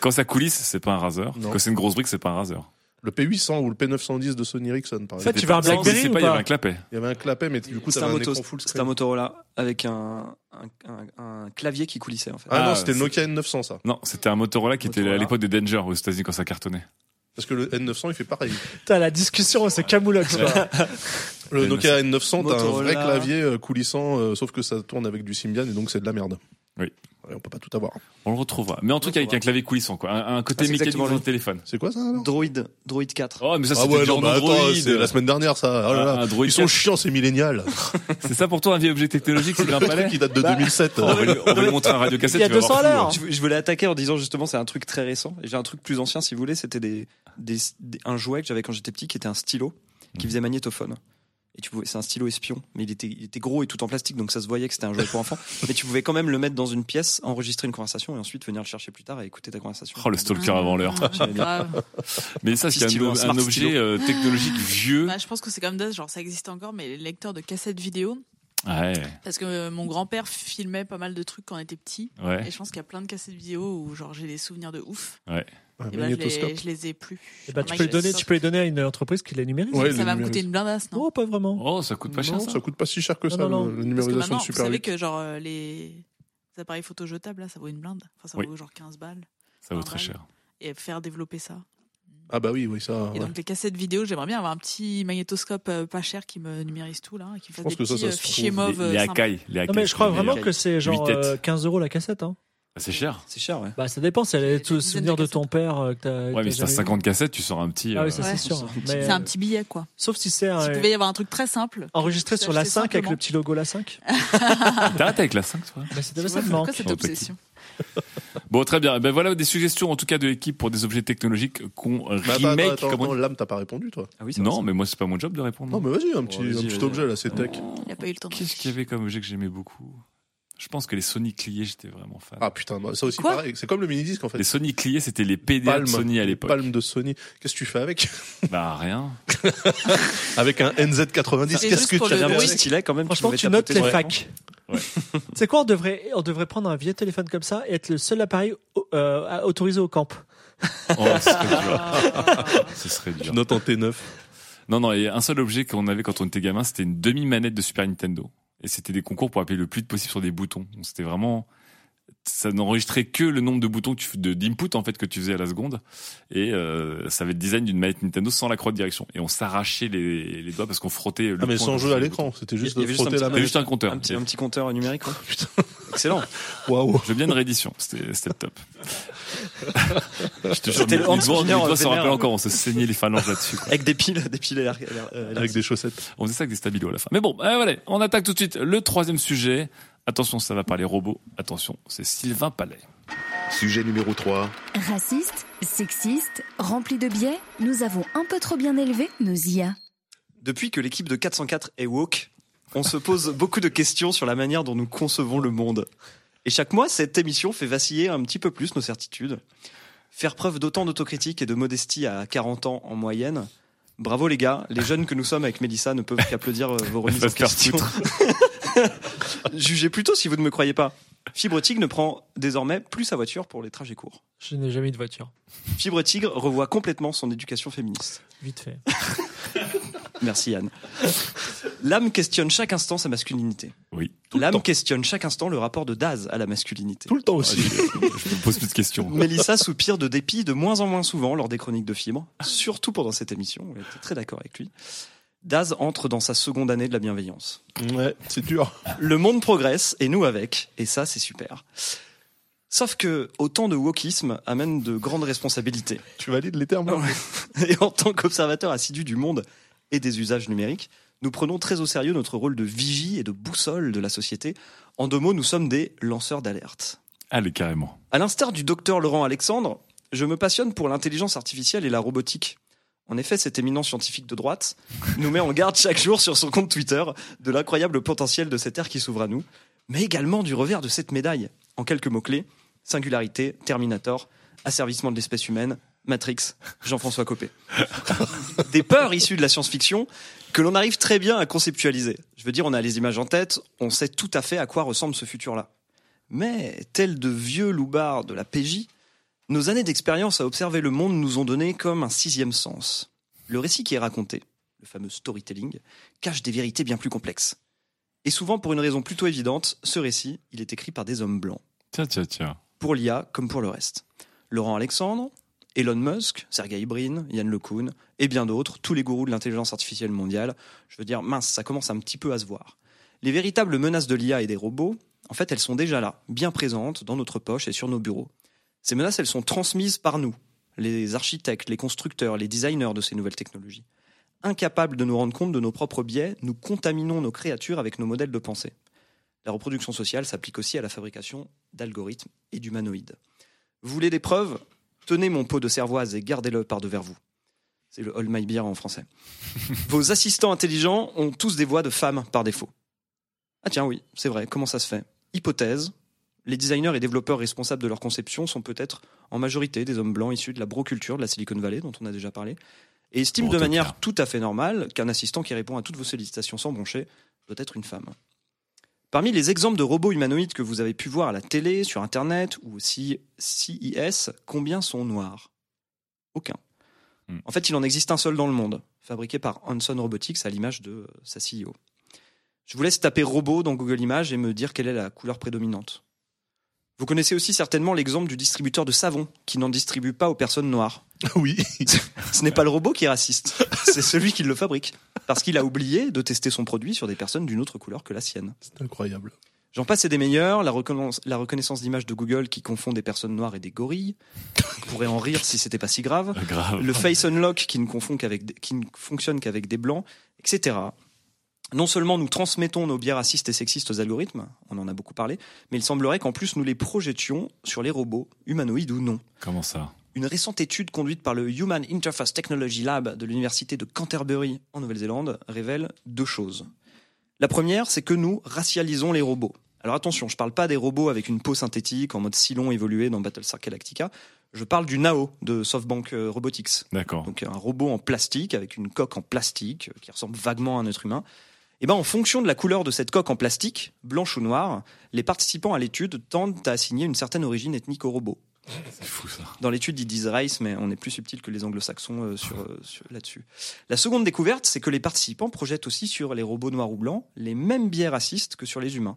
Quand ça coulisse, c'est pas un raser. Non. Quand c'est une grosse brique, c'est pas un raser. Le P800 ou le P910 de Sony Ericsson, par En fait, exemple. tu vas un Non, si BlackBerry c'est ou pas, il y avait un pas clapet. Il y avait un clapet, mais du coup, C'était t'avais un, un moto, écran full c'était un screen. Motorola avec un, un, un- un clavier qui coulissait en fait. Ah, Ah, non, c'était le c'est- Nokia N900, ça. Non, c'était un Motorola qui était à Motorola. l'époque des Danger aux États-Unis quand ça cartonnait. Parce que le N900, il fait pareil. Putain, la discussion c'est camoulox quoi. Le Ouais, Nokia N900, t'as un vrai Motorola. clavier euh, coulissant, euh, sauf que ça tourne avec du Symbian et donc c'est de la merde. Oui. Ouais, on peut pas tout avoir. On le retrouvera. Mais en tout cas, avec un clavier coulissant, quoi. Un, un côté Ah, c'est mécanique exactement dans le lui. téléphone. C'est quoi ça alors Droid, Droid 4. Oh, mais ça, Ah c'était ouais, genre euh. non, mais attends, Android. Ah, c'est la semaine dernière ça. Oh là là. Un- un Droid Ils sont 4. chiants ces millénials. C'est ça pour toi, un vieil objet technologique, c'est un Le truc palais qui date de 2007. Bah, On va lui on va lui montrer un radio cassette. Il y a 200 à l'heure. Je, je voulais attaquer en disant justement c'est un truc très récent. Et J'ai un truc plus ancien si vous voulez, c'était des, des- des- un jouet que j'avais quand j'étais petit qui était un stylo qui Mmh. faisait magnétophone. Et tu pouvais, c'est un stylo espion, mais il était, il était gros et tout en plastique, donc ça se voyait que c'était un jouet pour enfants. mais tu pouvais quand même le mettre dans une pièce, enregistrer une conversation et ensuite venir le chercher plus tard et écouter ta conversation. Ah, Oh, le stalker avant l'heure. J'aimais bien. Ah, Grave. Mais ça, c'est Petit un, stylo, un un smart objet stylo. euh, technologique vieux. Bah, je pense que c'est comme ça, genre ça existe encore, mais les lecteurs de cassettes vidéo, Ouais, parce que euh, mon grand-père filmait pas mal de trucs quand on était petit, ouais. et je pense qu'il y a plein de cassettes vidéo où genre j'ai des souvenirs de ouf. Ouais. Un Eh ben, je, magnétoscope. les, je les ai plus. Eh ben, tu, peux le donner, tu peux le donner à une entreprise qui la numérise. Ouais, ça va le me numérise. coûter une blindasse, non Non, pas vraiment. Oh, ça coûte pas cher Non, ça. ça coûte pas si cher que Non, ça, le- non, non. la Parce que numérisation maintenant, de vous Super savez 8. que genre euh, les les appareils photo jetables, là, ça vaut une blinde. Enfin, ça Oui. vaut genre 15 balles. Ça vaut très cher. Et faire développer ça. Ah bah oui, oui, ça. Et ouais. donc les cassettes vidéo, j'aimerais bien avoir un petit magnétoscope euh, pas cher qui me numérise tout là, et qui me fasse pense des que ça, petits ça euh, se fichiers trouve, mauves. Les, les euh, sympas. Akai, les Akai, Non, mais je c'est crois les vraiment meilleurs. que c'est genre Huit têtes. euh, 15 euros la cassette. Hein. Ah, C'est cher. C'est cher, ouais. Bah, ça dépend, c'est J'ai les des tous dizaines les de souvenirs de ton père euh, que t'as. Ouais, mais que si t'as t'as jamais eu. 50 cassettes, tu sors un petit. Ah euh, oui, ça Ouais. c'est sûr. Mais, C'est euh, un petit billet quoi. Sauf si c'est S'il euh, pouvait y avoir un truc très simple. enregistré sur la 5 Simplement. avec le petit logo la 5. T'as raté avec la 5, toi Bah, c'était Tu pas vois, ça me Pourquoi manque. cette Oh, petit. obsession Bon, très bien. Eh Ben voilà des suggestions, en tout cas, de l'équipe pour des objets technologiques qu'on Bah, remake. bah, attends, attends, comme on dit. l'âme, t'as pas répondu, toi. Ah oui, ça va, non, mais moi, c'est pas mon job de répondre. Non, mais vas-y, un petit, vas-y, un petit euh, vas-y. Oh. objet, là, c'est tech. Il n'a pas eu le temps. de Qu'est-ce qu'il y avait comme objet que j'aimais beaucoup Je pense que les Sony Clié, j'étais vraiment fan. Ah putain, bah, ça aussi, Quoi pareil. C'est comme le mini-disque, en fait. les Sony Clié, c'était les PDA de Palm. Sony à l'époque. Palme de Sony. Qu'est-ce que tu fais avec Bah, rien. Avec un NZ90, C'est qu'est-ce juste que pour tu le J'avais un bruit. fais petit avec stylet quand même. Franchement, pouvais tu notes tapoter les sur- facs. Ouais. C'est quoi on devrait, on devrait prendre un vieux téléphone comme ça et être le seul appareil au- euh, à- autorisé au camp. Oh, ce serait dur. Ah. Ce serait Tu dur. notes en T9. Non, non, et un seul objet qu'on avait quand on était gamin, c'était une demi-manette de Super Nintendo. Et c'était des concours pour appuyer le plus de possible sur des boutons. Donc, C'était vraiment. Ça n'enregistrait que le nombre de boutons que tu- de- d'input en fait que tu faisais à la seconde. Et euh, ça avait le design d'une manette Nintendo sans la croix de direction. Et on s'arrachait les, les doigts parce qu'on frottait le. Ah, mais point sans de- jeu à l'écran, c'était juste de Il y avait juste un frotter petit- la T'as main. juste un compteur. Un petit, un petit compteur numérique, quoi. Excellent. Waouh. Je veux bien une réédition. C'était c'était le top. Je te jure, C'était mes le mes Hans doigts, mes Zimmer doigts s'en vénère. rappellent encore. On se saignait les phalanges là-dessus. quoi. Avec des piles, des piles LR, euh, Avec des chaussettes. On faisait ça avec des stabilos à la fin. Mais bon, euh, voilà, on attaque tout de suite le troisième sujet. Attention, ça va parler robots. Attention, c'est Sylvain Palais. Sujet numéro 3. Racistes, sexistes, remplis de biais, nous avons un peu trop bien élevé nos IA. Depuis que l'équipe de 404 est woke, on se pose beaucoup de questions sur la manière dont nous concevons le monde. Et chaque mois, cette émission fait vaciller un petit peu plus nos certitudes. Faire preuve d'autant d'autocritique et de modestie à 40 ans en moyenne. Bravo les gars, les jeunes que nous sommes avec Mélissa ne peuvent qu'applaudir euh, vos remises en va se faire question. Jugez plutôt si vous ne me croyez pas. Fibre Tigre ne prend désormais plus sa voiture pour les trajets courts. Je n'ai jamais eu de voiture. Fibre Tigre revoit complètement son éducation féministe. Vite fait. Merci Yann. L'âme questionne chaque instant sa masculinité. Oui. L'âme questionne chaque instant le rapport de Daz à la masculinité. Tout le temps aussi. Je me pose plus de questions. Mélissa soupire de dépit de moins en moins souvent lors des chroniques de Fibre, surtout pendant cette émission, on était très d'accord avec lui. Daz entre dans sa seconde année de la bienveillance. Ouais, c'est dur. Le monde progresse et nous avec, et ça c'est super. Sauf que autant de wokisme amène de grandes responsabilités. Tu valides les termes hein là Ouais. Et en tant qu'observateur assidu du monde et des usages numériques, nous prenons très au sérieux notre rôle de vigie et de boussole de la société. En deux mots, nous sommes des lanceurs d'alerte. Allez, carrément. À l'instar du docteur Laurent Alexandre, je me passionne pour l'intelligence artificielle et la robotique. En effet, cet éminent scientifique de droite nous met en garde chaque jour sur son compte Twitter de l'incroyable potentiel de cette ère qui s'ouvre à nous, mais également du revers de cette médaille. En quelques mots-clés, singularité, Terminator, asservissement de l'espèce humaine, Matrix, Jean-François Copé. Des peurs issues de la science-fiction que l'on arrive très bien à conceptualiser. Je veux dire, on a les images en tête, on sait tout à fait à quoi ressemble ce futur-là. Mais, tel de vieux loubards de la PJ, nos années d'expérience à observer le monde nous ont donné comme un sixième sens. Le récit qui est raconté, le fameux storytelling, cache des vérités bien plus complexes. Et souvent, pour une raison plutôt évidente, ce récit, il est écrit par des hommes blancs Tiens, tiens, tiens. pour l'IA comme pour le reste. Laurent Alexandre, Elon Musk, Sergey Brin, Yann LeCun et bien d'autres, tous les gourous de l'intelligence artificielle mondiale. Je veux dire, mince, ça commence un petit peu à se voir. Les véritables menaces de l'IA et des robots, en fait, elles sont déjà là, bien présentes dans notre poche et sur nos bureaux. Ces menaces, elles sont transmises par nous, les architectes, les constructeurs, les designers de ces nouvelles technologies. Incapables de nous rendre compte de nos propres biais, nous contaminons nos créatures avec nos modèles de pensée. La reproduction sociale s'applique aussi à la fabrication d'algorithmes et d'humanoïdes. Vous voulez des preuves Tenez mon pot de cervoise et gardez-le par-devers vous. C'est le All My Beer en français. Vos assistants intelligents ont tous des voix de femmes par défaut. Ah tiens, oui, c'est vrai, comment ça se fait Hypothèse les designers et développeurs responsables de leur conception sont peut-être en majorité des hommes blancs issus de la broculture de la Silicon Valley, dont on a déjà parlé, et estiment Bon, de t'as manière tout à fait normale qu'un assistant qui répond à toutes vos sollicitations sans broncher doit être une femme. Parmi les exemples de robots humanoïdes que vous avez pu voir à la télé, sur Internet ou aussi CIS, combien sont noirs Aucun. Hmm. En fait, il en existe un seul dans le monde, fabriqué par Hanson Robotics à l'image de euh, sa CEO. Je vous laisse taper robot dans Google Images et me dire quelle est la couleur prédominante. Vous connaissez aussi certainement l'exemple du distributeur de savon qui n'en distribue pas aux personnes noires. Oui. Ce n'est pas le robot qui est raciste, c'est celui qui le fabrique, parce qu'il a oublié de tester son produit sur des personnes d'une autre couleur que la sienne. C'est incroyable. J'en passe et des meilleurs, la, reconna- la reconnaissance d'images de Google qui confond des personnes noires et des gorilles. On pourrait en rire si c'était pas si grave. Euh, grave. Le Face Unlock qui ne, confond qu'avec des- qui ne fonctionne qu'avec des blancs, etc. Non seulement nous transmettons nos biais racistes et sexistes aux algorithmes, on en a beaucoup parlé, mais il semblerait qu'en plus nous les projetions sur les robots, humanoïdes ou non. Comment ça Une récente étude conduite par le Human Interface Technology Lab de l'université de Canterbury en Nouvelle-Zélande révèle deux choses. La première, c'est que nous racialisons les robots. Alors attention, je ne parle pas des robots avec une peau synthétique en mode Silon évolué dans Battlestar Galactica. Je parle du NAO de SoftBank euh, Robotics. D'accord. Donc un robot en plastique avec une coque en plastique euh, qui ressemble vaguement à un être humain. Et ben en fonction de la couleur de cette coque en plastique, blanche ou noire, les participants à l'étude tendent à assigner une certaine origine ethnique au robot. C'est fou ça. Dans l'étude, ils disent race, mais on est plus subtil que les anglo-saxons euh, sur, euh, sur- là-dessus. La seconde découverte, c'est que les participants projettent aussi sur les robots noirs ou blancs les mêmes biais racistes que sur les humains.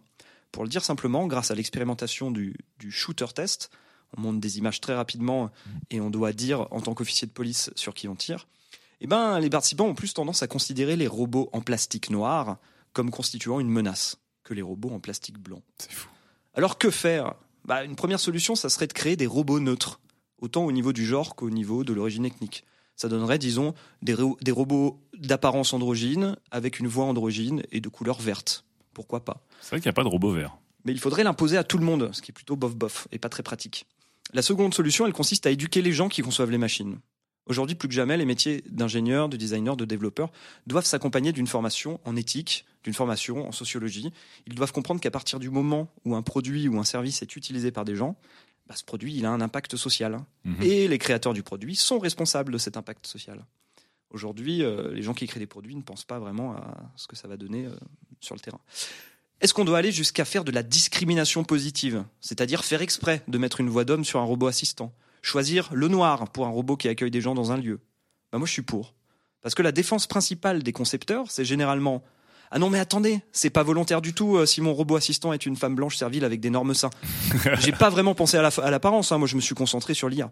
Pour le dire simplement, grâce à l'expérimentation du, du shooter test, on monte des images très rapidement et on doit dire en tant qu'officier de police sur qui on tire, eh ben, les participants ont plus tendance à considérer les robots en plastique noir comme constituant une menace que les robots en plastique blanc. C'est fou. Alors que faire bah, Une première solution, ça serait de créer des robots neutres, autant au niveau du genre qu'au niveau de l'origine ethnique. Ça donnerait, disons, des, ro- des robots d'apparence androgyne, avec une voix androgyne et de couleur verte. Pourquoi pas C'est vrai qu'il n'y a pas de robot vert. mais il faudrait l'imposer à tout le monde, ce qui est plutôt bof-bof et pas très pratique. La seconde solution, elle consiste à éduquer les gens qui conçoivent les machines. Aujourd'hui, plus que jamais, les métiers d'ingénieur, de designer, de développeur doivent s'accompagner d'une formation en éthique, d'une formation en sociologie. Ils doivent comprendre qu'à partir du moment où un produit ou un service est utilisé par des gens, bah, ce produit il a un impact social. hein. Mhm. Et les créateurs du produit sont responsables de cet impact social. Aujourd'hui, euh, les gens qui créent des produits ne pensent pas vraiment à ce que ça va donner euh, sur le terrain. Est-ce qu'on doit aller jusqu'à faire de la discrimination positive C'est-à-dire faire exprès de mettre une voix d'homme sur un robot assistant Choisir le noir pour un robot qui accueille des gens dans un lieu Bah moi je suis pour. Parce que la défense principale des concepteurs, c'est généralement Ah non mais attendez, c'est pas volontaire du tout euh, si mon robot assistant est une femme blanche servile avec d'énormes seins. J'ai pas vraiment pensé à la- à l'apparence, hein, moi je me suis concentré sur l'IA.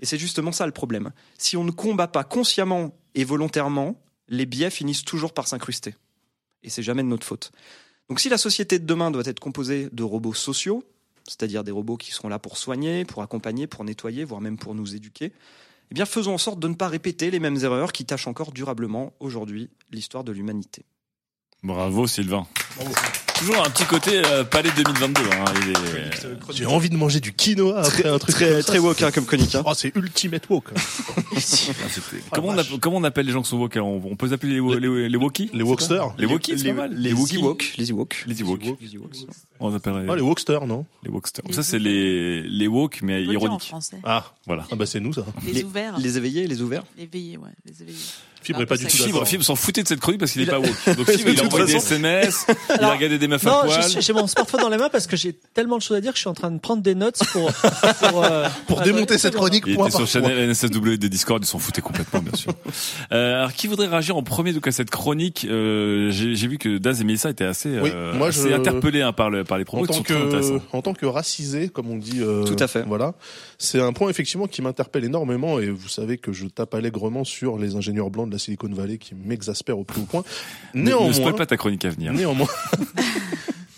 Et c'est justement ça le problème. Si on ne combat pas consciemment et volontairement, les biais finissent toujours par s'incruster. Et c'est jamais de notre faute. Donc si la société de demain doit être composée de robots sociaux, c'est-à-dire des robots qui seront là pour soigner, pour accompagner, pour nettoyer, voire même pour nous éduquer, eh bien faisons en sorte de ne pas répéter les mêmes erreurs qui tachent encore durablement aujourd'hui l'histoire de l'humanité. Bravo Sylvain. Toujours un petit côté euh, palais 2022. hein, il est- J'ai envie de manger du quinoa après un truc Très, comme ça. très woke hein, comme chronique. hein. Oh, c'est ultimate woke. hein. Ah, Comment, on Ah, vache. app- comment on appelle les gens qui sont woke alors on, on peut les appeler les, wo- les, les wokies Les woksters. Les wokies, c'est pas mal. Les Wookiees woke, les Ewoks. Les Ewoks. Les Ewoks, non. On les appellerait Ah, les woksters, non les woksters. Les Ça, c'est les, les woke, mais On peut le dire en ironiques. français. Ah, Voilà. ah bah c'est nous ça. Les Les- ouverts, les, Les éveillés, les ouverts. veillés, ouais, les éveillés. Bah, Fibre est pas du tout Fibre, Fibre, d'accord. Fibre s'en foutait de cette chronique parce qu'il est pas woke. Donc Fibre, il a toute envoyé des façon- SMS, il a Alors, regardé des meufs à Non, poil. je- j'ai mon smartphone dans la main parce que j'ai tellement de choses à dire que je suis en train de prendre des notes pour pour, euh, Pour démonter cette chronique, Il point était par sur point. Chanel, NSSW de Discord, ils s'en foutaient complètement, bien sûr. Euh, alors, qui voudrait réagir en premier donc à cette chronique euh, J'ai j'ai vu que Daz et Mélissa étaient assez, euh, Oui, moi, assez je- interpellés hein, par, le, par les En propos qui tant, sont très intéressants. que, en tant que racisé, comme on dit, euh, Tout à fait. Voilà, c'est un point effectivement qui m'interpelle énormément et vous savez que je tape allègrement sur les ingénieurs blancs de la Silicon Valley qui m'exaspèrent au plus haut point. Ne- Ne Néanmoins, spoil pas ta chronique à venir. Néanmoins,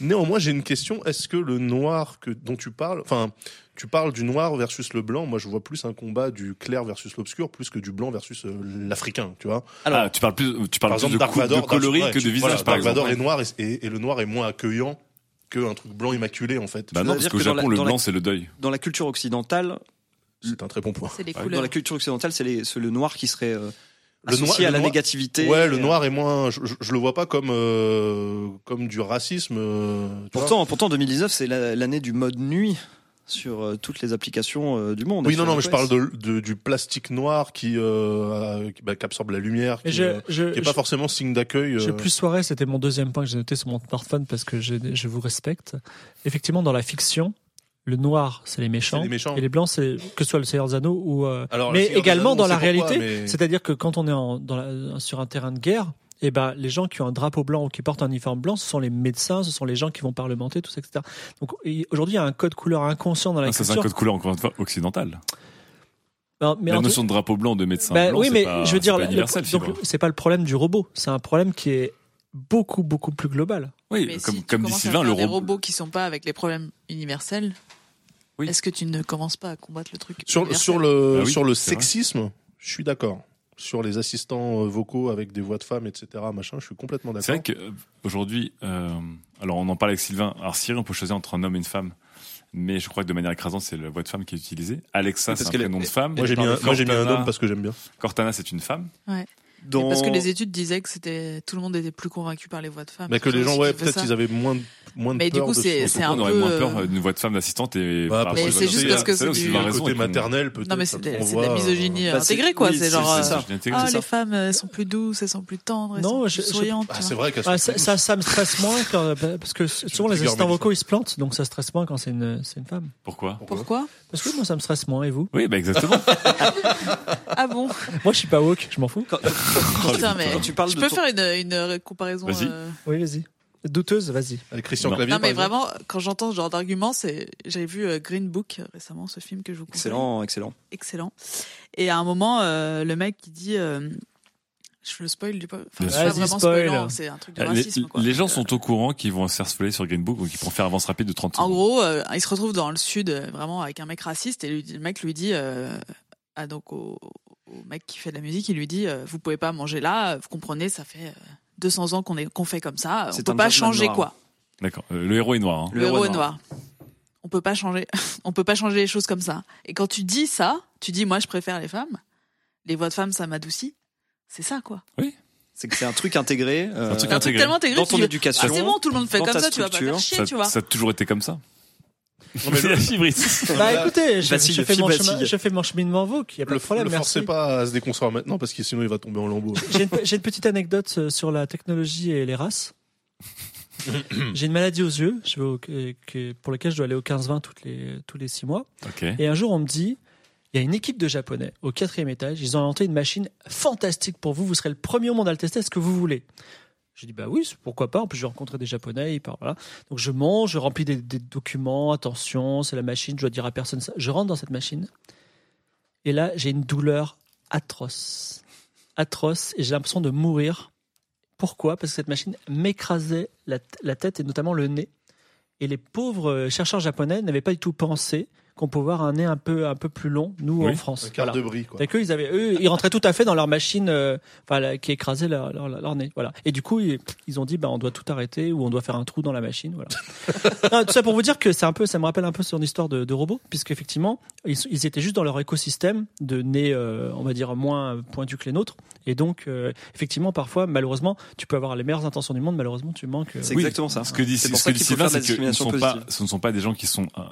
néanmoins, j'ai une question. Est-ce que le noir que dont tu parles, enfin, tu parles du noir versus le blanc. Moi, je vois plus un combat du clair versus l'obscur, plus que du blanc versus euh, l'africain. Tu vois. Alors- ah, tu parles plus, tu parles plus de, Dark cou- de Vador, Dark- coloris ouais, que de tu- voilà, visage, par Dark Vador exemple. est noir et, et- et le noir est moins accueillant qu'un truc blanc immaculé, en fait. Bah non, parce C'est-à-dire qu'au que dans la- Japon, le dans la- blanc, c'est le deuil. Dans la culture occidentale, C'est un très bon point. C'est les dans couleurs. la culture occidentale, c'est les- c'est le noir qui serait euh, Le associé noir- à le la noir- négativité. euh, Ouais, le noir est moins. Je, je- je le vois pas comme euh, comme du racisme. euh, tu vois. Pourtant, pourtant 2019, c'est la- l'année du mode nuit sur euh, toutes les applications euh, du monde. Oui, Sur non, non, mais iOS. je parle de, de- du plastique noir qui, euh, qui, bah, qui absorbe la lumière, Mais qui, euh, je, je, qui est pas forcément signe d'accueil. je- euh, j'ai plus soirée, c'était mon deuxième point que j'ai noté sur mon smartphone parce que je, je vous respecte. Effectivement, dans la fiction, le noir, c'est les méchants. C'est les méchants. Et les blancs, c'est que ce soit le Seigneur des Anneaux ou. euh, Alors, le mais Seigneur des également Anneaux, dans on la sait pourquoi, réalité, mais- c'est-à-dire que quand on est en- dans la- sur un terrain de guerre, eh ben, les gens qui ont un drapeau blanc ou qui portent un uniforme blanc, ce sont les médecins, ce sont les gens qui vont parlementer, tout ça, etc. Donc et aujourd'hui, il y a un code couleur inconscient dans la Ah, ça, c'est un culture. code couleur, encore une fois, occidental. Ben, mais la en tout- notion de drapeau blanc, de médecin Ben blanc, oui, c'est mais pas- je veux c'est dire, pas le- universel, donc, fibre. c'est pas le problème du robot, c'est un problème qui est beaucoup beaucoup plus global. Oui, Mais Euh, comme, si tu comme dit commences à Sylvain, le faire des robot. robots qui sont pas avec les problèmes universels. Oui. Est-ce que tu ne commences pas à combattre le truc Sur, universel sur le, Ah oui, sur le c'est vrai. sexisme, je suis d'accord. Sur les assistants euh, vocaux avec des voix de femmes, etc., machin, je suis complètement C'est d'accord. vrai qu'aujourd'hui, euh, alors on en parle avec Sylvain. Alors Siri, on peut choisir entre un homme et une femme. Mais je crois que de manière écrasante, c'est la voix de femme qui est utilisée. Alexa, Oui, parce c'est un qu'elle est- prénom de femme. Moi, j'ai mis, un, moi, j'ai mis un Cortana- homme parce que j'aime bien. Cortana, c'est une femme. Mais Dans- Parce que les études disaient que c'était tout le monde était plus convaincu par les voix de femmes. Mais que les gens, ouais, peut-être ils avaient moins de, moins de Mais du peur coup, de c'est- ce- c'est un on aurait peu, moins euh, peur d'une voix de femme d'assistante et. Bah, par après, rapport Mais aux c'est voix juste de- parce que là où c'est du- Il y a Sylvain a un raison, côté et qu'on- maternel, peut-être. Non mais ça c'est de, qu'on c'est de la voit, euh, misogynie hein. Bah, c'est- intégrée quoi. oui, c'est c'est- genre c'est euh, ça. Je l'ai intégré, ah c'est les ça. femmes elles sont plus douces, elles sont plus tendres, elles Non, sont plus je- je- souriantes. Ah, tu c'est vois. vrai qu'à ce Ah, moment-là, ça, ça, ça me stresse moins quand- euh, bah, parce que souvent les trigger Mélissa. assistants vocaux ils se plantent, donc ça stresse moins quand c'est une c'est une femme. Pourquoi Pourquoi Parce que moi ça me stresse moins et vous Oui, bah exactement. Ah bon Moi je suis pas woke, je m'en fous. Quand- Oh, Putain mais quand tu parles je de peux ton- faire une, une comparaison. Oh, Vas-y. euh, Oui, vas-y. Douteuse, vas-y. avec Christian Non. Clavier. Non par mais exemple. vraiment quand j'entends ce genre d'argument, c'est j'avais vu euh, Green Book euh, récemment, ce film que je vous conseille. Excellent, excellent. excellent. Et à un moment, euh, le mec qui dit, euh, je le spoil du pas. Enfin, Bien c'est pas sûr. vraiment Vas-y, spoil. spoilant, c'est un truc de les, racisme. quoi. les gens Euh, sont au courant qu'ils vont se faire spoiler sur Greenbook ou qu'ils pourront faire avance rapide de 30 En secondes. gros, euh, il se retrouve dans le sud, euh, vraiment avec un mec raciste, et lui, le mec lui dit, euh, ah, donc au, au mec qui fait de la musique, il lui dit, euh, vous pouvez pas manger là, vous comprenez, ça fait euh, 200 ans qu'on est qu'on fait comme ça, Ah, on C'est peut un pas gentleman changer noir. quoi. D'accord. Euh, le héros est noir. hein. Le, héros est noir. On peut pas changer. on peut pas changer les choses comme ça. Et quand tu dis ça, tu dis moi je préfère les femmes. Les voix de femmes ça m'adoucit. C'est ça quoi. C'est que c'est un truc intégré. euh, truc Un truc Intégré. tellement intégré. Dans que tu ton dis, éducation, Ah, c'est bon, tout le monde fait dans comme ta ça. Tu vas pas structure, faire chier, Ça, tu vois. ça a toujours été comme ça. Non, mais le- Fibre, il- Bah écoutez, je, Vacille, je fais mon fibre chemin, vacille. je fais mon cheminement woke, il y a pas le, de problème, le forcez merci. pas à se déconstruire maintenant parce que sinon il va tomber en lambeaux. J'ai une, j'ai une petite anecdote euh, sur la technologie et les races. J'ai une maladie aux yeux, je vais au- que- que- pour laquelle je dois aller au 15-20 toutes les- tous les 6 mois. Ok. Et un jour, on me dit, il y a une équipe de Japonais au quatrième étage, ils ont inventé une machine fantastique pour vous, vous serez le premier au monde à le tester, est-ce que vous voulez Je dis, bah oui, c'est- pourquoi pas, en plus je vais rencontrer des Japonais, ils parlent, voilà. Donc je mange, je remplis des, des documents, attention, c'est la machine, je dois dire à personne ça. Je rentre dans cette machine, et là, j'ai une douleur atroce. Atroce, et j'ai l'impression de mourir. Pourquoi Parce que cette machine m'écrasait la, t- la tête et notamment le nez. Et les pauvres euh, chercheurs japonais n'avaient pas du tout pensé qu'on pouvait avoir un nez un peu, un peu plus long, nous Oui, en Un France. quart Voilà. de bris, quoi. T'as que ils avaient, eux, ils rentraient tout à fait dans leur machine, euh, enfin, la- qui écrasait leur, leur, leur nez, voilà. Et du coup, ils, ils ont dit, bah, on doit tout arrêter ou on doit faire un trou dans la machine, voilà. Non, tout ça pour vous dire que c'est un peu, ça me rappelle un peu son histoire de, de robots, puisqu'effectivement, ils, ils étaient juste dans leur écosystème de nez, euh, on va dire moins pointu que les nôtres, et donc, euh, effectivement, parfois, malheureusement, tu peux avoir les meilleures intentions du monde, malheureusement, tu manques. euh, C'est Oui, exactement ça. Ce que dit, C'est ce pour que ça dit qu'il faut Sylvain, faire de la c'est que ce discrimination ne sont pas, positive. ce ne sont pas des gens qui sont euh,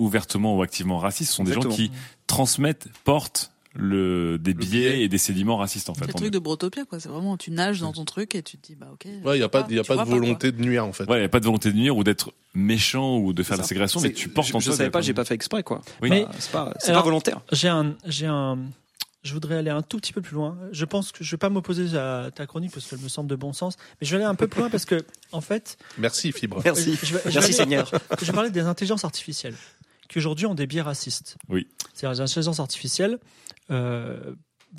ouvertement ou activement racistes, ce sont des gens qui Exactement. transmettent, portent le, des biais biais. et des sédiments racistes, en C'est fait. le On truc est- de Brotopia quoi. C'est vraiment tu nages dans ton truc et tu te dis bah ok. Ouais, il n'y a pas, de- y a tu pas de vois quoi. volonté de nuire, en fait. Ouais, il n'y a pas de volonté de nuire ou d'être méchant ou de faire C'est la ça. ségrégation, mais C'est- tu portes je, en Je toi savais de- pas, j'ai pas fait exprès quoi. Oui. Mais- Bah, c'est pas, c'est Alors- pas volontaire. J'ai un, j'ai un, je voudrais aller un tout petit peu plus loin. Je pense que je vais pas m'opposer à ta chronique parce qu'elle me semble de bon sens, mais je vais aller un peu plus loin parce que, en fait, Merci, Fibre. Merci. je vais- je vais Merci aller- Seigneur. je parlais des intelligences artificielles, qui aujourd'hui ont des biais racistes. Oui. C'est-à-dire les intelligences artificielles, euh,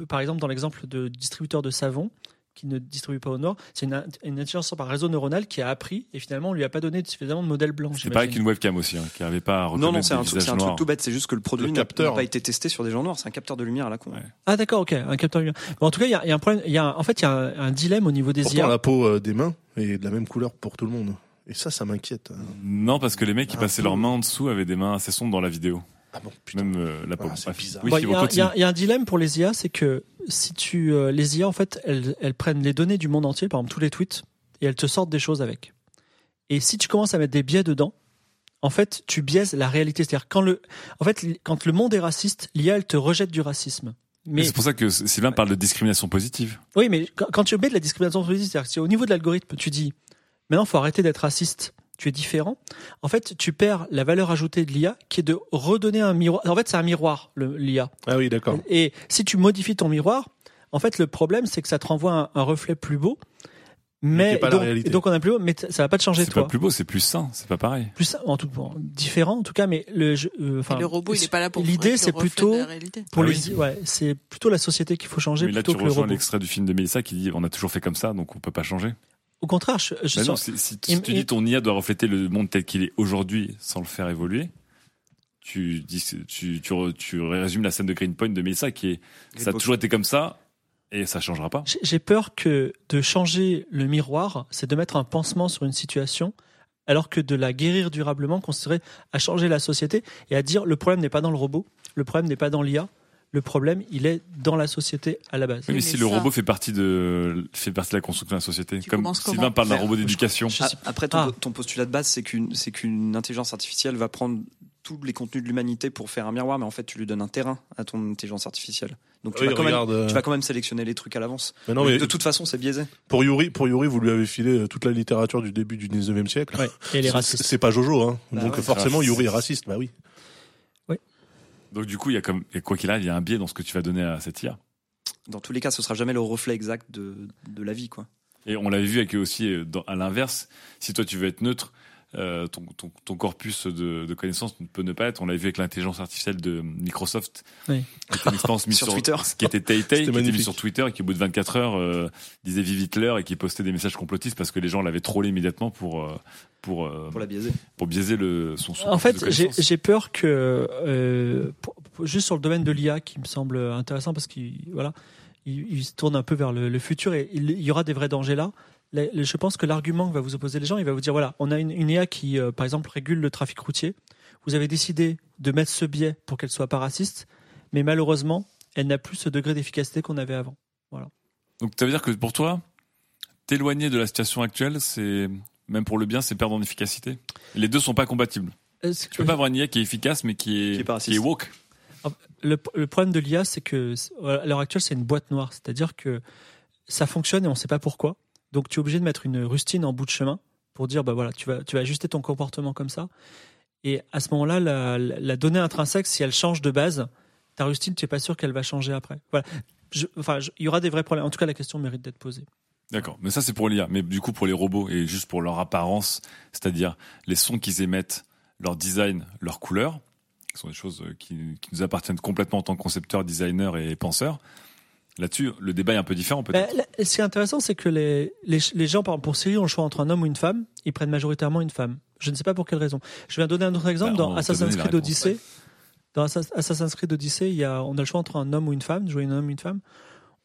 par exemple dans l'exemple de distributeur de savon qui ne distribue pas au nord, c'est une, une intelligence par réseau neuronal qui a appris et finalement on lui a pas donné suffisamment de modèles blancs. C'est pas avec j'imagine. une webcam aussi, hein, qui n'avait pas à Non, non, reconnaître c'est un, des truc- visages c'est un noirs. truc tout bête. C'est juste que le produit Le n'a capteur, n'a pas hein. été testé sur des gens noirs. C'est un capteur de lumière à la con. Ouais. Ah d'accord, ok, un capteur lumineux. Bon, en tout cas, il y a, il y a un problème. il Y a, en fait, il y a un, un dilemme au niveau des Pourtant, IA. la peau euh, des mains est de la même couleur pour tout le monde. Et ça, ça m'inquiète. Non, parce que les mecs qui Un passaient peu. leurs mains en dessous avaient des mains assez sombres dans la vidéo. Ah bon, putain. Même euh, la peau. c'est Bref. bizarre. Oui, Bon, qui il y, vont a- il y continuer. a- il y a un dilemme pour les IA, c'est que si tu euh, les IA en fait, elles, elles prennent les données du monde entier, par exemple tous les tweets, et elles te sortent des choses avec. Et si tu commences à mettre des biais dedans, en fait, tu biaises la réalité. C'est-à-dire quand le, en fait, l- quand le monde est raciste, l'IA elle te rejette du racisme. Mais Mais c'est pour ça que Sylvain parle de discrimination positive. oui, mais quand, quand tu mets de la discrimination positive, c'est-à-dire que si au niveau de l'algorithme, tu dis maintenant faut arrêter d'être raciste tu es différent, en fait, tu perds la valeur ajoutée de l'IA qui est de redonner un miroir. En fait, c'est un miroir, le- l'IA. Ah oui, d'accord. Et si tu modifies ton miroir, en fait, le problème, c'est que ça te renvoie un, un reflet plus beau. qui Mais est pas la donc, réalité. donc on a plus beau, mais t- ça va pas te changer C'est toi. pas plus beau, c'est plus sain, c'est pas pareil. Plus ça- en tout bon, différent en tout cas, mais le jeu- euh, enfin, Et le robot, il n'est pas là pour. l'idée, être le c'est reflet de plutôt la réalité. pour Ah les ouais, c'est plutôt la société qu'il faut changer Mais là, tu plutôt que le rejoins robot. l'extrait du film de Mélissa qui dit on a toujours fait comme ça, donc on peut pas changer. Au contraire, je, Euh, je Mais non, sens- si, si tu il- si tu dis il- ton IA doit refléter le monde tel qu'il est aujourd'hui sans le faire évoluer, tu, dis, tu, tu, re- tu résumes la scène de Greenpoint de Mélissa qui est ça a Greenpoint. toujours été comme ça et ça changera pas. j'ai- j'ai peur que de changer le miroir, c'est de mettre un pansement sur une situation, alors que de la guérir durablement consisterait à changer la société et à dire le problème n'est pas dans le robot, le problème n'est pas dans l'IA, le problème il est dans la société à la base. Oui, mais, mais si le ça- robot fait partie de fait partie de la construction de la société, Tu comme commences comment Sylvain parle d'un Faire- robot d'éducation, Je sais- A- Après, ton, Ah. ton postulat de base, c'est qu'une c'est qu'une intelligence artificielle va prendre tous les contenus de l'humanité pour faire un miroir, mais en fait, tu lui donnes un terrain à ton intelligence artificielle. Donc, tu, Oui, vas, quand même, regarde, euh, tu vas quand même sélectionner les trucs à l'avance. mais non, Mais mais de toute façon, c'est biaisé. pour Yuri, pour Yuri, vous lui avez filé euh, toute la littérature du début du 19e siècle. Ouais, et les C'est- racistes. C'est pas Jojo, hein. Bah Donc ouais. forcément, Yuri est raciste. Bah oui. donc du coup il y a comme et quoi qu'il arrive, il y a un biais dans ce que tu vas donner à cette IA. Dans tous les cas, ce sera jamais le reflet exact de, de la vie, quoi. Et on l'avait vu avec aussi euh, dans- à l'inverse, si toi tu veux être neutre, euh, ton, ton, ton corpus de, de connaissances ne peut ne pas être. On l'a vu avec l'intelligence artificielle de Microsoft, Oui. qui était une expérience mise Sur sur, Twitter. qui était Tay C'était Tay, qui était magnifique. mise sur Twitter et qui au bout de 24 heures euh, disait vive Hitler et qui postait des messages complotistes parce que les gens l'avaient trollé immédiatement pour euh, pour euh, Pour la biaiser. pour biaiser le son. son En corpus de fait, j'ai connaissances. j'ai peur que euh, pour- pour- juste sur le domaine de l'IA, qui me semble intéressant parce qu'il voilà, il, il se tourne un peu vers le, le futur et il, il y aura des vrais dangers là. Les- les- je pense que l'argument que va vous opposer les gens, il va vous dire voilà, on a une, une IA qui, euh, par exemple, régule le trafic routier. Vous avez décidé de mettre ce biais pour qu'elle soit pas raciste, mais malheureusement, elle n'a plus ce degré d'efficacité qu'on avait avant. Donc ça veut dire que pour toi, t'éloigner de la situation actuelle, c'est même pour le bien, c'est perdre en efficacité. Les deux sont pas compatibles. Est-ce Tu peux que- pas avoir une IA qui est efficace mais qui est Qui est pas raciste. woke. Le, le problème de l'IA, c'est que c'est- à l'heure actuelle, c'est une boîte noire. C'est-à-dire que ça fonctionne et on ne sait pas pourquoi. Donc, tu es obligé de mettre une rustine en bout de chemin pour dire, bah voilà, tu vas, tu vas ajuster ton comportement comme ça. Et à ce moment-là, la, la- la donnée intrinsèque, si elle change de base, ta rustine, tu n'es pas sûr qu'elle va changer après. Voilà. Je- enfin, je- il y aura des vrais problèmes. En tout cas, la question mérite d'être posée. D'accord, mais ça c'est pour l'IA. Mais du coup pour les robots et juste pour leur apparence, c'est-à-dire les sons qu'ils émettent, leur design, leur couleur, qui sont des choses euh, qui, qui nous appartiennent complètement en tant que concepteurs, designers et penseurs. Là-dessus, le débat est un peu différent peut-être. Ben, là, ce qui est intéressant, c'est que les, les, les gens, par exemple, pour Siri, ont le choix entre un homme ou une femme. Ils prennent majoritairement une femme. Je ne sais pas pour quelle raison. Je vais donner un autre exemple. Ben, on dans t'a Assassin's donné la Creed réponse, Odyssey, dans Assas- Assassin's Creed Odyssey, il y a, on a le choix entre un homme ou une femme, de jouer un homme ou une femme.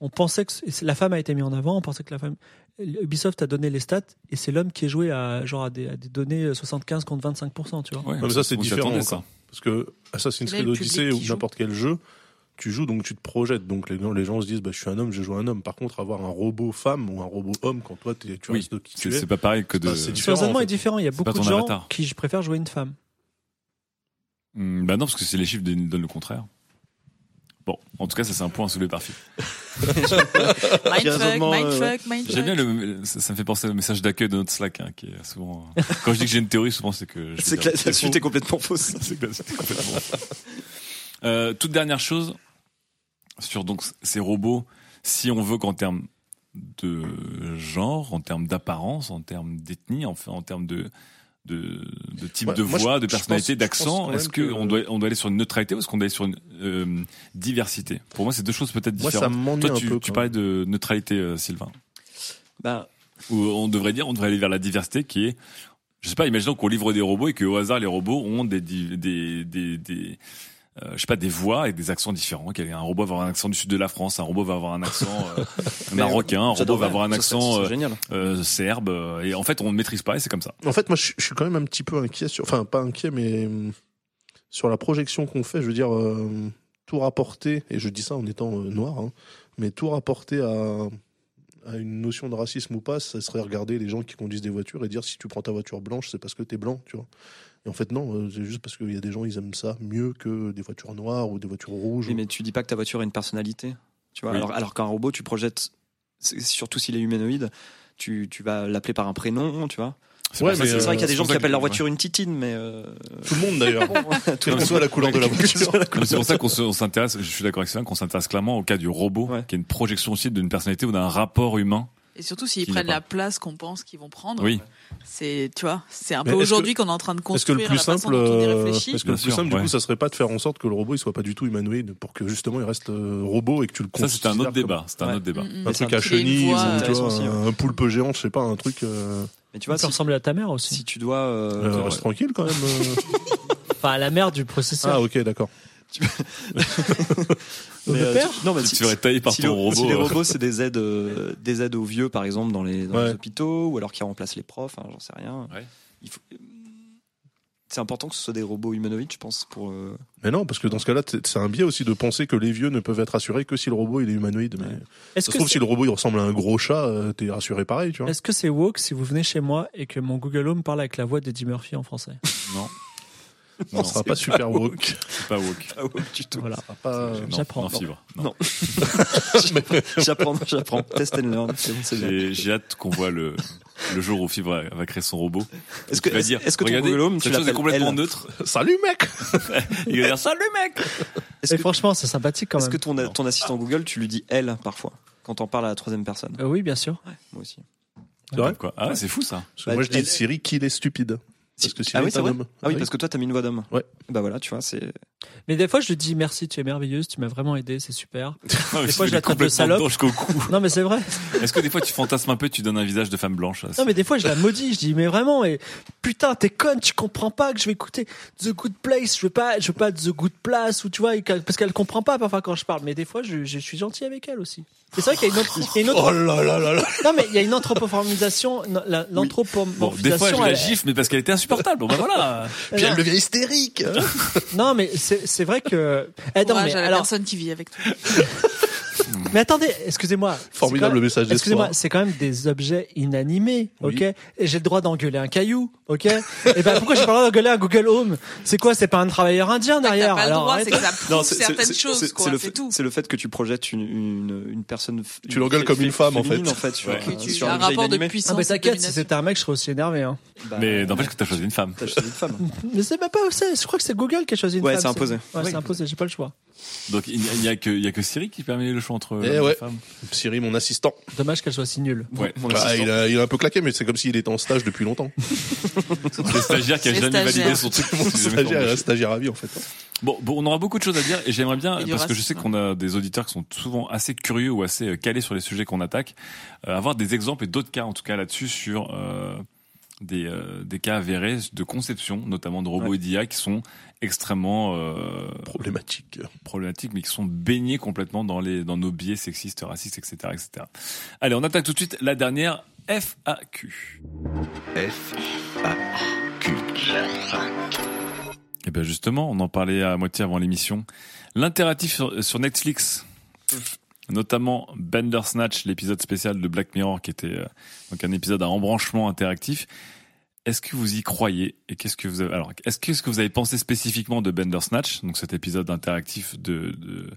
On pensait que c- la femme a été mise en avant, on pensait que la femme. Ubisoft a donné les stats et c'est l'homme qui est joué à, genre à, des, à des données 75 contre 25%, tu vois. Ouais, Non, mais ça, c'est on s'y différent, attendait, quoi. Parce que Assassin's Là, Creed le public Odyssey qui ou joue. n'importe quel jeu, tu joues donc tu te projettes. Donc les gens, les gens se disent bah, je suis un homme, je joue un homme. Par contre, avoir un robot femme ou un robot homme quand toi t'es- tu Oui, restes qui tu C'est es. c'est pas pareil que de. Bah, c'est Le différent, raisonnement en fait. est différent. Il y a C'est pas beaucoup de ton gens avatar. qui préfèrent jouer une femme. Hmm, bah non, parce que c'est les chiffres qui nous donnent le contraire. Bon, en tout cas, ça c'est un point à soulever par fil. Mindfuck, raisonnement, euh, ouais. mindfuck, mindfuck. J'aime bien le, ça, ça me fait penser au message d'accueil de notre Slack, hein, qui est souvent. Quand je dis que j'ai une théorie, souvent c'est que. je- C'est que la, la suite est complètement fausse. C'est que la suite est complètement fausse. Euh, toute dernière chose sur donc ces robots, si on veut qu'en termes de genre, en termes d'apparence, en termes d'ethnie, en, fait, en termes de de, de type Ouais, de moi, voix, je- de je personnalité, pense- je pense quand d'accent, même est-ce que- qu'on doit on doit aller sur une neutralité ou est-ce qu'on doit aller sur une euh, diversité Pour moi, c'est deux choses peut-être Moi, ça différentes. m'ennuie Toi, un tu, peu. tu quand parlais de neutralité, euh, Sylvain. Bah, Ou on devrait dire, on devrait aller vers la diversité qui est, je sais pas, imaginons qu'on livre des robots et qu'au hasard les robots ont des, di- des, des, des euh, je sais pas, des voix et des accents différents. Qu'il y a Un robot va avoir un accent du sud de la France, un robot va avoir un accent euh, marocain, un robot va avoir un accent euh, génial. euh, serbe. euh, Et en fait, on ne maîtrise pas et c'est comme ça. En fait, moi, je, je suis quand même un petit peu inquiet sur, enfin, pas inquiet, mais hum, sur la projection qu'on fait. Je veux dire, euh, tout rapporter, et je dis ça en étant euh, noir, hein, mais tout rapporter à, à une notion de racisme ou pas, ça serait regarder les gens qui conduisent des voitures et dire si tu prends ta voiture blanche, c'est parce que t'es blanc, tu vois. Et en fait, non, euh, c'est juste parce qu'il y a des gens, ils aiment ça mieux que des voitures noires ou des voitures rouges. Oui, mais tu dis pas que ta voiture a une personnalité. Tu vois, Oui. alors, alors qu'un robot, tu projettes, c'est- surtout s'il est humanoïde, tu, tu vas l'appeler par un prénom, tu vois. C'est Ouais, pour ça mais que- euh, C'est vrai qu'il y a des c'est gens pour qui ça que- appellent leur voiture une titine, mais euh, Tout le monde d'ailleurs. Quelle que soit la couleur de la voiture. Non, mais C'est pour ça qu'on se- on s'intéresse, je suis d'accord avec Sylvain, qu'on s'intéresse clairement au cas du robot, Ouais. qui est une projection aussi d'une personnalité ou d'un rapport humain. Et surtout s'ils Qui n'a prennent pas. la place qu'on pense qu'ils vont prendre. Oui. C'est tu vois, c'est un peu Mais est-ce aujourd'hui qu'on est en train de Est-ce que construire le plus la façon simple, dont on y euh, réfléchit. est-ce que le Bien plus sûr, simple du ouais. coup, ça serait pas de faire en sorte que le robot il soit pas du tout humanoïde pour que justement il reste euh, robot et que tu le Ça, c'est un autre considères débat. Mmh. C'est un Ouais. autre débat. Mm, mm. comme Un truc à Qu'il ait une chenilles, euh, voix, ou, euh. tu intéressant vois, aussi, un, un poulpe géant, je sais pas, un truc. euh, mais tu Tu vas vois, te si, ressembler à ta mère aussi. si tu dois, euh, euh, ouais. reste tranquille quand même. euh. Enfin, à la mère du processeur. ah ok, d'accord. mais, euh, père tu- non, mais Tu si- te ferais tailler par si ton le- robot. si les euh, robots, c'est des aides, euh, des aides aux vieux, par exemple, dans les, dans Ouais. les hôpitaux, ou alors qui remplacent les profs, hein, j'en sais rien. Ouais. Il faut- euh, C'est important que ce soit des robots humanoïdes, je pense, pour. euh, Mais non, parce que dans ce cas-là, t- c'est un biais aussi de penser que les vieux ne peuvent être assurés que si le robot il est humanoïde. Mais Est-ce ça que se trouve c'est- si le robot il ressemble à un gros chat, euh, t'es rassuré pareil, tu vois. Est-ce que c'est woke si vous venez chez moi et que mon Google Home parle avec la voix d'Eddie Murphy en français Non. On sera pas super woke. c'est pas woke. Ah ouais, du tout. Voilà. On sera pas- Non, J'apprends. non, fibre. Non. Non. J'apprends, j'apprends. Test and learn, c'est bon, c'est bien. J'ai j'ai hâte qu'on voit le, le jour où Fibre va créer son robot. Est-ce que, Il va est-ce dire, est-ce que ton regardez, Google Home, tu cette chose est l'appelles complètement elle neutre. Salut mec. Il va dire, salut mec! Est-ce Et que- franchement, c'est sympathique quand Est-ce même. que ton, ton assistant Google, tu lui dis elle parfois quand on parle à la troisième personne Euh, oui, bien sûr. Moi aussi. C'est vrai Quoi. Ah, c'est fou ça. Parce que moi je dis Elle- Siri qu'il est stupide. Parce que Siri ah oui, est c'est un vrai. homme. Ah oui, parce que toi, t'as mis une voix d'homme. Ouais. Bah voilà, tu vois, c'est. Mais des fois, je lui dis merci, tu es merveilleuse, tu m'as vraiment aidé, c'est super. Ah, Des fois, je la traite de salope. jusqu'au cou. Non, mais c'est vrai. Est-ce que des fois tu fantasmes un peu, tu donnes un visage de femme blanche? à ça Non, mais des fois, je la maudis. Je dis, mais vraiment, et putain, t'es conne, tu comprends pas que je vais écouter The Good Place. Je veux pas, je veux pas The Good Place, ou tu vois, et qu'elle- parce qu'elle comprend pas parfois quand je parle. Mais des fois, je, je suis gentil avec elle aussi. Et c'est vrai qu'il y a une autre, il y a une autre- Oh là là là là. non, mais il y a une anthropomorphisation, non, la- Bon, des fois je l'anthropomorphisation. la elle- gifle, mais parce qu'elle était insupportable. Bon, bah voilà. Puis elle devient hystérique. hein. non, mais c'est c'est vrai que, Eh, non, mais Courage à la alors, personne qui vit avec toi. Mais attendez, excusez-moi. Formidable C'est quand- message d'espoir. Excusez-moi, c'est quand même des objets inanimés, ok Et j'ai le droit d'engueuler un caillou, ok Et ben pourquoi j'ai pas le droit d'engueuler un Google Home C'est quoi C'est pas un travailleur indien T'as derrière pas le Alors, droit, arrête. c'est que ça prouve certaines choses, c'est- quoi, c'est le c'est fait- tout. c'est le fait que tu projettes une, une, une personne. f- Tu l'engueules comme une femme, en fait. féminine, en fait. sur Ouais. un- Que tu- sur un objet rapport de inanimé. Ah puissance. mais de t'inquiète, si domination. c'était un mec, je serais aussi énervé. Hein. Bah, Mais n'empêche que t'as choisi une femme. T'as choisi une femme. Mais c'est pas pas ça. Je crois que c'est Google qui a choisi une Ouais, femme, c'est imposé. Ouais, Oui. c'est imposé. J'ai pas le choix. Donc il n'y a, il n'y a que il y a que Siri qui permet le choix entre euh, Eh l'homme et la ouais. femme. Siri mon assistant. Dommage qu'elle soit si nulle. Ouais. Mon Bah, assistant. il, a, il a un peu claqué, mais c'est comme s'il était en stage depuis longtemps. C'est le stagiaire qui a C'est jamais validé stagiaire. son truc. Mon Il s'est jamais stagiaire, formé. un stagiaire à vie en fait. Bon, bon, on aura beaucoup de choses à dire et j'aimerais bien, Et du parce que je racisme. sais qu'on a des auditeurs qui sont souvent assez curieux ou assez euh, calés sur les sujets qu'on attaque, euh, avoir des exemples et d'autres cas en tout cas là-dessus sur euh, des, euh, des cas avérés de conception, notamment de robots Ouais. et d'IA qui sont extrêmement euh, Problématique. problématiques mais qui sont baignés complètement dans, les, dans nos biais sexistes, racistes, etc., etc. Allez, on attaque tout de suite la dernière FAQ. F A Q. Et bien Eh ben, justement, on en parlait à moitié avant l'émission. L'interactif sur, sur Netflix, notamment Bandersnatch, l'épisode spécial de Black Mirror, qui était euh, donc un épisode à embranchement interactif. Est-ce que vous y croyez et qu'est-ce que vous avez alors est-ce que, ce que vous avez pensé spécifiquement de Bandersnatch, donc cet épisode interactif de, de,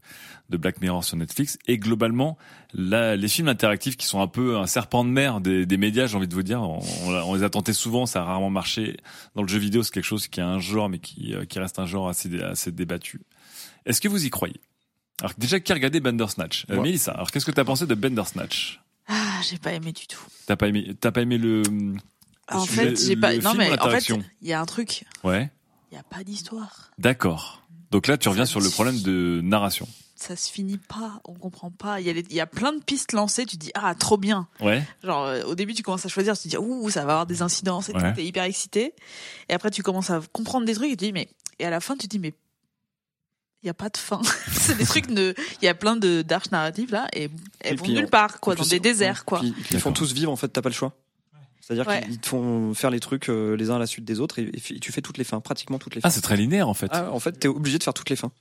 de Black Mirror sur Netflix et globalement la- les films interactifs qui sont un peu un serpent de mer des, des médias, j'ai envie de vous dire, on, on l'a- on les a tentés souvent, ça a rarement marché. Dans le jeu vidéo, c'est quelque chose qui a un genre mais qui, euh, qui reste un genre assez, dé- assez débattu. Est-ce que vous y croyez alors déjà, qui a regardé Bandersnatch euh, Moi. Mélissa, alors qu'est-ce que t'as pensé de Bandersnatch Ah, j'ai pas aimé du tout. T'as pas aimé, t'as pas aimé le. le En sujet- fait, j'ai le pas. film Non ou mais en fait, l'interaction il y a un truc. Ouais, Il y a pas d'histoire. d'accord. Donc là, tu reviens sur le problème de narration. Ça se finit pas. On comprend pas. Il y, a les- il y a plein de pistes lancées. Tu dis ah trop bien. Ouais. Genre euh, au début tu commences à choisir. Tu te dis ouh ça va avoir des incidences. Et tout, Ouais. t'es hyper excité. Et après tu commences à comprendre des trucs. Et tu dis mais et à la fin tu te dis mais il y a pas de fin. C'est des trucs de. Il y a plein de d'arches narratives là et elles Et vont puis, nulle on- part quoi En dans plus, des ils- déserts quoi. puis Ils, te font D'accord. tous vivre, en fait, t'as pas le choix. C'est-à-dire Ouais. qu'ils te font faire les trucs euh, les uns à la suite des autres et, et fi- tu fais toutes les fins, pratiquement toutes les fins. Ah, c'est très linéaire en fait. Ah, en fait, t'es obligé de faire toutes les fins.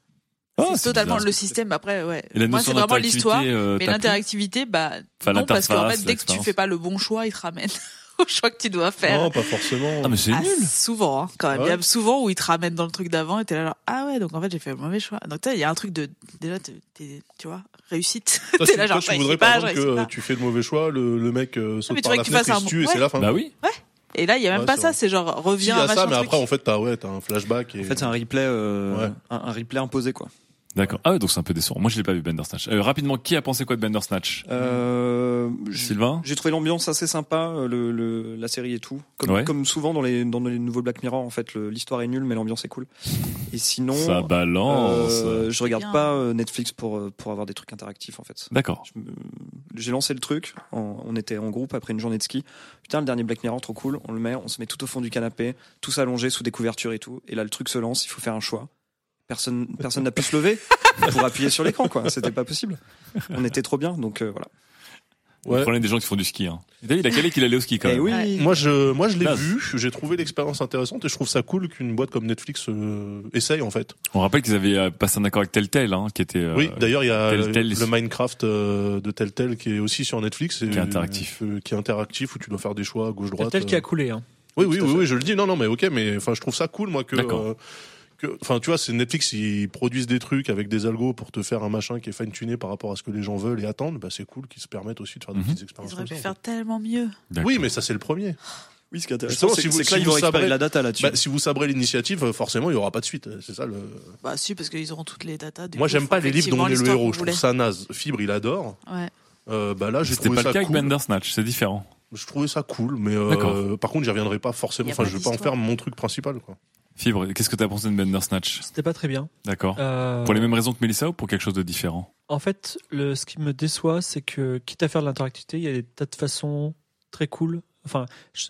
Ah, c'est totalement bizarre. le système après ouais. Et la Moi notion c'est vraiment d'interactivité, l'histoire. euh, Mais t'as l'interactivité, bah, Enfin, non, parce qu'en l'interface, fait, dès que tu l'expérience. fais pas le bon choix, ils te ramènent au choix que tu dois faire. Non, pas forcément. plus. Ah, mais c'est Ah, nul. souvent, hein, quand même. Ah Il y ouais a souvent où ils te ramènent dans le truc d'avant et t'es là, genre, ah ouais, donc en fait, j'ai fait le mauvais choix. Donc, tu sais, il y a un truc de, déjà, t'es- t'es- tu vois, réussite. Toi, t'es tu- là, toi, genre, tu je réussis voudrais pas, par je exemple que réussis euh, pas. tu fais le mauvais choix, le, le mec euh, saute mais tu par vois la que tu fenêtre, fasses il se un- tue et c'est ouais. la fin. Bah oui. Ouais. Et là, il y a même Ouais, pas c'est ça. vrai. C'est genre Si, il y reviens à a machin ça, mais ah, truc. après, en fait, t'as ouais, t'as un flashback. Et... En fait, c'est un replay, euh, Ouais. un, un replay imposé, quoi. D'accord. Ah ouais, donc c'est un peu décevant. Moi, je l'ai pas vu Bandersnatch. Euh, rapidement, qui a pensé quoi de Bandersnatch Euh, j- Sylvain j'ai trouvé l'ambiance assez sympa, euh, le, le- la série et tout. Comme, Ouais. comme souvent dans les, dans les nouveaux Black Mirror, en fait, le- l'histoire est nulle, mais l'ambiance est cool. Et sinon, Ça balance. euh, je regarde Bien. pas euh, Netflix pour, euh, pour avoir des trucs interactifs, en fait. D'accord. Je me- J'ai lancé le truc, en- on était en groupe après une journée de ski. Putain, le dernier Black Mirror, trop cool, on le met, on se met tout au fond du canapé, tous allongés sous des couvertures et tout. Et là, le truc se lance, il faut faire un choix. Personne personne n'a pu se lever pour appuyer sur l'écran, quoi. C'était pas possible. On était trop bien, donc euh, voilà. Le Ouais. problème des gens qui font du ski. Hein. T'as vu, il a calé qu'il allait au ski quand Eh même. oui, Ouais. Moi, je, moi, je l'ai Naze. vu, j'ai trouvé l'expérience intéressante et je trouve ça cool qu'une boîte comme Netflix euh, essaye, en fait. On rappelle qu'ils avaient euh, passé un accord avec Telltale, hein, qui était euh, oui, d'ailleurs, il y a Telltale- le Minecraft euh, de Telltale qui est aussi sur Netflix. et- Qui est interactif. euh, qui est interactif, où tu dois faire des choix à gauche-droite. Tel qui a euh. coulé. hein. Oui, oui, Tout à oui, fait. oui, je le dis. Non, non, mais ok, mais enfin, je trouve ça cool, moi, que. D'accord. euh, que- Enfin, tu vois, c'est Netflix, ils produisent des trucs avec des algos pour te faire un machin qui est fine-tuné par rapport à ce que les gens veulent et attendent. Bah, c'est cool qu'ils se permettent aussi de faire des Mhm. petites Ils expériences. auraient comme pu ça, en faire tellement mieux. fait. D'accord. Oui, mais ça, c'est le premier. oui, ce qui est intéressant, Justement, c'est si vous- c'est que là, si ils vous vont récupérer sabrez- de la data là-dessus. Bah, si vous sabrez l'initiative, euh, forcément, il y aura pas de suite. C'est ça le. Bah si, parce qu'ils auront toutes les datas. du Moi, coup, j'aime pas les livres dont on est le effectivement, héros. Je l'histoire trouve ça naze. Fibre, il adore. qu'on voulait. Ouais. Euh, bah là, j'ai C'était trouvé pas ça le cas avec cool. Bandersnatch, c'est différent. Je trouvais ça cool, mais D'accord. euh, par contre, j'y reviendrai pas forcément. Y a Enfin, pas je vais pas en d'histoire. faire mon truc principal. Quoi. Fibre, qu'est-ce que t'as pensé de Bandersnatch C'était pas très bien. D'accord. Euh, Pour les mêmes raisons que Mélissa ou pour quelque chose de différent En fait, le, ce qui me déçoit, c'est que, quitte à faire de l'interactivité, il y a des tas de façons très cool. Enfin, je-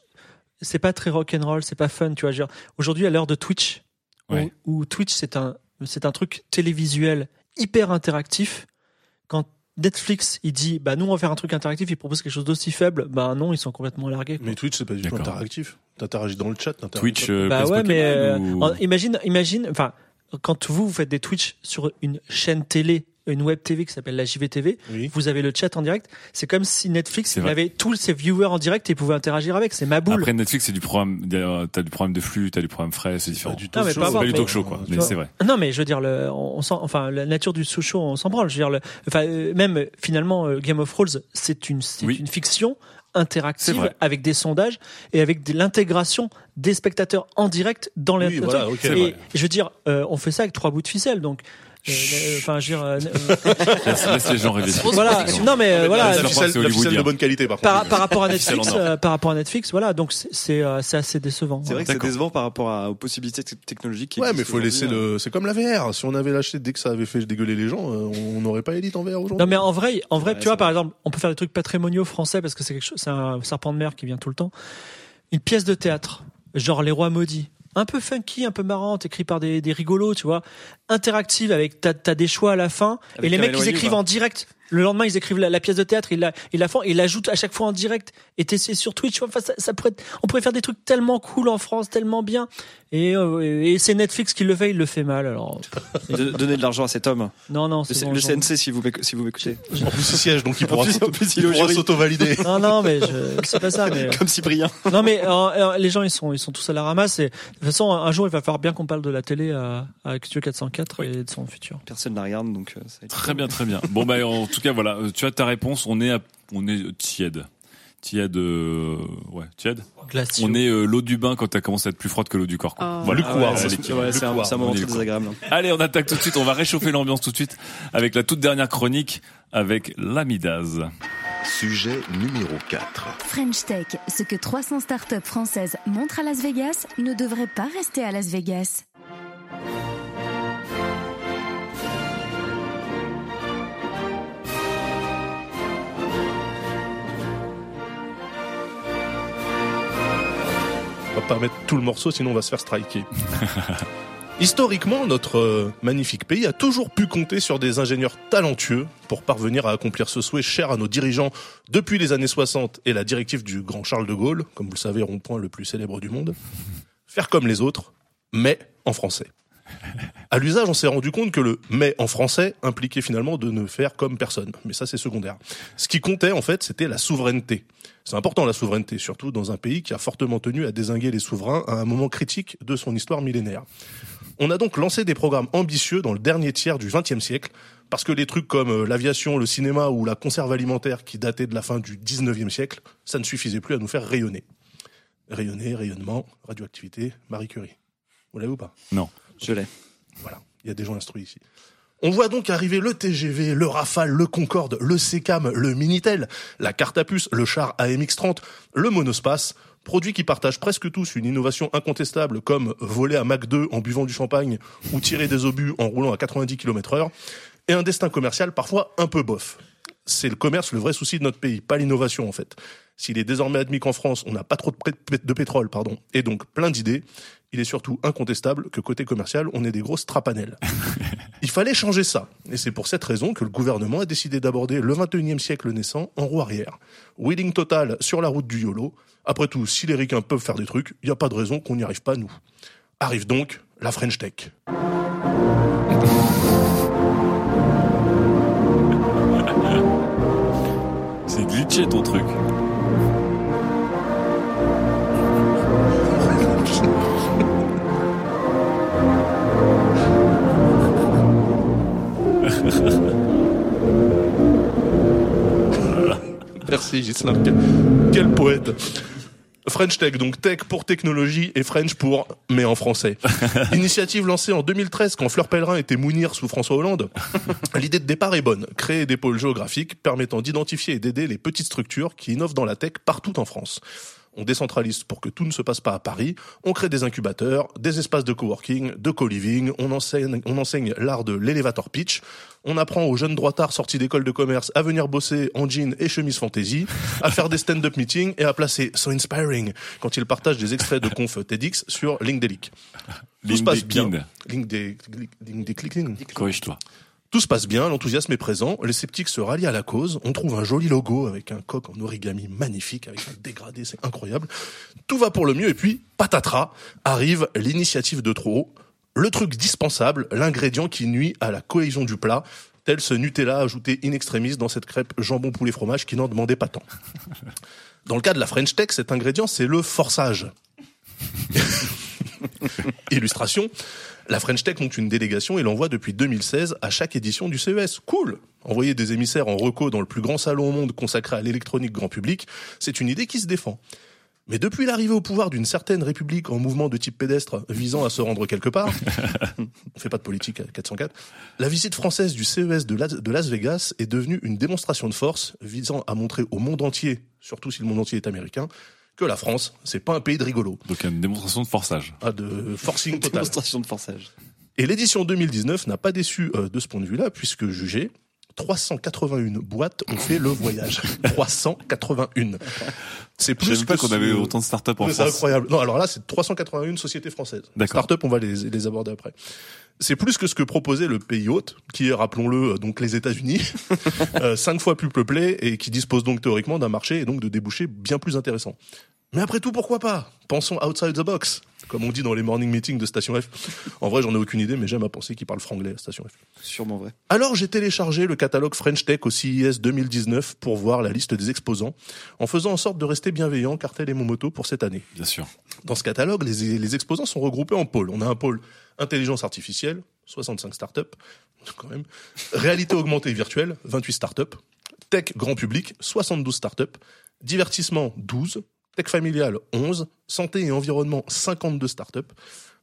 c'est pas très rock'n'roll, c'est pas fun, tu vois. je veux dire, Aujourd'hui, à l'heure de Twitch, où- Ouais. où, Twitch, c'est un, c'est un truc télévisuel hyper interactif. Quand Netflix, il dit, bah nous, on va faire un truc interactif, il propose quelque chose d'aussi faible, bah non, ils sont complètement largués. quoi. Mais Twitch, c'est pas du tout D'accord. interactif. T'interagis dans le chat. t'interagis Twitch, pas. euh, bah Place ouais, mais euh, Pokémon ou- en- imagine, imagine, enfin, quand vous, vous faites des Twitch sur une chaîne télé, une web TV qui s'appelle la JVTV, Oui. vous avez le chat en direct. C'est comme si Netflix C'est il vrai. avait tous ses viewers en direct et pouvait interagir avec. C'est ma boule. Après Netflix, c'est du programme. d'ailleurs, T'as du programme de flux, t'as du programme frais, c'est différent. du Non, mais show. pas C'est avoir, pas du mais- talk show, quoi. Tu Mais vois. c'est vrai. non mais je veux dire, le, on, on s'en- enfin la nature du sous show, on s'en branle. Je veux dire, le, enfin euh, même euh, finalement euh, Game of Thrones, c'est une c'est Oui. une fiction C'est interactive vrai. avec des sondages et avec de l'intégration des spectateurs en direct dans Oui, l'interview. voilà, ok. C'est et vrai. je veux dire, euh, on fait ça avec trois bouts de ficelle, donc. euh, euh, Enfin, je veux dire, euh, Laisse, laisse les gens rêver. euh, voilà. Non, mais euh, voilà. je la crois que ficelle, c'est hein. la ficelle de hollywoodien. bonne qualité, par par, contre. par rapport à ficelle en Netflix, or. euh, par rapport à Netflix, voilà. Donc c'est- c'est euh, c'est assez décevant. C'est vrai que c'est D'accord. décevant par rapport à- aux possibilités te- technologiques. qui Ouais, mais existent faut laisser aujourd'hui, hein. le. C'est comme la VR. Si on avait lâché dès que ça avait fait dégueuler les gens, euh, on n'aurait pas élite en VR aujourd'hui. Non mais en vrai, en vrai, Ouais, tu vois c'est par exemple, on peut faire des trucs patrimoniaux français parce que c'est quelque chose, c'est un serpent de mer qui vient tout le temps. Une pièce de théâtre, genre Les Rois maudits, un peu funky, un peu marrante, écrit par des, des rigolos, tu vois, interactive avec t'as t'as des choix à la fin Avec et les Kamel mecs ils Wally, écrivent quoi. en direct. Le lendemain ils écrivent la, la pièce de théâtre, ils la ils la font et ils l'ajoutent à chaque fois en direct. Et t'es c'est sur Twitch, tu vois, enfin, ça, ça pourrait, être- on pourrait faire des trucs tellement cool en France, tellement bien. Et, euh, et c'est Netflix qui le fait, il le fait mal. Alors hein. De- Donner de l'argent à cet homme. non non, Le, c'est bon, le j'en- CNC, si vous m'éc- si vous m'écoutez. En plus, il siège, donc il pourra En plus- s'auto- en plus, il est il au pourra jury. s'auto-valider. non non mais je- c'est pas ça mais Comme Cyprien. Non mais euh, euh, les gens ils sont ils sont tous à la ramasse et de toute façon un jour il va falloir bien qu'on parle de la télé à, à Studio 404 et de son futur. Personne la regarde, donc euh, ça va être- Très bien, très bien. Bon, bah, en tout cas, voilà. Euh, Tu as ta réponse. On est, à- on est euh, tiède. Tiède, euh, ouais, tiède. On est euh, l'eau du bain quand t'as commencé à être plus froide que l'eau du corps. quoi. Oh. Voilà. Ah ouais, Voilà, ça se- l'équipe. ouais, c'est un, Lukewarm, c'est un on moment est très lukewarm. désagréable. Allez, on attaque tout de suite. On va réchauffer l'ambiance tout de suite avec la toute dernière chronique avec l'amidase. Sujet numéro 4. French Tech, ce que 300 startups françaises montrent à Las Vegas ne devrait pas rester à Las Vegas. On va pas mettre tout le morceau, sinon on va se faire striker. Historiquement, notre euh, magnifique pays a toujours pu compter sur des ingénieurs talentueux pour parvenir à accomplir ce souhait cher à nos dirigeants depuis les années 60 et la directive du grand Charles de Gaulle, comme vous le savez, rond-point le plus célèbre du monde. Faire comme les autres, mais en français. À l'usage, on s'est rendu compte que le mais en français impliquait finalement de ne faire comme personne. Mais ça, c'est secondaire. Ce qui comptait, en fait, c'était la souveraineté. C'est important, la souveraineté, surtout dans un pays qui a fortement tenu à désinguer les souverains à un moment critique de son histoire millénaire. On a donc lancé des programmes ambitieux dans le dernier tiers du XXe siècle, parce que les trucs comme euh, l'aviation, le cinéma ou la conserve alimentaire qui dataient de la fin du XIXe siècle, ça ne suffisait plus à nous faire rayonner. Rayonner, rayonnement, radioactivité, Marie Curie. Vous l'avez ou pas Je l'ai. Voilà, il y a des gens instruits ici. On voit donc arriver le TGV, le Rafale, le Concorde, le Secam, le Minitel, la carte à puce, le char AMX-30, le monospace, produits qui partagent presque tous une innovation incontestable comme voler à Mac 2 en buvant du champagne ou tirer des obus en roulant à 90 km heure, et un destin commercial parfois un peu bof. C'est le commerce le vrai souci de notre pays, pas l'innovation en fait. S'il est désormais admis qu'en France, on n'a pas trop de, pré- de pétrole, pardon, et donc plein d'idées, il est surtout incontestable que côté commercial, on est des grosses trapanelles. Il fallait changer ça. Et c'est pour cette raison que le gouvernement a décidé d'aborder le 21e siècle naissant en roue arrière. Wheeling total sur la route du YOLO. Après tout, si les ricains peuvent faire des trucs, il n'y a pas de raison qu'on n'y arrive pas, nous. Arrive donc la French Tech. C'est glitché ton truc. Merci Gislain, quel, quel poète French Tech, donc tech pour technologie et French pour mais en français. Initiative lancée en 2013 quand Fleur Pellerin était Mounir sous François Hollande. L'idée de départ est bonne, créer des pôles géographiques permettant d'identifier et d'aider les petites structures qui innovent dans la tech partout en France. On décentralise pour que tout ne se passe pas à Paris, on crée des incubateurs, des espaces de coworking, de co-living, on enseigne, on enseigne l'art de l'elevator pitch, on apprend aux jeunes droitards sortis d'école de commerce à venir bosser en jean et chemise fantaisie, à faire des stand-up meetings et à placer So Inspiring quand ils partagent des extraits de conf TEDx sur LinkedIn. Tout se passe bien. LinkedIn. LinkedIn, LinkedIn. Corrige-toi. Tout se passe bien, l'enthousiasme est présent, les sceptiques se rallient à la cause, on trouve un joli logo avec un coq en origami magnifique, avec un dégradé, c'est incroyable. Tout va pour le mieux et puis, patatras, arrive l'initiative de trop, le truc dispensable, l'ingrédient qui nuit à la cohésion du plat, tel ce Nutella ajouté in extremis dans cette crêpe jambon poulet fromage qui n'en demandait pas tant. Dans le cas de la French Tech, cet ingrédient, c'est le forçage. Illustration. La French Tech monte une délégation et l'envoie depuis 2016 à chaque édition du CES. Cool Envoyer des émissaires en reco dans le plus grand salon au monde consacré à l'électronique grand public, c'est une idée qui se défend. Mais depuis l'arrivée au pouvoir d'une certaine république en mouvement de type pédestre visant à se rendre quelque part, on fait pas de politique à 404, la visite française du CES de Las, de Las Vegas est devenue une démonstration de force visant à montrer au monde entier, surtout si le monde entier est américain, que la France, c'est pas un pays de rigolo, Donc une démonstration de forçage. ah, de forcing total. Démonstration de forçage. Et l'édition 2019 n'a pas déçu euh, de ce point de vue-là, puisque jugé, 381 boîtes ont fait le voyage. 381. C'est Je plus savais pas que qu'on ce- avait autant de startups en Mais C'est France. incroyable. Non, alors là, c'est 381 sociétés françaises. D'accord. Startup, on va les, les aborder après. C'est plus que ce que proposait le pays hôte, qui est, rappelons-le, euh, donc les États-Unis, euh, cinq fois plus peuplé et qui dispose donc théoriquement d'un marché et donc de débouchés bien plus intéressants. Mais après tout, pourquoi pas Pensons outside the box, comme on dit dans les morning meetings de Station F. En vrai, j'en ai aucune idée, mais j'aime à penser qu'ils parlent franglais à Station F. Sûrement vrai. Alors j'ai téléchargé le catalogue French Tech au E CIS 2019 pour voir la liste des exposants, en faisant en sorte de rester bienveillant, Cartel et Momoto pour cette année. Bien sûr. Dans ce catalogue, les, les exposants sont regroupés en pôles. On a un pôle intelligence artificielle, 65 startups, quand même. Réalité augmentée et virtuelle, 28 startups. Tech grand public, 72 startups. Divertissement, 12. Tech familiale, 11. Santé et environnement, 52 startups.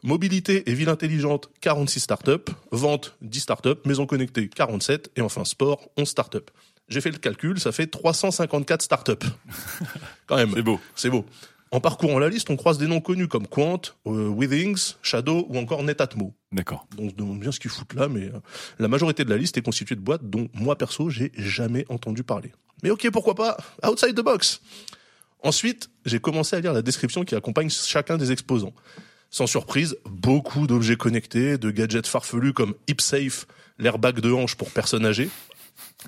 Mobilité et ville intelligente, 46 startups. Vente, 10 startups. Maison connectée, 47. Et enfin sport, 11 startups. J'ai fait le calcul, ça fait 354 startups. Quand même. C'est beau. C'est beau. En parcourant la liste, on croise des noms connus comme Quant, euh, Withings, Shadow ou encore Netatmo. D'accord. On se demande bien ce qu'ils foutent là, mais euh, la majorité de la liste est constituée de boîtes dont moi perso, j'ai jamais entendu parler. Mais ok, pourquoi pas Outside the box Ensuite, j'ai commencé à lire la description qui accompagne chacun des exposants. Sans surprise, beaucoup d'objets connectés, de gadgets farfelus comme HipSafe, l'airbag de hanche pour personnes âgées.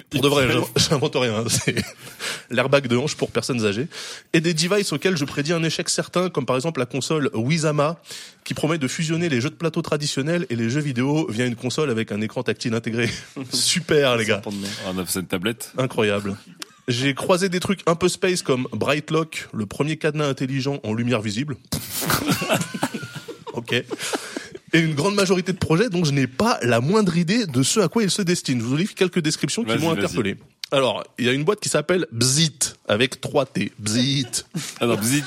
Pour de vrai, j'in- j'invente rien. hein, c'est l'airbag de hanche pour personnes âgées. Et des devices auxquels je prédis un échec certain, comme par exemple la console Wizama, qui promet de fusionner les jeux de plateau traditionnels et les jeux vidéo via une console avec un écran tactile intégré. Super, les gars. Pour demain. On a fait une tablette. Incroyable. J'ai croisé des trucs un peu space comme Brightlock, le premier cadenas intelligent en lumière visible. ok. Et une grande majorité de projets dont je n'ai pas la moindre idée de ce à quoi ils se destinent. Je vous livre quelques descriptions qui Vas-y, m'ont vas-y. interpellé. Alors, il y a une boîte qui s'appelle Bzit, avec 3 T. Bzit. Alors, bzit.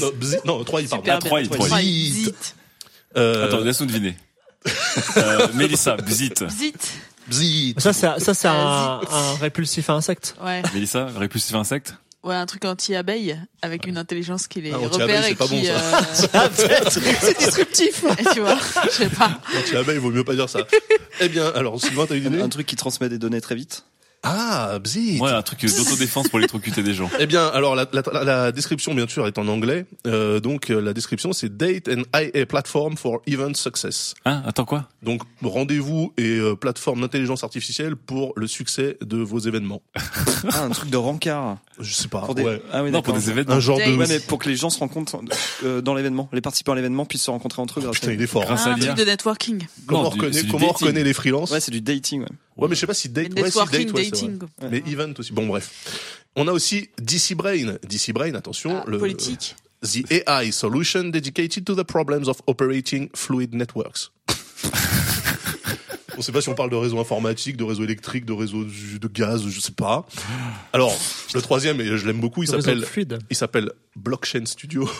non, Bzit, non, 3 I, pardon. Ah, trois i, trois i. Bzit. Zit. Euh, Attends, laisse-nous deviner. euh, Mélissa, bzit. Zit. Bzit. Ça, c'est un- ça, c'est un, un répulsif à insectes. Ouais. Mélissa, répulsif insecte Ouais, un truc anti-abeille avec une intelligence qui les Ah, anti-abeille, repère c'est et pas bon, qui. euh, ça. c'est disruptif. tu vois, je sais pas. Quand tu l'abeille, il vaut mieux pas dire ça. eh bien, alors, Sylvain, t'as une idée Un truc qui transmet des données très vite. Ah, Bzit. Ouais, un truc euh, d'autodéfense pour électrocuter des gens. Eh bien, alors la, la- la description, bien sûr, est en anglais. Euh, donc, euh, la description, c'est Date and IA Platform for Event Success. Hein Attends, quoi Donc, rendez-vous et euh, plateforme d'intelligence artificielle pour le succès de vos événements. Ah, un truc de rencard. Je sais pas. Pour des- ouais. Ah oui, Non, pour d'accord. des événements. Un genre de. Date. Ouais, mais pour que les gens se rencontrent euh, dans l'événement, les participants à l'événement puissent se rencontrer entre eux. grâce Putain, à- il est fort. Grâce Ah, à un l'IA. truc de networking. hein. Comment on du- c'est reconnaît, du comment on dating. reconnaît les freelances Ouais, c'est du dating. Ouais. Ouais, mais je sais pas si date, ouais, si networking, date, ouais, c'est vrai. dating. Mais event aussi. Bon, bref. On a aussi DC Brain. DC Brain, attention. Ah, le, Politique. The AI solution dedicated to the problems of operating fluid networks. on sait pas si on parle de réseau informatique, de réseau électrique, de réseau de gaz, je sais pas. Alors, le troisième, et je l'aime beaucoup, il Le réseau s'appelle, fluide. il s'appelle Blockchain Studio.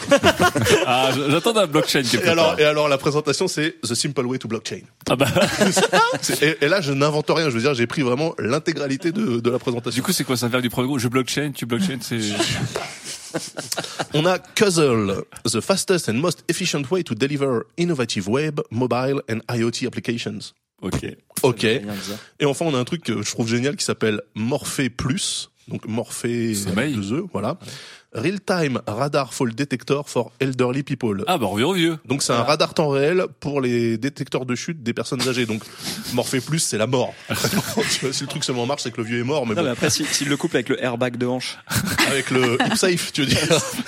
Ah, je- j'attends un blockchain qui est Et alors, et alors, la présentation, c'est The Simple Way to Blockchain. Ah bah, C'est- Et, et là, je n'invente rien, je veux dire, j'ai pris vraiment l'intégralité de, de la du présentation. coup, c'est quoi ça faire du premier groupe Je blockchain, tu blockchain, c'est. On a Cuzzle, the fastest and most efficient way to deliver innovative web, mobile and IoT applications. Ok. Ok. Ça veut rien dire. Et enfin, on a un truc que je trouve génial qui s'appelle Morphée Plus. Donc Morphée Sommeil. 2E, voilà. Real Time Radar Fall Detector for Elderly People. Ah bah, on revient au vieux. Ah, Donc c'est un radar temps réel pour les détecteurs de chute des personnes âgées. Donc Morphée Plus, c'est la mort. Tu vois, si le truc seulement marche, c'est que le vieux est mort, mais Non, mais bon, après, s'il s'il le couple avec le airbag de hanche, avec le hip safe, tu veux dire.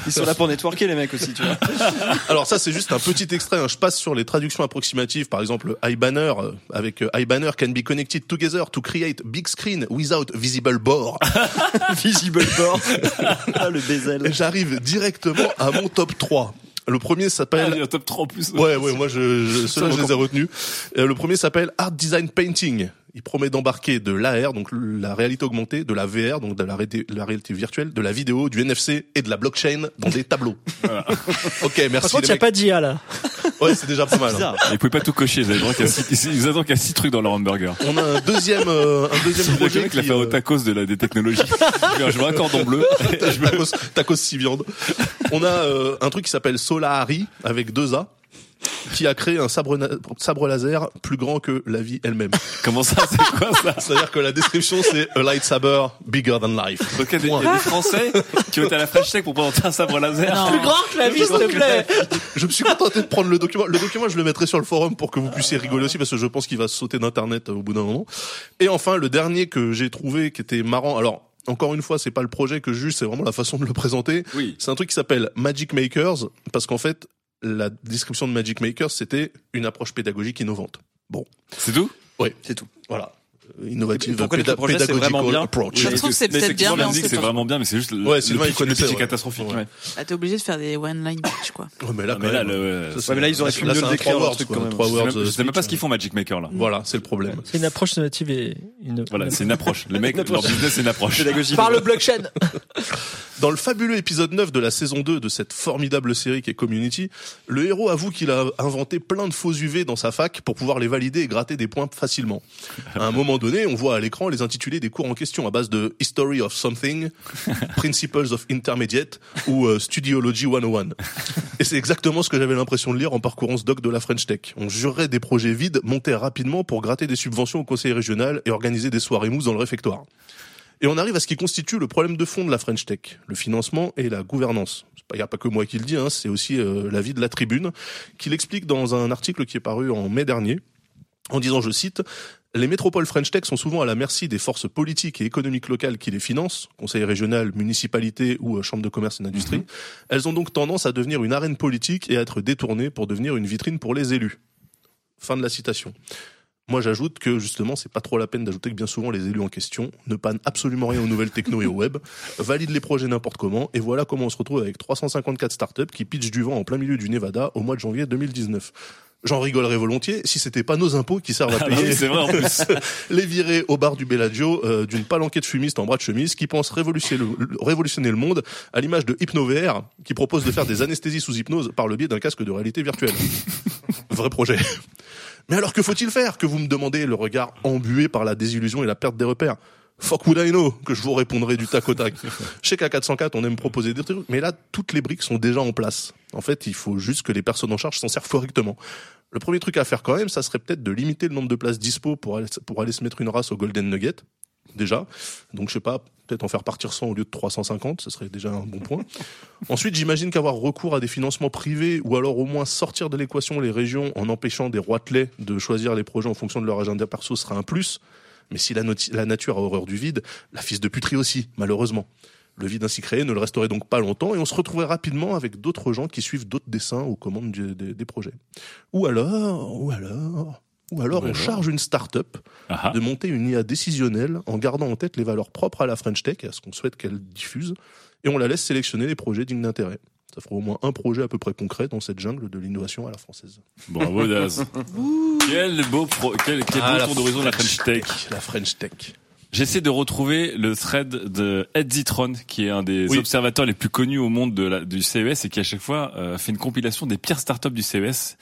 ils sont là pour networker, les mecs aussi, tu vois. Alors ça, c'est juste un petit extrait. hein. Je passe sur les traductions approximatives. Par exemple, iBanner euh, avec euh, iBanner can be connected together to create big screen without visible bore. Visible board. ah, le Et bezel. J'arrive directement à mon top 3. Le premier Ah, il y s'appelle... a un top 3 en plus. Ouais, ouais, moi, je, je, ceux-là, Ça, je les ai retenus. Euh, le premier s'appelle Art Design Painting. Il promet d'embarquer de l'AR, donc la réalité augmentée, de la VR, donc de la, réalité- la réalité virtuelle, de la vidéo, du NFC et de la blockchain dans des tableaux. Ok, Par merci contre, les il n'y a mecs. pas d'IA là. Ouais, c'est déjà pas mal. hein. Bizarre. Ils pouvaient pas tout cocher, ils avaient le droit qu'il y a six- ils avaient le droit qu'il y a 6 trucs dans leur hamburger. On a un deuxième, euh, un deuxième Le projet mec l'a qui, fait euh, au tacos de la, des technologies. je me raccorde en bleu. Je me- tacos, tacos six viandes. On a euh, un truc qui s'appelle Solari avec deux A qui a créé un sabre, na- sabre laser plus grand que la vie elle-même. Comment ça, c'est quoi ça C'est-à-dire que la description c'est a lightsaber bigger than life. Donc, il y a des- il y a des Français qui ont été à la French Tech pour présenter un sabre laser. Non. Plus grand que la vie, s'il te plaît. Je me suis contenté de prendre le document. Le document, je le mettrai sur le forum pour que vous puissiez rigoler aussi, parce que je pense qu'il va sauter d'internet euh, au bout d'un moment. Et enfin, le dernier que j'ai trouvé qui était marrant. Alors, encore une fois, c'est pas le projet que je juge, c'est vraiment la façon de le présenter. Oui. C'est un truc qui s'appelle Magic Makers, parce qu'en fait, la description de Magic Makers, c'était une approche pédagogique innovante. Bon, C'est tout C'est tout. voilà. Euh, Et Innovative pourquoi le péda- projet, c'est pedagogical vraiment bien approach. Je trouve que c'est Mais peut-être bien, effectivement, mais la on musique, sait c'est pas. vraiment bien, mais c'est juste le, Ouais, le Sylvain, il pitch- le connaissait, pitch est ouais. catastrophique. Ouais. Bah, t'es obligé de faire des one-line pitch, quoi. Ouais, mais là, Ah, quand mais là, même, le- ça, c'est Ouais, mais là, un- ils auraient pu là, c'est mieux le un décrire, trois le words, truc, quoi, quand même. trois Je sais words, même- je euh, sais même pas ce qu'ils font Magic Maker là. Voilà, c'est le problème. C'est une approche innovative et une. Voilà, c'est une approche. Les mecs, leur business, c'est une approche. Pédagogie. Par le blockchain. Dans le fabuleux épisode 9 de la saison 2 de cette formidable série qui est Community, le héros avoue qu'il a inventé plein de faux UV dans sa fac pour pouvoir les valider et gratter des points facilement. À un moment donné, on voit à l'écran les intitulés des cours en question à base de History of Something, Principles of Intermediate ou euh, Studiology 101. Et c'est exactement ce que j'avais l'impression de lire en parcourant ce doc de la French Tech. On jurerait des projets vides montés rapidement pour gratter des subventions au conseil régional et organiser des soirées mousses dans le réfectoire. Et on arrive à ce qui constitue le problème de fond de la French Tech, le financement et la gouvernance. Il n'y a pas que moi qui le dis, hein, c'est aussi euh, l'avis de la tribune, qui l'explique dans un article qui est paru en mai dernier, en disant, je cite, Les métropoles French Tech sont souvent à la merci des forces politiques et économiques locales qui les financent, conseil régional, municipalité ou euh, chambre de commerce et d'industrie. Elles ont donc tendance à devenir une arène politique et à être détournées pour devenir une vitrine pour les élus. Fin de la citation. Moi, j'ajoute que justement, c'est pas trop la peine d'ajouter que bien souvent, les élus en question ne pannent absolument rien aux nouvelles techno et au web, valident les projets n'importe comment, et voilà comment on se retrouve avec 354 startups qui pitchent du vent en plein milieu du Nevada au mois de janvier 2019. J'en rigolerais volontiers si c'était pas nos impôts qui servent à Ah oui, payer c'est vrai en plus. les virés au bar du Bellagio euh, d'une palanquée de fumistes en bras de chemise qui pensent révolutionner le, le- révolutionner le monde à l'image de HypnoVR qui propose de faire des anesthésies sous hypnose par le biais d'un casque de réalité virtuelle. Vrai projet. Mais alors que faut-il faire que vous me demandez le regard embué par la désillusion et la perte des repères Fuck would I know que je vous répondrai du tac au tac. Je sais qu'à 404, on aime proposer des trucs, mais là, toutes les briques sont déjà en place. En fait, il faut juste que les personnes en charge s'en servent correctement. Le premier truc à faire quand même, ça serait peut-être de limiter le nombre de places dispo pour aller, pour aller se mettre une race au Golden Nugget. Déjà. Donc, je sais pas, peut-être en faire partir 100 au lieu de 350, ce serait déjà un bon point. Ensuite, j'imagine qu'avoir recours à des financements privés ou alors au moins sortir de l'équation les régions en empêchant des roitelets de choisir les projets en fonction de leur agenda perso sera un plus. Mais si la, noti- la nature a horreur du vide, la fils de puterie aussi, malheureusement. Le vide ainsi créé ne le resterait donc pas longtemps et on se retrouverait rapidement avec d'autres gens qui suivent d'autres dessins aux commandes du- des- des projets. Ou alors, ou alors, ou alors Ou on alors. charge une start-up Ah, ah. de monter une IA décisionnelle en gardant en tête les valeurs propres à la French Tech, et à ce qu'on souhaite qu'elle diffuse, et on la laisse sélectionner les projets dignes d'intérêt. Ça fera au moins un projet à peu près concret dans cette jungle de l'innovation à la française. Bravo Daz. quel beau, pro- quel, quel beau tour d'horizon de la French Tech. La French Ah, Tech. J'essaie de retrouver le thread de Ed Zitron, qui est un des Oui. observateurs les plus connus au monde de la- du CES et qui à chaque fois euh, fait une compilation des pires startups du CES.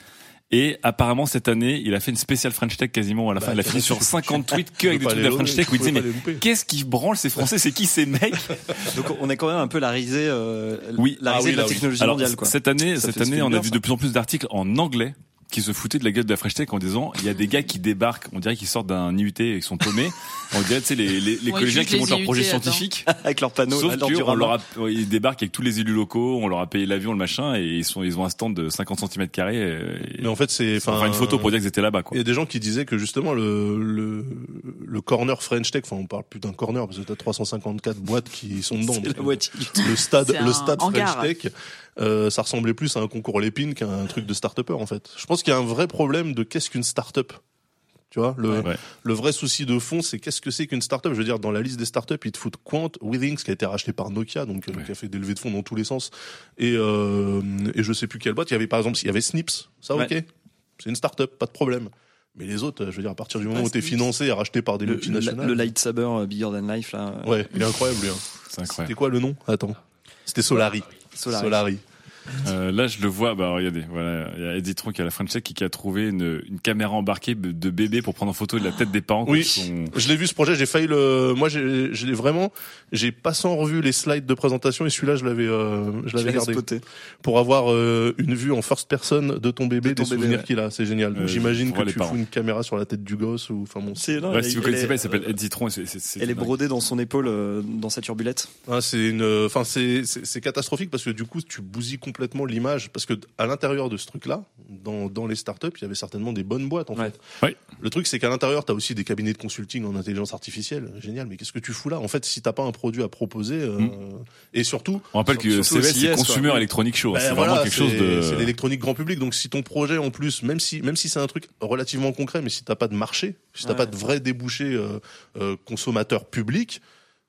Et apparemment cette année, il a fait une spéciale French Tech quasiment à la Bah, fin. Il a tu fini vois, sur tu- 50 tu- tweets tu que avec peux des pas trucs de les la French louper, Tech. tu Où il disait peux mais pas les louper. qu'est-ce qui branle ces Français C'est qui ces mecs Donc on est quand même un peu la risée, euh, Oui. la Ah risée oui, de la là, oui. technologie Alors, mondiale. Quoi. Cette année, Ça cette fait année, on a Spielberg, vu ça. de plus en plus d'articles en anglais qui se foutaient de la gueule de la French Tech en disant il y a des gars qui débarquent, on dirait qu'ils sortent d'un IUT et qu'ils sont paumés. on dirait tu sais les, les, les Ouais, collégiens juste qui les montent leur IUT, projet attends. scientifique. Avec leur panneau, Sauf là, leur que on diorama. leur a, ils débarquent avec tous les élus locaux, on leur a payé l'avion, le machin, et ils sont, ils ont un stand de 50 cm carrés. Mais en fait, c'est. Enfin, une photo pour dire qu'ils étaient là-bas, quoi. Il y a des gens qui disaient que justement le, le, le corner French Tech, enfin on parle plus d'un corner parce que t'as 354 boîtes qui sont dedans. C'est la Donc, moitié du le stade, C'est le un stade hangar. French Tech, euh, ça ressemblait plus à un concours l'épine qu'à un truc de start-upper en fait. Je pense qu'il y a un vrai problème de qu'est-ce qu'une start-up. Tu vois, le, Ouais. le vrai souci de fond, c'est qu'est-ce que c'est qu'une start-up Je veux dire, dans la liste des start-up, ils te foutent Quant, Withings, qui a été racheté par Nokia, donc euh, Ouais. qui a fait des levées de fonds dans tous les sens, et, euh, et je sais plus quelle boîte. Il y avait par exemple, il y avait Snips, ça Ouais. ok, c'est une start-up, pas de problème. Mais les autres, euh, je veux dire, à partir du moment Ouais, où t'es Snips. financé et racheté par des Le, le, multinationales. le lightsaber euh, Bigger Than Life, là. euh, Ouais, il est incroyable lui. hein. C'est C'était incroyable. quoi le nom Attends. Ah. C'était Solari. Solaris. Euh, là, je le vois, bah, regardez, voilà, il y a Editron qui a la French Tech qui qui a trouvé une, une caméra embarquée de de bébé pour prendre en photo de la tête des parents. Oui. qui sont- Je l'ai vu ce projet, j'ai failli le. euh, Moi, j'ai je l'ai vraiment. J'ai passé en revue les slides de présentation et celui-là, je l'avais, euh, je Tu l'avais l'as gardé spoté. pour avoir euh, une vue en first person de ton bébé, De ton des bébé, souvenirs ouais. qu'il a. C'est génial. Donc, Euh, J'imagine pour que les tu parents. fous une caméra sur la tête du gosse ou enfin bon. c'est- C'est- non, Ouais, elle- si vous connaissez elle pas, est- il s'appelle Ed Zitron et c'est, c'est, c'est Elle est dingue. brodée dans son épaule, euh, dans sa turbulette. Ah, c'est une. euh, Enfin, c'est c'est c'est catastrophique parce que du coup, tu bousilles complètement l'image parce que à l'intérieur de ce truc-là, dans dans les startups, il y avait certainement des bonnes boîtes en Ouais. fait. Ouais. Le truc, c'est qu'à l'intérieur, t'as aussi des cabinets de consulting en intelligence artificielle. Génial. Mais qu'est-ce que tu fous là En fait, si t'as pas un produit à proposer euh, et surtout, Hmm. On rappelle que Surtout au CES, c'est CES, Consumer quoi. Electronic Show. hein. Ben c'est voilà, vraiment quelque chose c'est- de. C'est l'électronique grand public. Donc si ton projet en plus, même si même si c'est un truc relativement concret, mais si t'as pas de marché, si t'as Ouais. pas de vrai débouché euh, euh, consommateur public,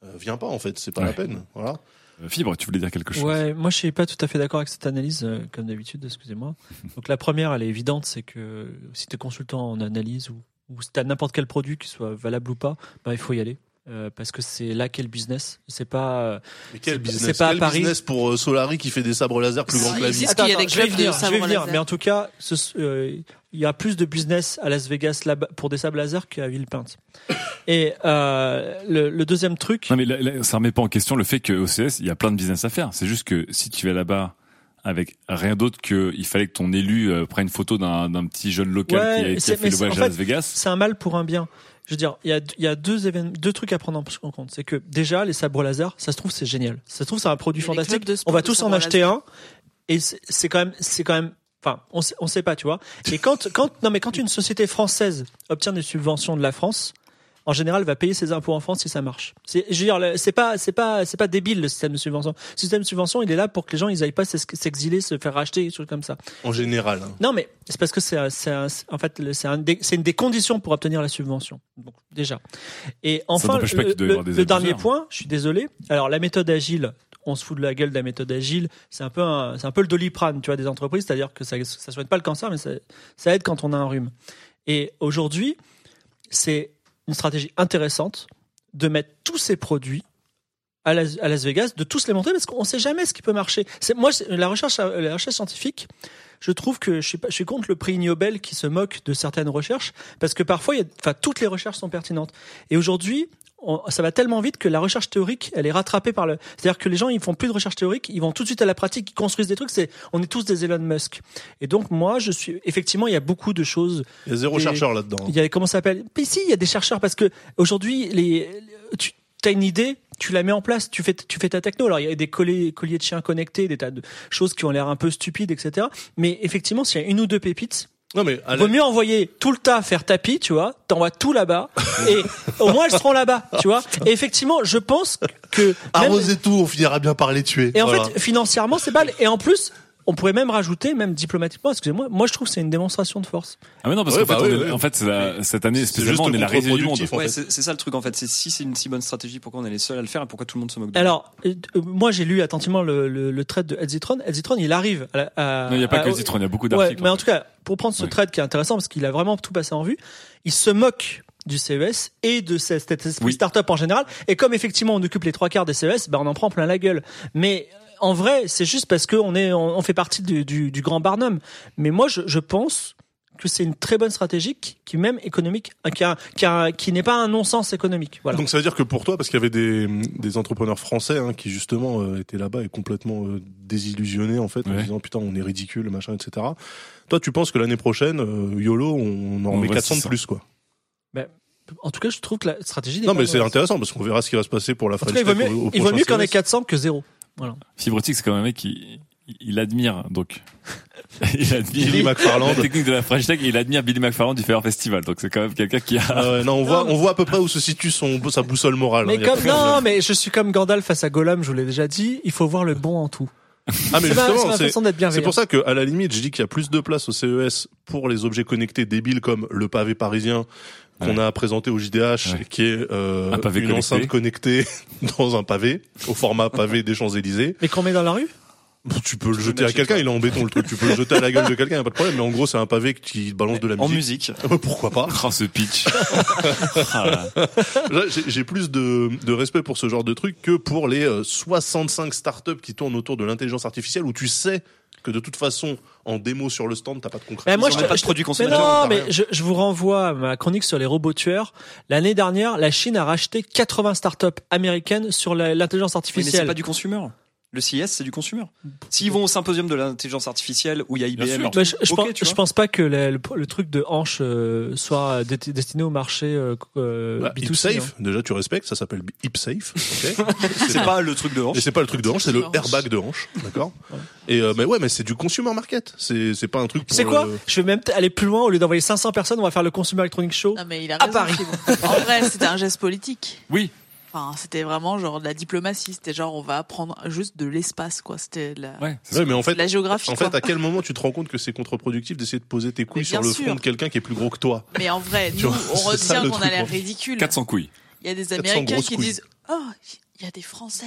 euh, viens pas en fait. C'est pas Ouais. la peine. Voilà. Euh, Fibre, tu voulais dire quelque chose Ouais, moi je suis pas tout à fait d'accord avec cette analyse, euh, comme d'habitude, excusez-moi. Donc la première, elle est évidente, c'est que euh, si tu es consultant en analyse ou, ou si tu as n'importe quel produit qui soit valable ou pas, bah, il faut y aller. euh, parce que c'est là qu'est le business. C'est pas. euh, Mais C'est quel pas- business c'est pas à quel Paris. business pour euh, Solari qui fait des sabres laser plus grands que la Si, vie. Est-ce Ah, qu'il y a des je vais clubs de venir, je sabre vais venir. laser Mais en tout cas, ce- euh, il y a plus de business à Las Vegas là-bas pour des sables laser qu'à Villepinte. Et euh, le, le deuxième truc, Non mais là, là, ça remet pas en question le fait que OCS, il y a plein de business à faire. C'est juste que si tu vas là-bas avec rien d'autre que il fallait que ton élu euh, prenne photo d'un d'un petit jeune local Ouais, qui a- qui, c'est- a mais fait le c'est- voyage en à fait, Las Vegas. c'est un mal pour un bien. Je veux dire, il y a, il y a deux, évén- deux trucs à prendre en compte. C'est que déjà, les sabres laser, ça se trouve, c'est génial. Ça se trouve, c'est un produit Il y a des fantastique. clubs de sport On va de tous en sabres acheter un. Et c'est c'est quand même, c'est quand même, enfin, on sait, on sait pas, tu vois. Et quand, quand, non, mais quand une société française obtient des subventions de la France, en général, va payer ses impôts en France si ça marche. C'est, je veux dire, le- c'est pas, c'est pas, c'est pas débile le système de subvention. Le système de subvention, il est là pour que les gens, ils aillent pas s'ex- s'exiler, se faire racheter, des choses comme ça. En général. hein. Non, mais c'est parce que c'est un- c'est un- en fait le- c'est un des- c'est une des conditions pour obtenir la subvention. Donc déjà. Et enfin, n'empêche pas le, qu'il doit y le- avoir des le dernier abuseurs. point, je suis désolé. Alors la méthode agile, on se fout de la gueule de la méthode agile. C'est un peu, un- c'est un peu le doliprane, tu vois, des entreprises, c'est-à-dire que ça, ça soigne pas le cancer, mais ça, ça aide quand on a un rhume. Et aujourd'hui, c'est une stratégie intéressante de mettre tous ces produits à Las, à Las Vegas, de tous les montrer parce qu'on sait jamais ce qui peut marcher. C'est moi c'est- la recherche, euh, la recherche scientifique. Je trouve que je suis, pas- je suis contre le prix Nobel qui se moque de certaines recherches parce que parfois, il y a, enfin, toutes les recherches sont pertinentes. Et aujourd'hui, on- ça va tellement vite que la recherche théorique, elle est rattrapée par le. C'est-à-dire que les gens, ils font plus de recherche théorique, ils vont tout de suite à la pratique, ils construisent des trucs. C'est, on est tous des Elon Musk. Et donc moi, je suis effectivement, il y a beaucoup de choses Il y a zéro Et- chercheur là-dedans. il y a comment ça s'appelle Mais si, il y a des chercheurs parce que aujourd'hui, les, tu as une idée, tu la mets en place, tu fais, tu fais ta techno. Alors il y a des colliers, colliers de chiens connectés, des tas de choses qui ont l'air un peu stupides, etc. Mais effectivement, s'il y a une ou deux pépites. Non, mais à la- Vaut mieux envoyer tout le tas faire tapis, tu vois. T'envoies tout là-bas et au moins elles seront là-bas, tu vois. Et effectivement, je pense que même- arroser tout, on finira bien par les tuer. et en Voilà. fait, financièrement, c'est balle. Et en plus, on pourrait même rajouter, même diplomatiquement, excusez-moi, moi je trouve que c'est une démonstration de force. Ah mais non parce Ouais, qu'en bah fait, oui, on est- oui. en fait c'est la- cette année C'est spécialement on juste est la résine du monde. contre-productif, en Ouais, fait. c'est c'est ça le truc en fait. C'est si c'est une si bonne stratégie, pourquoi on est les seuls à le faire et pourquoi tout le monde se moque de nous Alors, euh, euh, moi, j'ai lu attentivement le, le, le trade de Elzitron. Elzitron, il arrive à. la- à- Non, il n'y a pas à- que le citron, il y a beaucoup Ouais, d'articles. mais en en fait. tout cas, pour prendre ce Ouais. trade qui est intéressant parce qu'il a vraiment tout passé en vue, il se moque du CES et de cette, cette esprit Oui. start-up en général. Et comme effectivement on occupe les trois quarts des CES, ben on en prend plein la gueule. Mais euh, en vrai, c'est juste parce qu'on est, on, on fait partie du, du, du grand Barnum. Mais moi, je, je pense que c'est une très bonne stratégie qui, qui même économique, euh, qui, a- qui, a- qui n'est pas un non-sens économique. Voilà. Donc ça veut dire que pour toi, parce qu'il y avait des, des entrepreneurs français hein, qui justement euh, étaient là-bas et complètement euh, désillusionnés en fait, en Ouais. disant putain on est ridicule, machin, etc. Toi tu penses que l'année prochaine, euh, YOLO, on en On met va 400 de 600. plus quoi. en tout cas, je trouve que la stratégie. n'est Non pas mais c'est mauvaise. intéressant parce qu'on verra ce qui va se passer pour la En tout French cas, il vaut Tech mieux, au- au il vaut prochain mieux qu'on ait CES. 400 que 0. Voilà. Fibrotique c'est quand même un mec qui il, il admire donc il admire Billy McFarland. la technique de la French Tech et il admire Billy McFarland du Fair Festival. Donc c'est quand même quelqu'un qui a Ah ouais, non, on voit, on voit à peu près où se situe son, sa boussole morale. hein, y Mais a comme, pas de problème. non, mais je suis comme Gandalf face à Gollum, je vous l'ai déjà dit, il faut voir le bon en tout. ah, mais c'est ma- c'est justement, ma c'est, façon d'être c'est bienveillant. pour ça que, à la limite, je dis qu'il y a plus de place au CES pour les objets connectés débiles comme le pavé parisien qu'on Ouais. a présenté au JDH, Ouais. qui est euh, Un pavé une connecté. enceinte connectée dans un pavé, au format pavé des Champs-Élysées. Mais qu'on met dans la rue Tu peux le le jeter à mettre chez quelqu'un, toi. il est en béton le truc, tu peux le jeter à la gueule de quelqu'un, y a pas de problème, mais en gros, c'est un pavé qui balance de la En musique. musique. Pourquoi pas oh, ce pitch. Ah là. Là, j'ai- J'ai plus de, de respect pour ce genre de truc que pour les euh, 65 startups qui tournent autour de l'intelligence artificielle où tu sais que de toute façon, en démo sur le stand, t'as pas de concret. Mais moi, Ils ont je- même pas je- de produits Mais consommateurs. non, t'as mais rien. je, je vous renvoie à ma chronique sur les robots tueurs. L'année dernière, la Chine a racheté 80 startups américaines sur la- l'intelligence Mais c'est artificielle. pas du consumer. Le CIS, c'est du consumer. S'ils vont au symposium de l'intelligence artificielle où il y a Bien IBM, sûr. et tout, Bah, je, je ok, tu pense, je vois. pense pas que le, le- le truc de hanche euh, soit dé- destiné au marché euh, euh, Bah, B2C. hein. HipSafe, déjà tu respectes, ça s'appelle HipSafe. ok c'est pas le truc de hanche. Et c'est pas le truc de hanche, c'est le Hanche. airbag de hanche, d'accord Et euh, mais ouais, mais c'est du consumer market. C'est c'est pas un truc. pour euh, C'est quoi le- Je vais même t- aller plus loin. Au lieu d'envoyer 500 personnes, on va faire le Consumer Electronic Show. Non, mais il a À raison. Paris. Fibre. En vrai, c'était un geste politique. Oui. Enfin, c'était vraiment genre de la diplomatie. C'était genre, on va prendre juste de l'espace, quoi. C'était de la, Ouais, c'est Ouais, mais en de fait, la géographie. en quoi. fait, à quel moment tu te rends compte que c'est contre-productif d'essayer de poser tes couilles Mais sur bien le sûr. front de quelqu'un qui est plus gros que toi Mais en vrai, Eh, Tu nous, vois, on c'est ça, retient le qu'on a truc, l'air hein. ridicule. 400 couilles. Il y a des 400 Américains grosses qui couilles. disent Oh, il y a des Français.